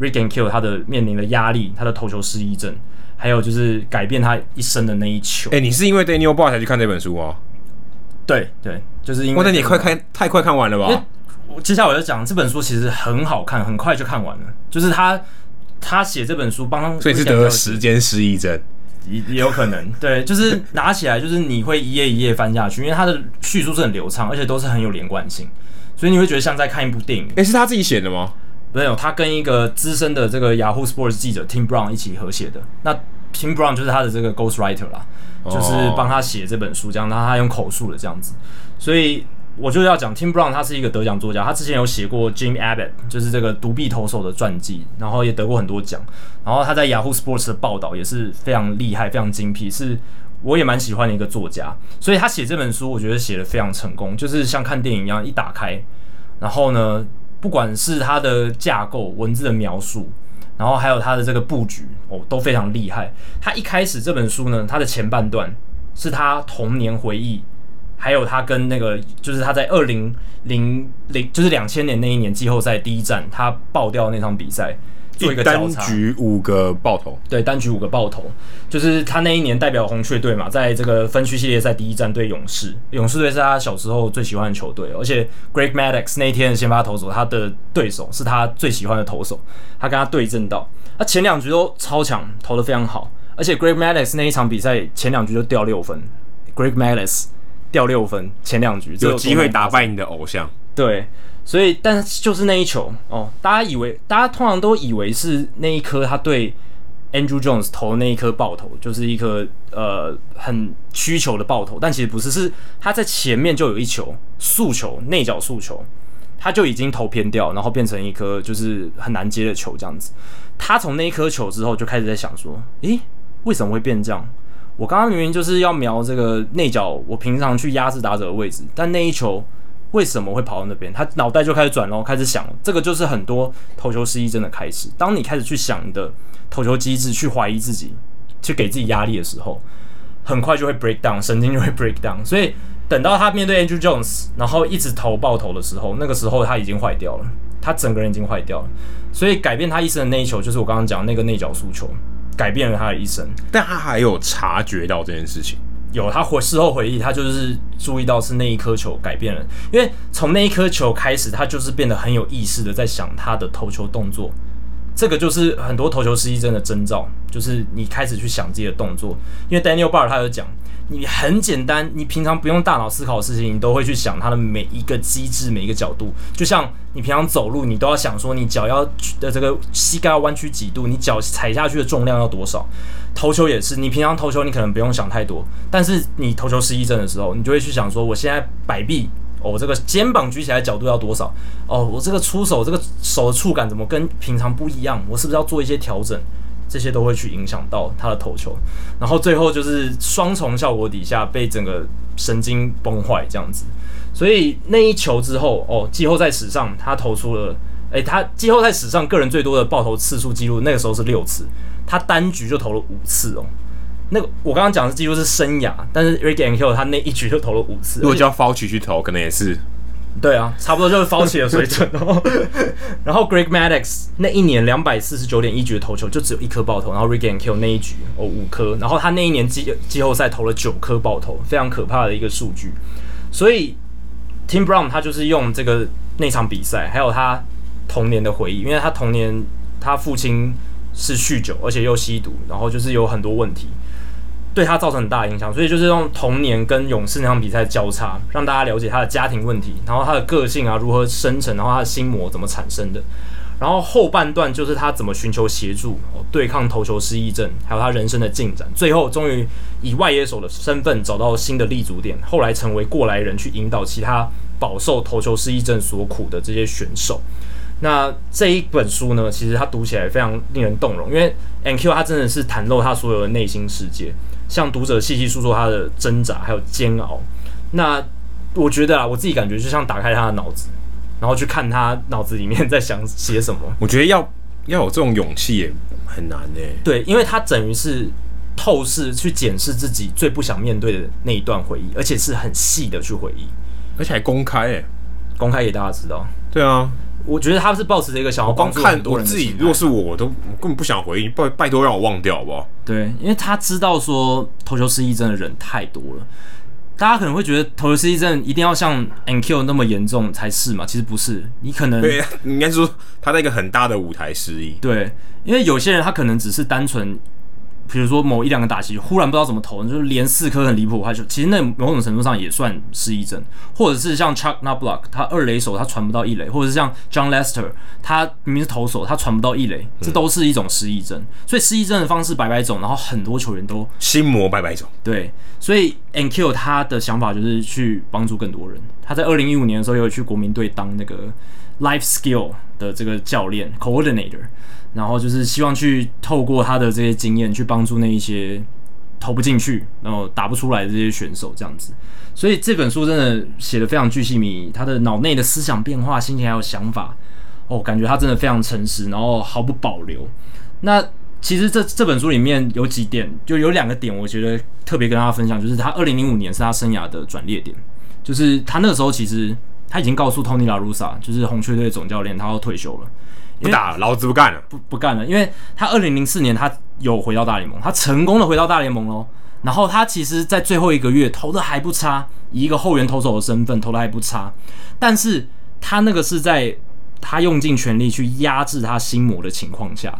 Speaker 2: Rick and Kill 他的面临的压力，他的投球失忆症，还有就是改变他一生的那一球。
Speaker 1: 哎，你是因为 Daniel b a r 才去看这本书哦？
Speaker 2: 对对，就是因为
Speaker 1: 哇，那你
Speaker 2: 这个
Speaker 1: 快看，太快看完了吧？
Speaker 2: 我接下来我就讲这本书其实很好看，很快就看完了。就是他他写这本书帮，
Speaker 1: 所以是得了时间失忆症。
Speaker 2: 也也有可能， *laughs* 对，就是拿起来就是你会一页一页翻下去，因为它的叙述是很流畅，而且都是很有连贯性，所以你会觉得像在看一部电影。
Speaker 1: 哎，是他自己写的吗？
Speaker 2: 没有，他跟一个资深的这个 Yahoo Sports 记者 Tim Brown 一起合写的。那 Tim Brown 就是他的这个 ghost writer 啦，就是帮他写这本书，这样，然后他用口述的这样子。所以我就要讲 Tim Brown，他是一个得奖作家，他之前有写过 Jim Abbott，就是这个独臂投手的传记，然后也得过很多奖。然后他在 Yahoo Sports 的报道也是非常厉害，非常精辟，是。我也蛮喜欢的一个作家，所以他写这本书，我觉得写的非常成功，就是像看电影一样，一打开然后呢，不管是它的架构、文字的描述，然后还有它的这个布局，哦，都非常厉害。他一开始这本书呢，它的前半段是他童年回忆，还有他跟那个就是他在二零零零就是两千年那一年季后赛第一站，他爆掉那场比赛做一个交
Speaker 1: 单
Speaker 2: 叉。
Speaker 1: 局五个爆头，
Speaker 2: 对，单局五个爆头，就是他那一年代表红雀队嘛，在这个分区系列赛第一战对勇士，勇士队是他小时候最喜欢的球队，哦而且 Greg Maddox 那一天的先发投手，他的对手是他最喜欢的投手，他跟他对阵到，他前两局都超强，投的非常好，而且 Greg Maddox 那一场比赛前两局就掉六分，Greg Maddox 掉六分，前两局这
Speaker 1: 有机会
Speaker 2: 多难
Speaker 1: 打败你的偶像。
Speaker 2: 对，所以但是就是那一球哦，大家以为大家通常都以为是那一颗他对 Andrew Jones 投的那一颗爆头，就是一颗呃很曲球的爆头，但其实不是，是他在前面就有一球速球内角速球，他就已经投偏掉，然后变成一颗就是很难接的球这样子。他从那一颗球之后就开始在想说，诶，为什么会变这样？我刚刚明明就是要瞄这个内角，我平常去压制打者的位置，但那一球为什么会跑到那边？他脑袋就开始转咯，开始想了。这个就是很多投球失忆症的开始。当你开始去想你的投球机制，去怀疑自己，去给自己压力的时候，很快就会 break down，神经就会 break down。所以等到他面对 Andrew Jones，然后一直投爆头的时候，那个时候他已经坏掉了，他整个人已经坏掉了。所以改变他一生的那一球，就是我刚刚讲的那个内角速球，改变了他的一生。
Speaker 1: 但他还有察觉到这件事情，
Speaker 2: 有，他回事后回忆，他就是注意到是那一颗球改变了，因为从那一颗球开始，他就是变得很有意识的在想他的投球动作。这个就是很多投球失忆症的征兆，就是你开始去想自己的动作。因为 Daniel Bar 他有讲，你很简单，你平常不用大脑思考的事情，你都会去想它的每一个机制、每一个角度。就像你平常走路，你都要想说你脚要的这个膝盖要弯曲几度，你脚踩下去的重量要多少。投球也是，你平常投球你可能不用想太多，但是你投球失忆症的时候，你就会去想说，我现在摆臂哦，我这个肩膀举起来的角度要多少？哦，我这个出手这个手的触感怎么跟平常不一样？我是不是要做一些调整？这些都会去影响到他的投球，然后最后就是双重效果底下被整个神经崩坏这样子。所以那一球之后，哦，季后赛史上他投出了，诶、他季后赛史上个人最多的爆头次数记录，那个时候是六次，他单局就投了五次哦。那个我刚刚讲的记录是生涯，但是 Rick and Hill 他那一局就投了五次，哦
Speaker 1: 如果叫 Fauci 去投，可能也是
Speaker 2: 对啊，差不多就是 Fauci 的水准哦。 *laughs* 然后 Greg Maddox 那一年两百四十九点一局的投球就只有一颗爆头，然后 Rick and Kill 那一局哦五颗，然后他那一年季季后赛投了九颗爆头，非常可怕的一个数据。所以 Tim Brown 他就是用这个那场比赛，还有他童年的回忆，因为他童年他父亲是酗酒，而且又吸毒，然后就是有很多问题，对他造成很大的影响。所以就是用童年跟勇士那场比赛交叉，让大家了解他的家庭问题，然后他的个性啊如何生成，然后他的心魔怎么产生的。然后后半段就是他怎么寻求协助、哦对抗投球失忆症，还有他人生的进展。最后终于以外野手的身份找到新的立足点，后来成为过来人去引导其他饱受投球失忆症所苦的这些选手。那这一本书呢，其实它读起来非常令人动容，因为 NQ 它真的是袒露他所有的内心世界，向读者细细诉说他的挣扎还有煎熬。那我觉得啊，我自己感觉就像打开他的脑子，然后去看他脑子里面在想
Speaker 1: *laughs*
Speaker 2: 写什么。
Speaker 1: 我觉得要要有这种勇气也很难欸呢、
Speaker 2: 对，因为他等于是透视去检视自己最不想面对的那一段回忆，而且是很细的去回忆，
Speaker 1: 而且还公开哎、
Speaker 2: 公开给大家知道。
Speaker 1: 对啊，我
Speaker 2: 我觉得他是抱持着一哦个想要
Speaker 1: 光
Speaker 2: 帮助
Speaker 1: 看
Speaker 2: 很多
Speaker 1: 我
Speaker 2: 人的
Speaker 1: 自己
Speaker 2: 心，态
Speaker 1: 如果是我，我都我根本不想回应，拜拜托让我忘掉好不好？
Speaker 2: 对，因为他知道说投球失忆症的人太多了，大家可能会觉得投球失忆症一定要像 NQ 那么严重才是嘛？其实不是，你可能
Speaker 1: 对，啊应该说他在一个很大的舞台失忆，
Speaker 2: *laughs* 对，因为有些人他可能只是单纯，比如说某一两个打击忽然不知道怎么投，就是连四颗很离谱，他就其实那某种程度上也算失忆症，或者是像 Chuck n a b l o c k 他二垒手他传不到一垒，或者是像 John Lester 他明明是投手他传不到一垒，这都是一种失忆症。所以失忆症的方式百百种，然后很多球员都
Speaker 1: 心魔拜拜种。
Speaker 2: 对，所以 NQ 他的想法就是去帮助更多人。他在二零一五年的时候，有去国民队当那个 life skill 的这个教练 coordinator，然后就是希望去透过他的这些经验去帮助那一些投不进去、然后打不出来的这些选手这样子。所以这本书真的写的非常具细迷，他的脑内的思想变化、心情还有想法，哦，感觉他真的非常诚实，然后毫不保留。那其实这这本书里面有几点，就有两个点，我觉得特别跟大家分享，就是他二零零五年是他生涯的转捩点，就是他那个时候其实他已经告诉 Tony La Russa，就是红雀队总教练，他要退休了。
Speaker 1: 不打了，老子不干了。
Speaker 2: 不不干了，因为他二零零四年他有回到大联盟，他成功的回到大联盟喽。然后他其实，在最后一个月投的还不差，以一个后援投手的身份投的还不差，但是他那个是在他用尽全力去压制他心魔的情况下，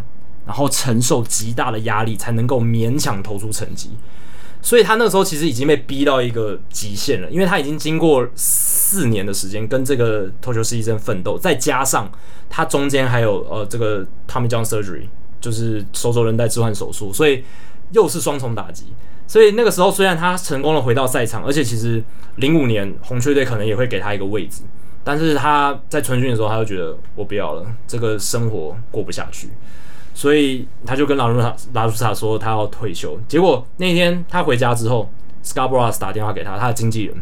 Speaker 2: 然后承受极大的压力才能够勉强投出成绩。所以他那个时候其实已经被逼到一个极限了，因为他已经经过四年的时间跟这个投球失忆症奋斗，再加上他中间还有呃这个 Tommy John surgery，就是手肘韧带置换手术，所以又是双重打击。所以那个时候虽然他成功的回到赛场，而且其实零五年红雀队可能也会给他一个位置，但是他在春训的时候他就觉得我不要了，这个生活过不下去。所以他就跟拉鲁塔拉鲁塔说他要退休。结果那天他回家之后，Scarborough 打电话给他，他的经纪人。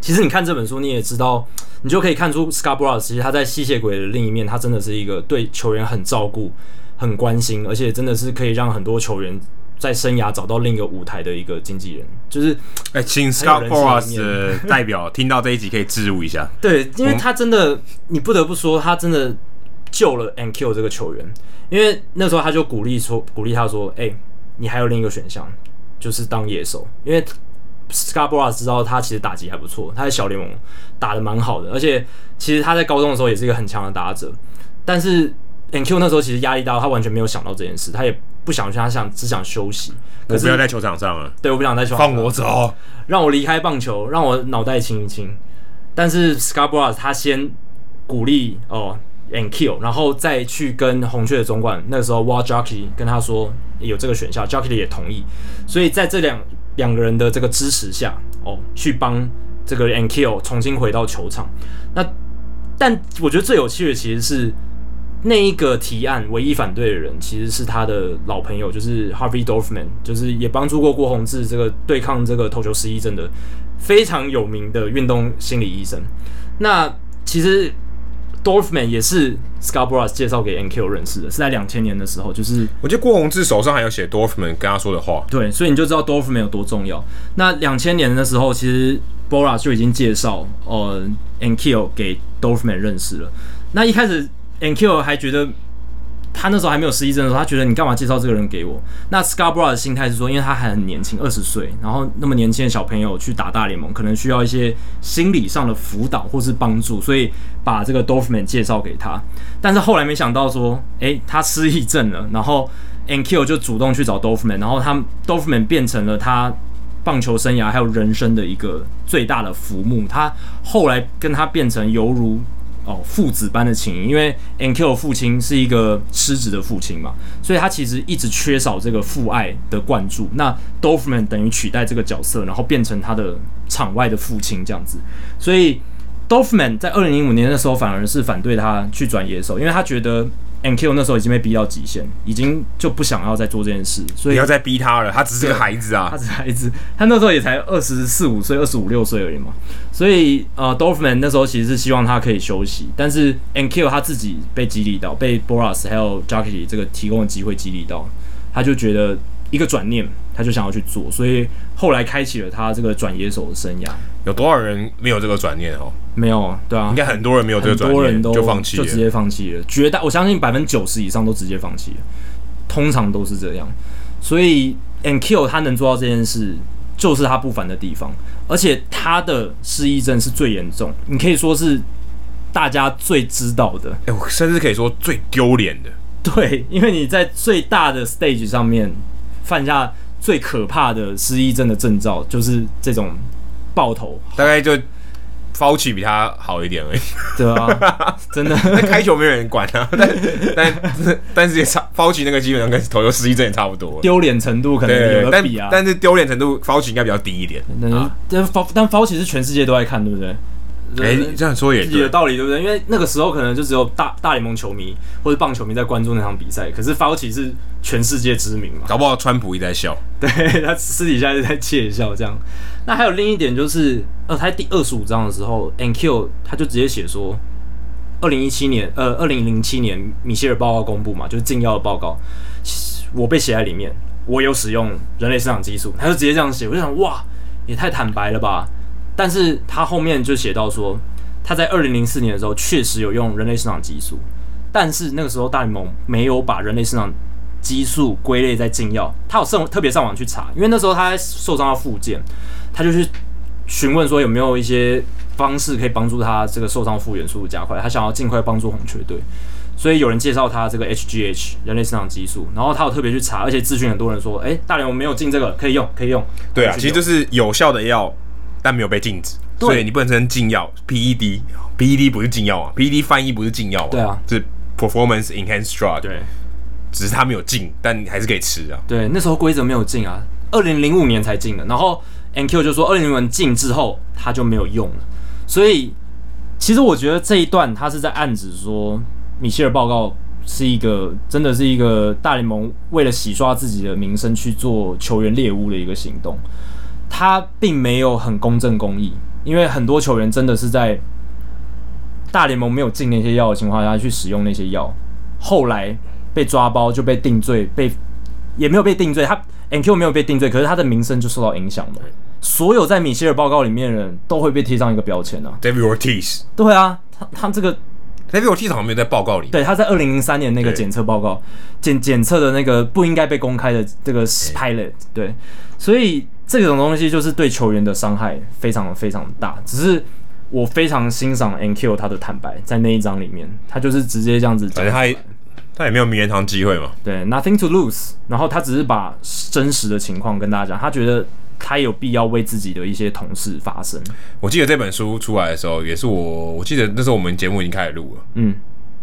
Speaker 2: 其实你看这本书，你也知道，你就可以看出 Scarborough 其实他在吸血鬼的另一面，他真的是一个对球员很照顾、很关心，而且真的是可以让很多球员在生涯找到另一个舞台的一个经纪人。就是
Speaker 1: 哎、请 s c
Speaker 2: 很
Speaker 1: o t
Speaker 2: 有人
Speaker 1: b o r s
Speaker 2: 性的一
Speaker 1: 的呃代表听到这一集可以置入一下。
Speaker 2: 对，因为他真的，你不得不说，他真的救了 NQ 这个球员，因为那时候他就鼓励说，鼓励他说，哎、你还有另一个选项，就是当野手，因为 Scarborough 啊知道他其实打击还不错，他在小联盟打的蛮好的，而且其实他在高中的时候也是一个很强的打者，但是 NQ 那时候其实压力大，他完全没有想到这件事，他也不想去，他想只想休息。
Speaker 1: 我
Speaker 2: *laughs* 可
Speaker 1: 不要
Speaker 2: 是
Speaker 1: 在球场上了，
Speaker 2: 对，我不想再去
Speaker 1: 放我走。
Speaker 2: 让我离开棒球，让我脑袋清一清。但是 Scarborough 他先鼓励哦 and kill，然后再去跟红雀的总管那个时候 Wal Jockey 跟他说有这个选项，Jockey 也同意。所以在这两两个人的这个支持下，哦，去帮这个 and kill 重新回到球场。那但我觉得最有趣的其实是那一个提案唯一反对的人其实是他的老朋友，就是 Harvey Dorfman，就是也帮助过郭宏志这个对抗这个投球失忆症的非常有名的运动心理医生。那其实 Dorfman 也是 Scarborough 介绍给 NQ 认识的，是在两千年的时候，就是
Speaker 1: 我记得郭宏志手上还有写 Dorfman 跟他说的话，
Speaker 2: 对，所以你就知道 Dorfman 有多重要。那两千年的时候，其实 Bora 就已经介绍呃 NQ 给 Dorfman 认识了。那一开始 NQ 还觉得他那时候还没有失忆症的时候，他觉得你干嘛介绍这个人给我？那 Scarborough 的心态是说，因为他还很年轻，二十岁，然后那么年轻的小朋友去打大联盟，可能需要一些心理上的辅导或是帮助，所以把这个 Dorfman 介绍给他。但是后来没想到说，诶，他失忆症了，然后 NQ 就主动去找 Dorfman，然后他 Dorfman 变成了他棒球生涯还有人生的一个最大的浮木。他后来跟他变成犹如哦父子般的情谊，因为 NQ 的父亲是一个失职的父亲嘛，所以他其实一直缺少这个父爱的灌注。那 Dorfman 等于取代这个角色，然后变成他的场外的父亲这样子，所以。 Dolphman 在二零零五年的时候反而是反对他去转野手，因为他觉得 NQ 那时候已经被逼到极限，已经就不想要再做这件事，所
Speaker 1: 不
Speaker 2: 以
Speaker 1: 要再逼他了，他只是个孩子
Speaker 2: 他
Speaker 1: 啊。
Speaker 2: 只是孩子，他那时候也才二十四五岁、二十五六岁而已嘛。所以呃，Dorfman 那时候其实是希望他可以休息，但是 NQ 他自己被激励到，被 Boras 还有 Jockey 这个提供的机会激励到，他就觉得一个转念，他就想要去做，所以后来开启了他这个转野手的生涯。
Speaker 1: 有多少人没有这个转念哦？
Speaker 2: 没有，对啊
Speaker 1: 应，该很多人没有这个
Speaker 2: 很
Speaker 1: 转
Speaker 2: 多人
Speaker 1: 念，
Speaker 2: 都
Speaker 1: 就放弃
Speaker 2: 就直
Speaker 1: 了。
Speaker 2: 接放弃了。绝大我相信百分之九十以上都直接放弃了，通常都是这样。所以 n k i 他能做到这件事，就是他不凡的地方。而且他的失忆症是最严重，你可以说是大家最知道的。
Speaker 1: 哎、我甚至可以说最丢脸的。
Speaker 2: 对，因为你在最大的 stage 上面犯下最可怕的失忆症的征兆，就是这种爆头，
Speaker 1: 大概就 Fauci 比他好一点而已。
Speaker 2: 对
Speaker 1: *laughs*
Speaker 2: 啊，真的。 *laughs*
Speaker 1: 那开球没有人管啊， *laughs* 但但但是也差 Fauci 那个基本上跟投球失忆症也差不多。
Speaker 2: 丢脸程度可能
Speaker 1: 对
Speaker 2: 有，的
Speaker 1: 但
Speaker 2: 比啊，
Speaker 1: 但是丢脸程度，Fauci 应该比较低一点。
Speaker 2: 那但包但包其实全世界都在看，对不呃对？
Speaker 1: 啊哎、
Speaker 2: 对
Speaker 1: 这样说也
Speaker 2: 自己的
Speaker 1: 对。
Speaker 2: 道理对不对？因为那个时候可能就只有大大联盟球迷或者棒球迷在关注那场比赛，可是 Fauci 是全世界知名嘛， *laughs*
Speaker 1: 搞不好川普一直在笑，
Speaker 2: 对他私底下就在窃笑这样。那还有另一点就是，呃，他在第二十五章的时候，NQ 他就直接写说，二零一七年，呃，二零零七年米歇尔报告公布嘛，就是禁药的报告，我被写在里面，我有使用人类生长激素，他就直接这样写，我就想哇，也太坦白了吧。但是他后面就写到说，他在二零零四年的时候确实有用人类生长激素，但是那个时候大联盟没有把人类生长激素归类在禁药，他有上特别上网去查，因为那时候他受伤到复健，他就去询问说有没有一些方式可以帮助他这个受伤复原速度加快，他想要尽快帮助红雀队，所以有人介绍他这个 HGH 人类生长激素，然后他有特别去查，而且咨询很多人说，哎、大联盟没有进这个，可以用，可以用，
Speaker 1: 对啊，
Speaker 2: 可以
Speaker 1: 其
Speaker 2: 去
Speaker 1: 实
Speaker 2: 用
Speaker 1: 就是有效的药，但没有被禁止，
Speaker 2: 对
Speaker 1: 所以你不能称禁药 E PED。PED 不是禁药啊，PED 翻译不是禁药啊，
Speaker 2: 对啊
Speaker 1: 是 performance enhanced drug，，
Speaker 2: 对。
Speaker 1: 只是它没有禁，但你还是可以吃啊。
Speaker 2: 对，那时候规则没有进啊，二零零五年才进的。然后 NQ 就说，二零零五年进之后，它就没有用了。所以，其实我觉得这一段他是在暗指说，米歇尔报告是一个真的是一个大联盟为了洗刷自己的名声去做球员猎巫的一个行动。他并没有很公正公义，因为很多球员真的是在大联盟没有进那些药的情况下去使用那些药，后来被抓包就被定罪，被也没有被定罪，他 NQ 没有被定罪，可是他的名声就受到影响了。所有在米歇尔报告里面的人都会被贴上一个标签啊，
Speaker 1: David Ortiz，David
Speaker 2: 对啊，他他这个
Speaker 1: Ortiz 好像没有在报告里，
Speaker 2: 对，他在二零零三年那个
Speaker 1: 对
Speaker 2: 检测报告检检测的那个不应该被公开的这个 pilot，对，所以这种东西就是对球员的伤害非常非常大。只是我非常欣赏 NQ 他的坦白，在那一章里面，他就是直接这样子讲
Speaker 1: 反正他也他也没有名人堂机会嘛。
Speaker 2: 对，nothing to lose。然后他只是把真实的情况跟大家讲，他觉得他有必要为自己的一些同事发声。
Speaker 1: 我记得这本书出来的时候，也是我，我记得那时候我们节目已经开始录了。
Speaker 2: 嗯，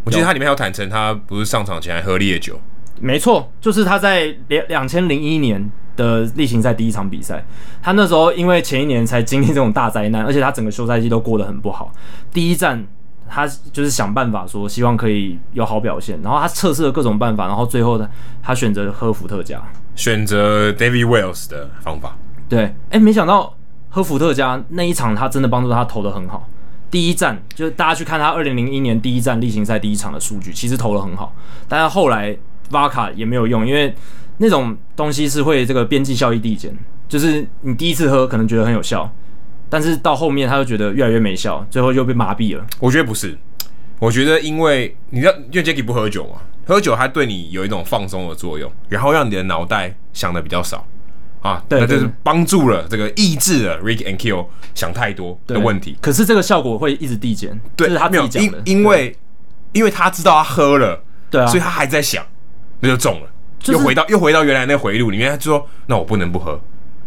Speaker 1: 我记得它里面还有坦诚，他不是上场前还喝烈酒，
Speaker 2: 没错，就是他在两两千零一年的例行赛第一场比赛，他那时候因为前一年才经历这种大灾难，而且他整个休赛季都过得很不好。第一站他就是想办法说希望可以有好表现，然后他测试了各种办法，然后最后呢，他选择喝伏特加。
Speaker 1: 选择 David Wells 的方法。
Speaker 2: 对，哎、没想到喝伏特加那一场，他真的帮助他投的很好。第一站就是大家去看他二零零一年第一站例行赛第一场的数据，其实投的很好，但是后来 v 卡也没有用，因为那种东西是会这个边际效益递减，就是你第一次喝可能觉得很有效，但是到后面他就觉得越来越没效，最后就被麻痹了。
Speaker 1: 我觉得不是，我觉得因为你知道，因为 Jacky 不喝酒嘛，喝酒它对你有一种放松的作用，然后让你的脑袋想的比较少啊，
Speaker 2: 对
Speaker 1: 那就
Speaker 2: 对
Speaker 1: 是
Speaker 2: 对
Speaker 1: 帮助了这个抑制了 Rick and Kill 想太多的问题。
Speaker 2: 可是这个效果会一直递减，
Speaker 1: 对，
Speaker 2: 这是他
Speaker 1: 没
Speaker 2: 自
Speaker 1: 有
Speaker 2: 己讲的
Speaker 1: 因，因为因为他知道他喝了，
Speaker 2: 对啊，
Speaker 1: 所以他还在想，那就中了，
Speaker 2: 就是
Speaker 1: 又回到又回到原来那个回路里面。他就说：“那我不能不喝，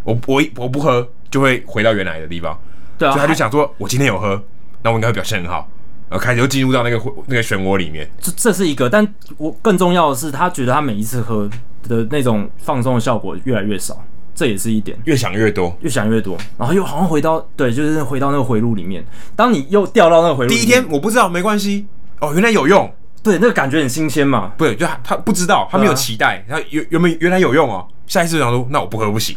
Speaker 1: 我我我不喝就会回到原来的地方。”
Speaker 2: 对啊，
Speaker 1: 所以他就想说：“我今天有喝，那我应该会表现很好。”然后开始又进入到那个回那个漩涡里面。
Speaker 2: 这这是一个，但我更重要的是，他觉得他每一次喝的那种放松的效果越来越少，这这也是一点。
Speaker 1: 越想越多。
Speaker 2: 越想越多，然后又好像回到对，就是回到那个回路里面。当你又掉到那个回路里
Speaker 1: 第一
Speaker 2: 面，
Speaker 1: 天我不知道，没关系。哦，原来有用，
Speaker 2: 对那个感觉很新鲜嘛，
Speaker 1: 不对，就他他不知
Speaker 2: 啊
Speaker 1: 道，他没有期待，他原原本原来有用哦。下一次想说，那我不喝不行，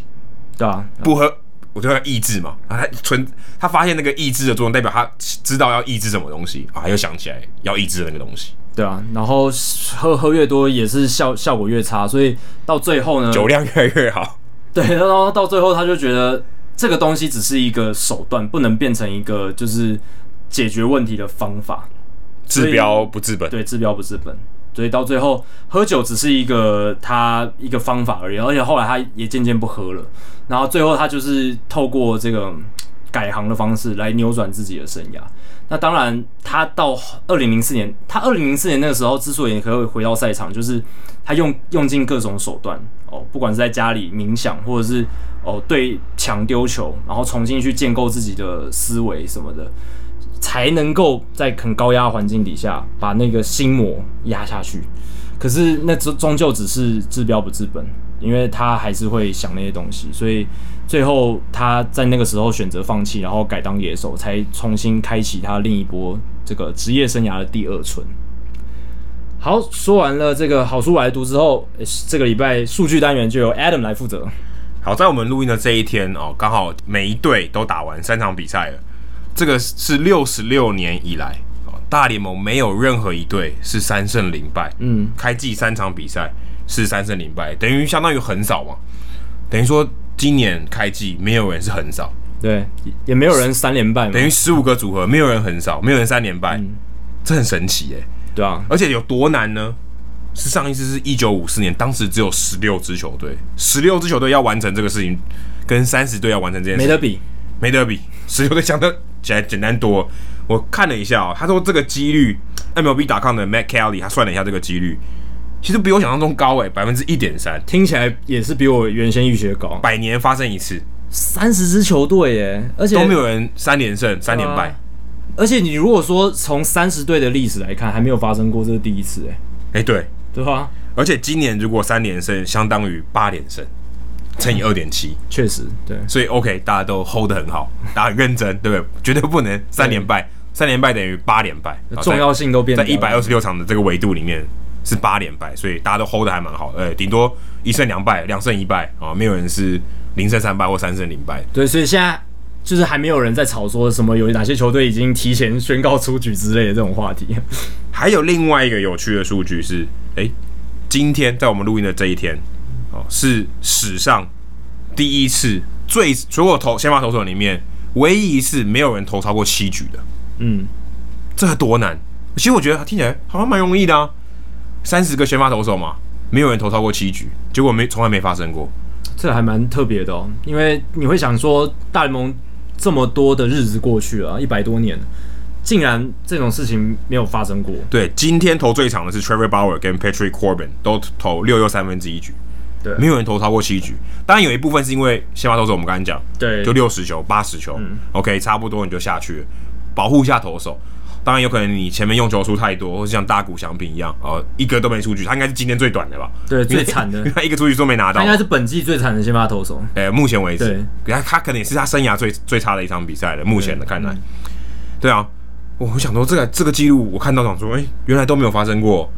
Speaker 2: 对啊，
Speaker 1: 不喝我就要抑制嘛。啊，他存他发现那个抑制的作用，代表他知道要抑制什么东西啊，他又想起来要抑制的那个东西。
Speaker 2: 对啊。然后喝喝越多也是效效果越差，所以到最后呢，
Speaker 1: 酒量越来越好，
Speaker 2: 对，然后到最后他就觉得这个东西只是一个手段，不能变成一个就是解决问题的方法。
Speaker 1: 治标不治本。
Speaker 2: 对，治标不治本。所以到最后，喝酒只是一个他一个方法而已，而且后来他也渐渐不喝了。然后最后他就是透过这个嗯改行的方式来扭转自己的生涯。那当然，他到二零零四年，他二零零四年那个时候之所以可以回到赛场，就是他用用尽各种手段哦，不管是在家里冥想，或者是哦对墙丢球，然后重新去建构自己的思维什么的。才能够在很高压的环境底下把那个心魔压下去。可是那终终究只是治标不治本，因为他还是会想那些东西，所以最后他在那个时候选择放弃，然后改当野手，才重新开启他另一波这个职业生涯的第二春。好，说完了这个好书我来读之后，诶这个礼拜数据单元就由 Adam 来负责。
Speaker 1: 好在我们录音的这一天哦，刚好每一队都打完三场比赛了。这个是六十六年以来哦，大联盟没有任何一队是三胜零败。
Speaker 2: 嗯，
Speaker 1: 开季三场比赛是三胜零败，等于相当于很少嘛。等于说今年开季没有人是很少，
Speaker 2: 对，也也没有人三连败嘛，
Speaker 1: 等于十五个组合没有人很少，没有人三连败，
Speaker 2: 嗯
Speaker 1: 这很神奇耶、
Speaker 2: 对啊，
Speaker 1: 而且有多难呢？是上一次是一九五四年，当时只有十六支球队，十六支球队要完成这个事情，跟三十队要完成这件事
Speaker 2: 没
Speaker 1: 情
Speaker 2: 得比。
Speaker 1: 没得比，十六队相对起来简单多。我看了一下哦，他说这个几率，MLB.com 的 Matt Kelly 他算了一下这个几率，其实比我想象中高诶，百分之一点三，
Speaker 2: 听起来也是比我原先预期的高，
Speaker 1: 百年发生一次，
Speaker 2: 三十支球队耶，而且
Speaker 1: 都没有人三连胜、三连败
Speaker 2: 啊。而且你如果说从三十队的历史来看，还没有发生过，这是第一次哎，
Speaker 1: 哎、对，
Speaker 2: 对啊吧？
Speaker 1: 而且今年如果三连胜，相当于八连胜，乘以二点七，
Speaker 2: 确实，对，
Speaker 1: 所以 OK，大家都 hold 得很好，大家很认真，对不对？绝对不能三连败，三连败等于八连败，然后
Speaker 2: 重
Speaker 1: 再
Speaker 2: 要性都变
Speaker 1: 在
Speaker 2: 低
Speaker 1: 一
Speaker 2: 了
Speaker 1: 百二十六场的这个维度里面是八连败，所以大家都 hold 的还蛮好，呃，顶多一胜两败，两胜一败啊、哦没有人是零胜三败或三胜零败。
Speaker 2: 对，所以现在就是还没有人在吵说什么有哪些球队已经提前宣告出局之类的这种话 *laughs* 题。
Speaker 1: 还有另外一个有趣的数据是，哎、今天在我们录音的这一天，哦，是史上第一次最所有投先发投手里面唯一一次没有人投超过七局的，
Speaker 2: 嗯，
Speaker 1: 这多难？其实我觉得听起来好像蛮容易的啊，三十个先发投手嘛，没有人投超过七局，结果没从来没发生过。
Speaker 2: 这还蛮特别的哦，因为你会想说，大联盟这么多的日子过去了、一百多年，竟然这种事情没有发生过。
Speaker 1: 对，今天投最长的是 Trevor Bauer 跟 Patrick Corbin 都投六又三分之一局，
Speaker 2: 对
Speaker 1: 没有人投超过七局。当然有一部分是因为先发投手，我们刚才讲，
Speaker 2: 对嗯
Speaker 1: 就六十球、八十球、o k 差不多你就下去了，保护一下投手。当然有可能你前面用球数太多，或是像大谷翔平一样，呃，一个都没出局，他应该是今天最短的吧？
Speaker 2: 对
Speaker 1: 因为
Speaker 2: 最惨的
Speaker 1: 因为 *laughs* 他一个出局都没拿到
Speaker 2: 他应。该是本季最惨的先发投手。
Speaker 1: 呃，目前为止，
Speaker 2: 对
Speaker 1: 他他可能也是他生涯最最差的一场比赛了。目前的看
Speaker 2: 嗯
Speaker 1: 来，对啊，我我想说这个这个记录，我看到想说，哎、原来都没有发生过，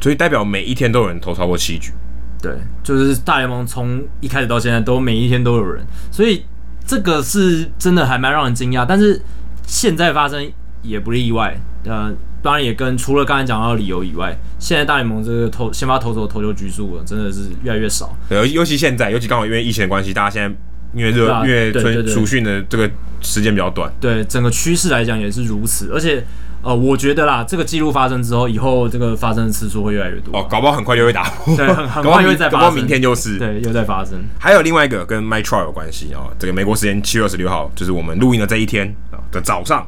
Speaker 1: 所以代表每一天都有人投超过七局。
Speaker 2: 对，就是大联盟从一开始到现在都每一天都有人，所以这个是真的还蛮让人惊讶。但是现在发生也不意外，呃，当然也跟除了刚才讲到的理由以外，现在大联盟这个投先发投手的投球局数啊真的是越来越少。
Speaker 1: 对，尤尤其现在，尤其刚好因为疫情的关系，大家现在因为热、
Speaker 2: 对啊
Speaker 1: 因为
Speaker 2: 对对
Speaker 1: 春
Speaker 2: 对
Speaker 1: 暑训的这个时间比较短，
Speaker 2: 对整个趋势来讲也是如此，而且呃，我觉得啦，这个记录发生之后，以后这个发生的次数会越来越多。
Speaker 1: 哦，搞不好很快就会打破，
Speaker 2: 对很很
Speaker 1: 搞不好
Speaker 2: 快就会
Speaker 1: 明
Speaker 2: 再
Speaker 1: 搞
Speaker 2: 发
Speaker 1: 不好
Speaker 2: 生
Speaker 1: 明天就是。
Speaker 2: 对，又在发生。
Speaker 1: 还有另外一个跟 My Trial 有关系啊、哦，这个美国时间七月二十六号，就是我们录音的这一天啊的早上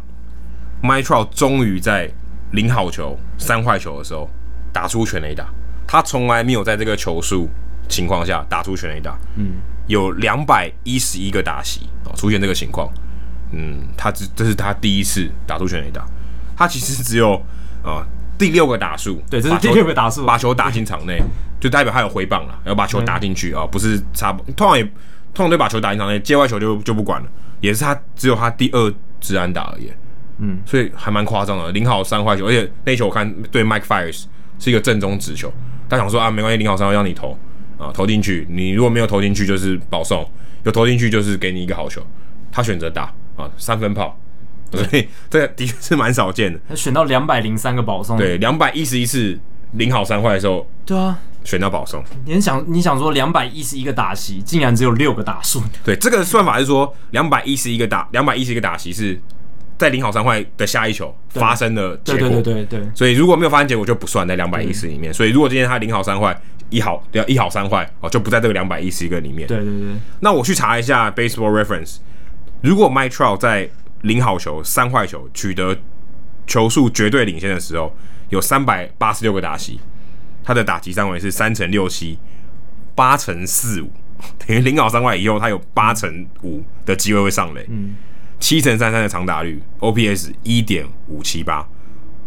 Speaker 1: ，My Trial 终于在零好球、三坏球的时候打出全垒打，他从来没有在这个球数情况下打出全垒打，嗯，有两百一十一个打席啊、哦出现这个情况，嗯，他这这是他第一次打出全垒打，他其实只有啊、呃第六个打数，
Speaker 2: 对这是
Speaker 1: 把球
Speaker 2: 第六个打数
Speaker 1: 把球打进场内，就代表他有回棒了，要把球打进去啊、不是插，通常也通常队把球打进场内，界外球就就不管了，也是他只有他第二支安打而已。
Speaker 2: 嗯，
Speaker 1: 所以还蛮夸张的，零好三坏球，而且那球我看对 Mike Fires 是一个正中直球，他想说啊没关系，零好三坏让你投啊，投进去，你如果没有投进去就是保送，有投进去就是给你一个好球，他选择打啊三分炮， *laughs* 所以这的确是蛮少见的。
Speaker 2: 他选到两百零三个保送，
Speaker 1: 对，两百一十一次零好三坏的时候
Speaker 2: 对啊，
Speaker 1: 选到保送，
Speaker 2: 你想你想说两百一十一个打席，竟然只有六个打顺，
Speaker 1: 对，这个算法是说两百一十一个打两百一十一个打席是在零好三坏的下一球发生的结
Speaker 2: 对
Speaker 1: 果。
Speaker 2: 对对对对，
Speaker 1: 所以如果没有发生结果就不算在两百一十里面。所以如果今天他零好三坏一好对啊一好三坏哦，就不在这个两百一十一个里面。
Speaker 2: 对对对，
Speaker 1: 那我去查一下 Baseball Reference，如果 Mike Trout 在零好球三坏球取得球数绝对领先的时候，有三百八十六个打席，他的打击三围是三乘六七，八乘四五。 *laughs* 等于零好三坏以后，他有八乘五的机会会上垒，
Speaker 2: 嗯，
Speaker 1: 七乘三三的长打率，OPS 一点五七八，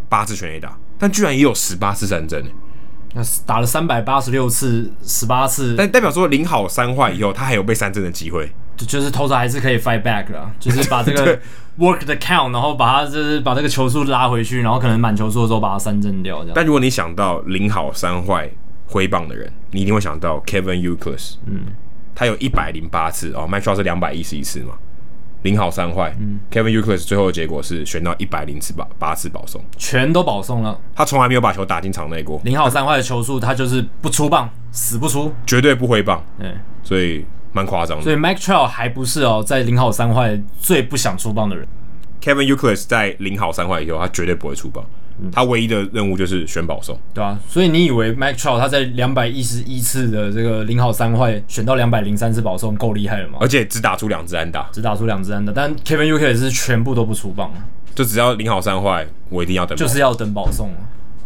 Speaker 1: 八次全垒打，但居然也有十八次三振，欸
Speaker 2: 那打了三百八十六次，十八次，
Speaker 1: 但代表说零好三坏以后，他还有被三振的机会。
Speaker 2: 就就是投手还是可以 fight back 啦，就是
Speaker 1: *laughs*
Speaker 2: 把这个 work the count，然后把它就是把这个球数拉回去，然后可能满球数的时候把它三振掉，这样。
Speaker 1: 但如果你想到零好三坏挥棒的人，你一定会想到 Kevin Euclid，嗯，他有一百零八次哦 m a t r o 是两百一十一次嘛，零好三坏、k
Speaker 2: 嗯
Speaker 1: e v i n Euclid 最后的结果是选到一百零次保八次保送，
Speaker 2: 全都保送了，
Speaker 1: 他从来没有把球打进场内过，
Speaker 2: 零号三坏的球数他就是不出棒，死不出。
Speaker 1: 绝对不挥棒，
Speaker 2: 对，
Speaker 1: 所以蛮夸张的。
Speaker 2: 所以 Mike Trout 还不是哦，在零号三坏最不想出棒的人。
Speaker 1: Kevin Euclid 在领好三坏以后，他绝对不会出棒，
Speaker 2: 嗯
Speaker 1: 他唯一的任务就是选保送。
Speaker 2: 对啊，所以你以为 Mike Trout 他在两百一十一次的这个零号三坏选到两百零三次保送够厉害了吗？
Speaker 1: 而且只打出两支安打，
Speaker 2: 只打出两支安打，但 Kevin u k 也是全部都不出棒，
Speaker 1: 就只要领好三坏，我一定要等。
Speaker 2: 就是要等保送啊。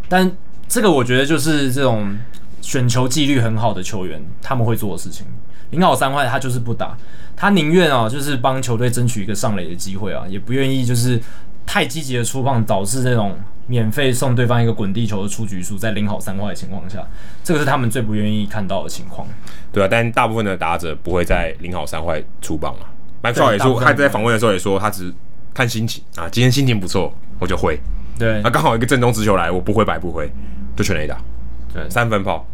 Speaker 2: 但这个我觉得就是这种选球纪律很好的球员他们会做的事情。零号三坏他就是不打，他宁愿啊就是帮球队争取一个上垒的机会啊，也不愿意就是太积极的出棒，导致这种免费送对方一个滚地球的出局数，在零好三坏的情况下，这个是他们最不愿意看到的情况。
Speaker 1: 对啊，但大部分的打者不会在领好三坏出棒嘛。Mike Trout 也
Speaker 2: 大部
Speaker 1: 说，
Speaker 2: 分
Speaker 1: 他在访问的时候也说，他只看心情啊，今天心情不错，我就挥。
Speaker 2: 对
Speaker 1: 那刚好一个正中直球来，我不挥白不挥，就全垒打，
Speaker 2: 对
Speaker 1: 三分炮。，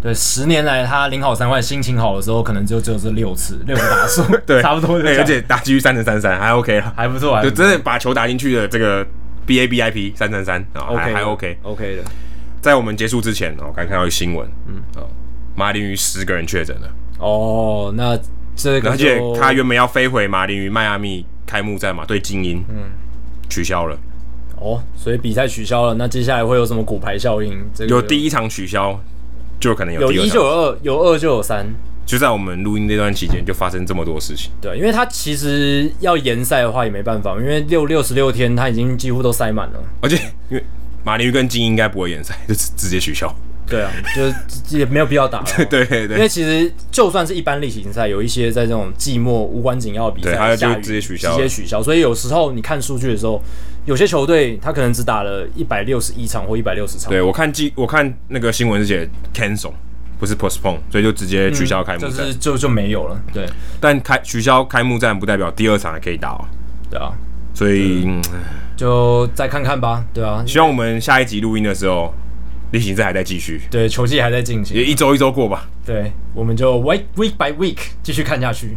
Speaker 2: 对，十年来他零好三坏心情好的时候，可能就只有这六次六个打数
Speaker 1: *laughs* 对，
Speaker 2: *laughs* 差不多就这
Speaker 1: 对，
Speaker 2: 样
Speaker 1: 哎而且打击率三乘三三还 OK 了，
Speaker 2: 还不错，还
Speaker 1: 就
Speaker 2: 不错
Speaker 1: 真的把球打进去的这个 BABIP 三乘三啊，还还 OK。
Speaker 2: OK 的。
Speaker 1: 在我们结束之前，哦，我刚看到一个新闻，嗯，哦，马林鱼十个人确诊了，
Speaker 2: 哦，那这个
Speaker 1: 而且
Speaker 2: 就
Speaker 1: 他原本要飞回马林鱼迈阿密开幕战嘛，对精英，嗯，取消了，
Speaker 2: 哦，所以比赛取消了。那接下来会有什么骨牌效应？这个
Speaker 1: 有第一场取消，就可能有
Speaker 2: 有
Speaker 1: 第二
Speaker 2: 一就
Speaker 1: 场，
Speaker 2: 有二，有二就有三。
Speaker 1: 就在我们录音那段期间就发生这么多事情，
Speaker 2: 对，因为他其实要延赛的话也没办法，因为六六十六天他已经几乎都塞满了。
Speaker 1: 而且因为马林鱼跟精英应该不会延赛，就直直接取消，
Speaker 2: 对啊，就是也没有必要打了。
Speaker 1: *laughs* 对对
Speaker 2: 因为
Speaker 1: 对，
Speaker 2: 其实就算是一般例行赛，有一些在这种季末无关紧要的比赛，
Speaker 1: 对它就
Speaker 2: 下雨
Speaker 1: 直接取消了
Speaker 2: 直接取消。所以有时候你看数据的时候，有些球队他可能只打了一百六十一场或一百六十场，
Speaker 1: 对我看记我看那个新闻是写 cancel。不是 postpone，所以嗯就直接取消开幕
Speaker 2: 就
Speaker 1: 战。
Speaker 2: 是就就没有了。对
Speaker 1: 但开取消开幕战不代表第二场还可以打哦，
Speaker 2: 对啊，
Speaker 1: 所以、嗯
Speaker 2: 就再看看吧。对啊，
Speaker 1: 希望我们下一集录音的时候，例行赛还在继续，
Speaker 2: 对，球季还在进
Speaker 1: 也
Speaker 2: 行，
Speaker 1: 一周一周过吧。
Speaker 2: 对，我们就 week week by week 继续看下去。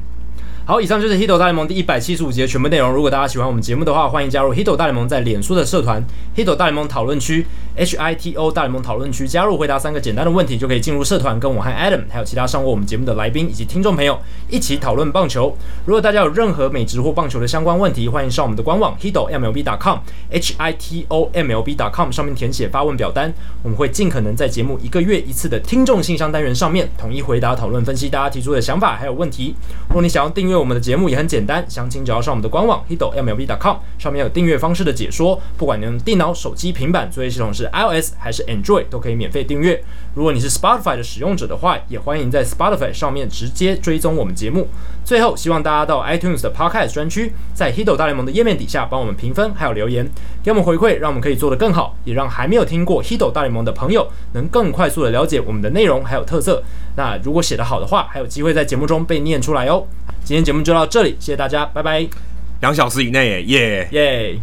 Speaker 2: 好，以上就是《h i t o 大联盟》第一百七十五集的全部内容。如果大家喜欢我们节目的话，欢迎加入《h i t o 大联盟》在脸书的社团 h i t o 大联盟讨论区 （H I T O 大联盟讨论区），加入回答三个简单的问题就可以进入社团，跟我和 Adam 还有其他上过我们节目的来宾以及听众朋友一起讨论棒球。如果大家有任何美职或棒球的相关问题，欢迎上我们的官网 h i t o MLB.com H I T O M L B.com 上面填写发问表单，我们会尽可能在节目一个月一次的听众信箱单元上面统一回答、讨论、分析大家提出的想法还有问题。如果你想要订阅我们的节目，也很简单，详情只要上我们的官网 hitomlb.com，上面有订阅方式的解说。不管你用电脑、手机、平板作业系统是 iOS 还是 Android 都可以免费订阅。如果你是 Spotify 的使用者的话，也欢迎在 Spotify 上面直接追踪我们节目。最后，希望大家到 iTunes 的 Podcast 专区，在 Hido 大联盟的页面底下帮我们评分，还有留言，给我们回馈，让我们可以做得更好，也让还没有听过 Hido 大联盟的朋友能更快速的了解我们的内容还有特色。那如果写得好的话，还有机会在节目中被念出来哦。今天节目就到这里，谢谢大家，拜拜，
Speaker 1: 两小时以内耶，耶、
Speaker 2: 耶、